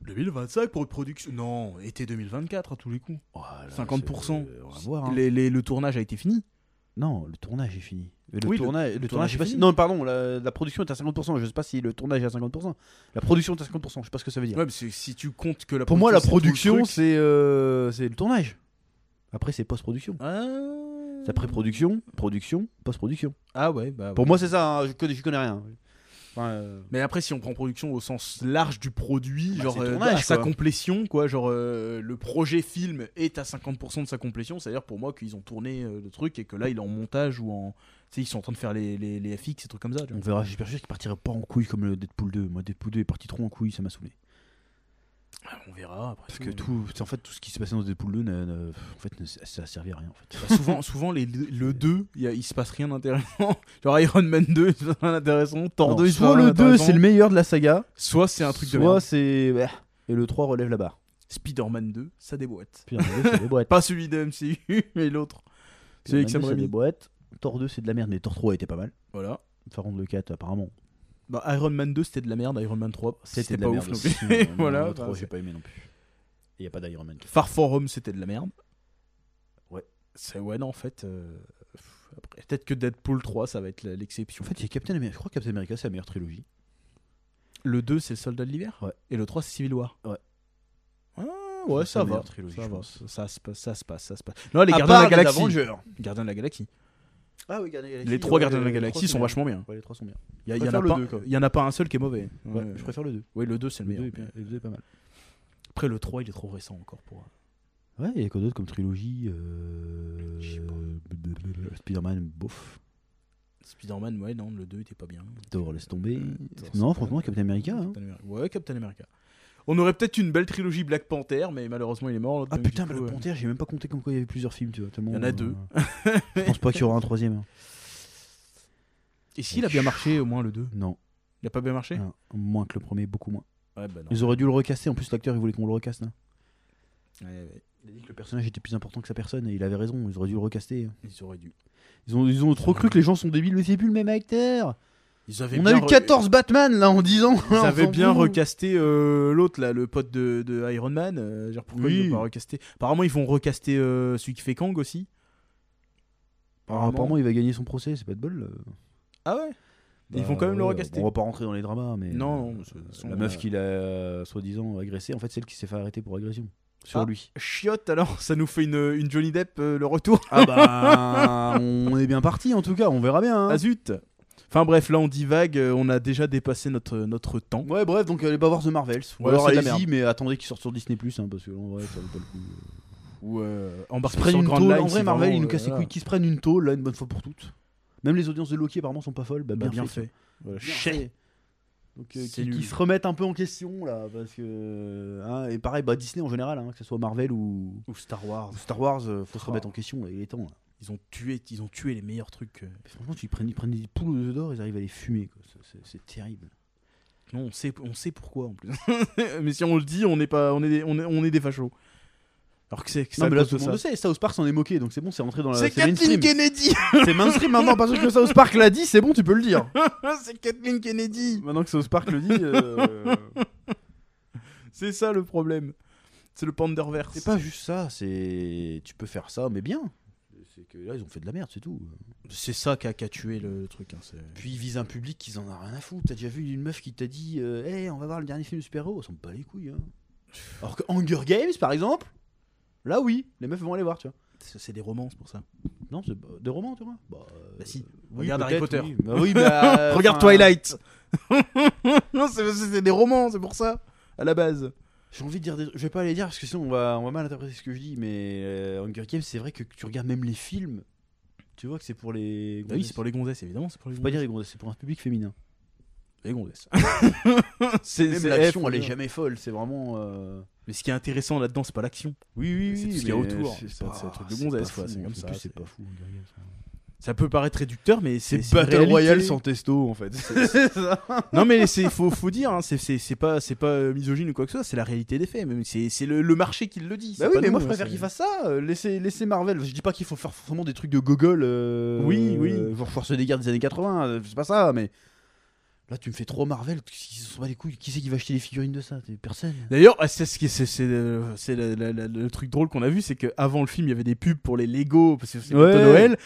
S2: 2025 pour une production. Non, été 2024 à tous les coups.
S1: Voilà,
S2: 50%.
S1: c'est- On va voir. hein.
S2: Les- les- le tournage a été fini.
S1: Non, le tournage est fini. Le
S2: Oui, le-
S1: tournage, le,
S2: tournage
S1: tournage,
S2: est
S1: je sais pas si-
S2: fini.
S1: Non, pardon, la, la production est à 50%. Je sais pas si le tournage est à 50%. La production est à 50%, je sais pas ce que ça veut dire.
S2: Ouais, parce que si tu comptes que la.
S1: Pour moi, la
S2: c'est
S1: production,
S2: tout le truc-
S1: c'est euh, c'est le tournage. Après, c'est post-production.
S2: Ah.
S1: C'est pré-production, production, post-production.
S2: Ah ouais, bah.
S1: Pour
S2: ouais.
S1: moi, c'est ça, hein, je, connais, je connais rien. Enfin, euh,
S2: Mais après, si on prend production au sens large du produit,
S1: Bah,
S2: genre
S1: c'est le
S2: euh,
S1: tournage,
S2: à sa
S1: quoi.
S2: complétion, quoi, genre euh, le projet film est à 50% de sa complétion, c'est-à-dire pour moi qu'ils ont tourné euh, le truc et que là il est en montage ou en. Tu sais, ils sont en train de faire les, les, les FX et trucs comme ça. tu
S1: on
S2: vois.
S1: verra, j'espère juste qu'il partira pas en couille comme le Deadpool 2. Moi, Deadpool 2 est parti trop en couille, ça m'a saoulé.
S2: Ah, On verra. Après
S1: Parce
S2: tout,
S1: que
S2: on-
S1: tout, c'est en fait, tout ce qui se passait dans Deadpool 2, n'a- n'a- en fait, ne- ça ne servait à rien. En fait.
S2: Bah, souvent, souvent les, le 2, il y a- il se passe rien d'intéressant. Genre Iron Man 2, il se passe rien d'intéressant. Thor
S1: Alors,
S2: 2, il se passe
S1: soit
S2: rien
S1: le 2,
S2: d'intéressant.
S1: c'est le meilleur de la saga,
S2: Soit c'est un truc de
S1: soit
S2: merde.
S1: c'est. ouais. Et le 3 relève la barre.
S2: Spider-Man 2, ça déboîte.
S1: Puis, le 2, c'est des boîtes.
S2: Pas celui de MCU, mais l'autre.
S1: Puis,
S2: Celui
S1: le
S2: que ça me
S1: 2, c'est des
S2: remis.
S1: boîtes. Thor 2, c'est de la merde, mais Thor 3 était pas mal.
S2: Voilà.
S1: Enfin, le 4, apparemment.
S2: Bah, Iron Man 2, c'était de la merde. Iron Man 3, c'était
S1: de
S2: pas
S1: la merde
S2: ouf non
S1: aussi.
S2: plus.
S1: Non, non,
S2: voilà.
S1: le 3,
S2: bah,
S1: j'ai pas aimé non plus. Il n'y a pas d'Iron Man.
S2: Far From Home, c'était de la merde.
S1: Ouais.
S2: C'est ouais, non, en fait. euh, pff, après, Peut-être que Deadpool 3, ça va être la- l'exception.
S1: En fait, il y a Captain America. Je crois que Captain America, c'est la meilleure trilogie.
S2: Le 2, c'est le Soldat de l'hiver.
S1: Ouais.
S2: Et le 3, c'est Civil War.
S1: Ouais.
S2: Ah,
S1: C'est
S2: ouais,
S1: la
S2: ça va.
S1: meilleure trilogie,
S2: ça
S1: je
S2: va.
S1: pense.
S2: Ça se passe, ça se passe, ça se passe. Non, les Gardiens de la Galaxie. Gardiens de la Galaxie.
S1: Ah oui, Gardiens de la Galaxie.
S2: Les trois Gardiens de la Galaxie sont vachement bien.
S1: Ouais, les trois sont bien.
S2: Il y,
S1: Je
S2: en a
S1: préfère le
S2: pas,
S1: deux, quoi.
S2: y en a pas un seul qui est mauvais.
S1: Ouais,
S2: Ouais,
S1: je préfère le 2.
S2: Oui, le 2, c'est le
S1: Le 2
S2: meilleur.
S1: est bien- le 2 est pas mal.
S2: Après, le 3, il est trop récent encore pour. euh,
S1: Ouais, il y a quoi d'autre comme trilogie euh...
S2: Je sais
S1: blablabla, Spider-Man, bof.
S2: Spider-Man, ouais, non, le 2 était pas bien.
S1: Thor, laisse tomber.
S2: Thor,
S1: Non,
S2: c'est
S1: franchement,
S2: pas-
S1: Captain America. hein.
S2: Captain America. Ouais, Captain America. On aurait peut-être une belle trilogie Black Panther, mais malheureusement, il est mort. l'autre,
S1: Ah
S2: donc, du
S1: putain,
S2: coup,
S1: Black
S2: euh,
S1: Panther, j'ai même pas compté comme quoi il y avait plusieurs films, tu vois. tellement,
S2: Il y en a
S1: euh,
S2: deux.
S1: Je pense pas qu'il y aura un troisième. hein.
S2: Et s'il a bien marché, au moins le 2
S1: Non,
S2: Il a pas bien marché
S1: hein, moins que le premier, beaucoup moins.
S2: Ouais, bah non.
S1: Ils auraient dû le recasser, en plus l'acteur il voulait qu'on le recasse là.
S2: Ouais, ouais.
S1: Il a dit que le personnage était plus important que sa personne et il avait raison, ils auraient dû le recaster. hein. Ah.
S2: Ils auraient dû.
S1: Ils ont, ils ont trop cru que les gens sont débiles, mais c'est plus le même acteur.
S2: Ils avaient
S1: On a
S2: bien
S1: eu
S2: re-
S1: 14 Batman là en 10 ans.
S2: Ils avaient bien recasté euh, l'autre, là, le pote de, de Iron Man. euh, genre, pourquoi
S1: Oui.
S2: ils l'ont pas recasté Apparemment, ils vont recaster euh, celui qui fait Kang aussi.
S1: Apparemment. Apparemment, il va gagner son procès, c'est pas de bol. là.
S2: Ah ouais Ils
S1: Bah,
S2: vont quand même le
S1: ouais,
S2: recaster.
S1: On va pas rentrer dans les dramas, mais.
S2: Non,
S1: euh,
S2: non, c'est- c'est-
S1: la meuf qu'il a euh, soi-disant agressée, en fait, c'est elle qui s'est fait arrêter pour agression. Sur
S2: Ah.
S1: lui.
S2: Chiotte, alors, ça nous fait une, une Johnny Depp, euh, le retour
S1: Ah bah. on est bien parti en tout cas, on verra bien. hein.
S2: Ah zut Enfin bref, là on divague, euh, on a déjà dépassé notre, notre temps.
S1: Ouais, bref, donc allez pas voir The Marvels. Ou
S2: Ouais,
S1: alors
S2: c'est de la
S1: allez-y, mais attendez qu'il sorte sur Disney Plus, hein, parce que en vrai, ça vaut pas le coup.
S2: Ou euh,
S1: Ils
S2: embarquer
S1: se prennent
S2: sur
S1: une
S2: Grand
S1: tôle.
S2: Line,
S1: en vrai,
S2: si
S1: Marvel,
S2: vraiment,
S1: ils nous
S2: euh,
S1: cassent les
S2: voilà.
S1: couilles. Qu'ils se prennent une tôle, là, une bonne fois pour toutes. Même les audiences de Loki, apparemment, sont pas folles. Bah,
S2: Bah,
S1: bien,
S2: bien
S1: fait.
S2: fait. Voilà,
S1: Bien
S2: chais.
S1: fait. Donc, euh,
S2: C'est
S1: qui, qui
S2: nul.
S1: se remettent un peu en question, là. Parce que. hein, et pareil, bah, Disney en général, hein, que ce soit Marvel ou,
S2: Ou Star Wars.
S1: ou Star Wars, euh, faut se
S2: Oh.
S1: remettre en question, là, il est temps. là.
S2: Ils ont tué, ils ont tué les meilleurs trucs. euh.
S1: Mais franchement, tu- ils prennent, ils prennent des poules aux œufs d'or, ils arrivent à les fumer, quoi. C'est- c'est- C'est terrible.
S2: Non, on sait, on sait pourquoi en plus. mais si on le dit, on est pas, on est, des- on est, on est des fachos. Alors que c'est que
S1: non,
S2: ça
S1: mais là,
S2: cause
S1: tout
S2: de
S1: le monde le
S2: ça. Euh,
S1: sait, South Park s'en est moqué, donc c'est bon, c'est rentré dans la.
S2: C'est
S1: mainstream.
S2: Kathleen Kennedy.
S1: C'est mainstream maintenant, parce que South Park l'a dit, c'est bon, tu peux le dire.
S2: c'est Kathleen Kennedy.
S1: Maintenant que South Park le dit. euh,
S2: C'est ça le problème. C'est le Panderverse.
S1: C'est pas juste ça, c'est. Tu peux faire ça, mais bien. C'est que là, ils ont fait de la merde, c'est tout.
S2: C'est ça qui a, qui a tué le, le truc. hein, c'est-
S1: Puis ils visent un public qu'ils en ont rien à foutre. T'as déjà vu une meuf qui t'a dit euh, Hey, on va voir le dernier film de super-héros On s'en bat les couilles. Hein. Alors que Hunger Games, par exemple, là, oui, les meufs vont aller voir, tu vois.
S2: C'est c'est des romances pour ça.
S1: Non, c'est bah, des romans, tu vois. Bah, euh,
S2: Bah si.
S1: oui,
S2: Regarde Harry
S1: peut-être,
S2: Potter.
S1: Oui, Bah oui, bah, euh,
S2: Regarde
S1: enfin,
S2: Twilight Non, c'est c'est- c'est des romans, c'est pour ça, à la base.
S1: J'ai envie de dire des... Je vais pas aller dire parce que sinon on va, on va mal interpréter ce que je dis, mais euh, Hunger Games, c'est vrai que tu regardes même les films. Tu vois que c'est pour les.
S2: Bah oui, c'est pour les gonzesses, évidemment, c'est pour les
S1: Faut pas
S2: gonzesses.
S1: dire les gonzesses, c'est pour un public féminin.
S2: Les gonzesses. c'est
S1: Même euh,
S2: c'est
S1: l'action,
S2: F,
S1: elle est
S2: ouais.
S1: jamais folle, c'est vraiment. euh,
S2: Mais ce qui est intéressant là-dedans, c'est pas l'action.
S1: Oui, oui,
S2: C'est tout ce qu'il y a autour. C'est- c'est un truc de gonzesse, quoi, c'est comme ça,
S1: plus, c'est
S2: c'est-
S1: pas fou.
S2: Ça peut paraître réducteur, mais c'est
S1: C'est
S2: une
S1: Battle
S2: réalité.
S1: Royale sans testo, en fait. hein.
S2: Non, mais c'est faut, faut dire, hein, c'est- c'est c'est pas, c'est pas euh, misogyne ou quoi que ce soit, c'est la réalité des faits. mais C'est c'est le, le marché qui le dit. c'est
S1: Bah oui,
S2: pas
S1: mais
S2: nous,
S1: moi
S2: hein,
S1: je préfère
S2: c'est-
S1: qu'ils fassent ça. euh, Laissez, laissez Marvel. Je dis pas qu'il faut faire forcément des trucs de gogol. euh,
S2: Oui, oui.
S1: euh, Genre Force des guerres des années 80. euh, C'est pas ça, mais. Là, tu me fais trop Marvel. Qui se sont pas les couilles. Qui c'est qui va acheter les figurines de ça T'es Personne.
S2: D'ailleurs, ah, c'est ce qui c'est- c'est, euh, c'est la- la- la- le truc drôle qu'on a vu, c'est qu'avant le film, il y avait des pubs pour les Lego, parce que c'est
S1: Ouais.
S2: bientôt Noël.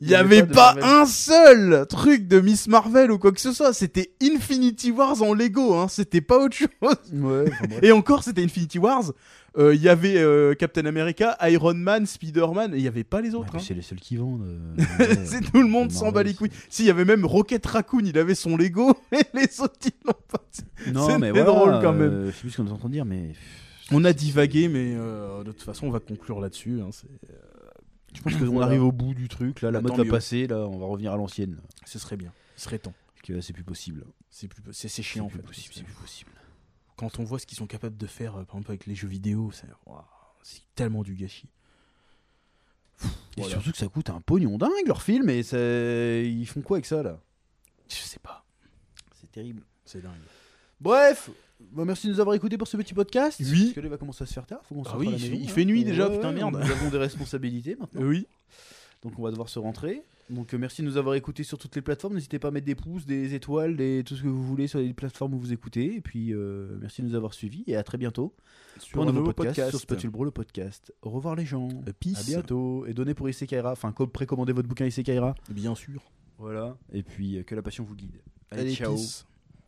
S2: Il n'y avait
S1: de
S2: pas,
S1: Marvel.
S2: un seul truc de Miss Marvel ou quoi que ce soit. C'était Infinity Wars en Lego, hein. c'était pas autre chose.
S1: Ouais,
S2: Et encore, c'était Infinity Wars. Euh, Il y avait euh, Captain America, Iron Man, Spider-Man, et il n'y avait pas les autres. hein.
S1: c'est les seuls qui vendent. euh,
S2: C'est tout le monde
S1: Marvel,
S2: s'en bat les
S1: c'est-
S2: couilles. S'il y avait même Rocket Raccoon, il avait son Lego, et les autres, ils l'ont pas.
S1: Non,
S2: C'était
S1: mais voilà,
S2: drôle, quand même.
S1: euh, je sais plus ce qu'on est en train de dire, mais.
S2: On a divagué, mais euh, de toute façon, on va conclure là-dessus. hein, c'est-
S1: Je pense qu'on
S2: Voilà.
S1: arrive au bout du truc. Là, la
S2: Bah,
S1: mode
S2: tant
S1: va
S2: mieux.
S1: passer. Là, on va revenir à l'ancienne.
S2: Ce serait bien. Il serait temps.
S1: Parce que là, c'est plus possible.
S2: C'est plus, c'est, c'est chiant en
S1: C'est
S2: fait.
S1: plus possible. C'est plus possible.
S2: quand on voit ce qu'ils sont capables de faire, euh, par exemple avec les jeux vidéo, c'est waouh, c'est tellement du gâchis.
S1: Et
S2: Voilà.
S1: surtout que ça coûte un pognon dingue leur film et ça- ils font quoi avec ça là
S2: Je sais pas,
S1: C'est terrible.
S2: c'est dingue.
S1: Bref, bah, merci de nous avoir écoutés pour ce petit podcast.
S2: Oui.
S1: Parce que là, il va commencer à se faire tard. Faut qu'on se
S2: Ah
S1: rentre
S2: oui,
S1: à la
S2: il fait-
S1: maison,
S2: il
S1: hein.
S2: fait nuit
S1: Ouais,
S2: déjà,
S1: ouais,
S2: putain,
S1: ouais,
S2: merde.
S1: Nous avons des responsabilités maintenant.
S2: Euh, Oui.
S1: Donc on va devoir se rentrer. Donc euh, merci de nous avoir écoutés sur toutes les plateformes. N'hésitez pas à mettre des pouces, des étoiles, des... tout ce que vous voulez sur les plateformes où vous écoutez. Et puis euh, merci de nous avoir suivis et à très bientôt pour un nouveau, podcast, sur Spatule Bro le podcast. Au revoir les gens.
S2: Euh, Peace.
S1: À bientôt. Et donnez pour Isekaira. Enfin, co- précommandez votre bouquin Isekaira.
S2: Bien sûr.
S1: Voilà. Et puis euh, que la passion vous guide.
S2: Allez,
S1: ciao.
S2: peace.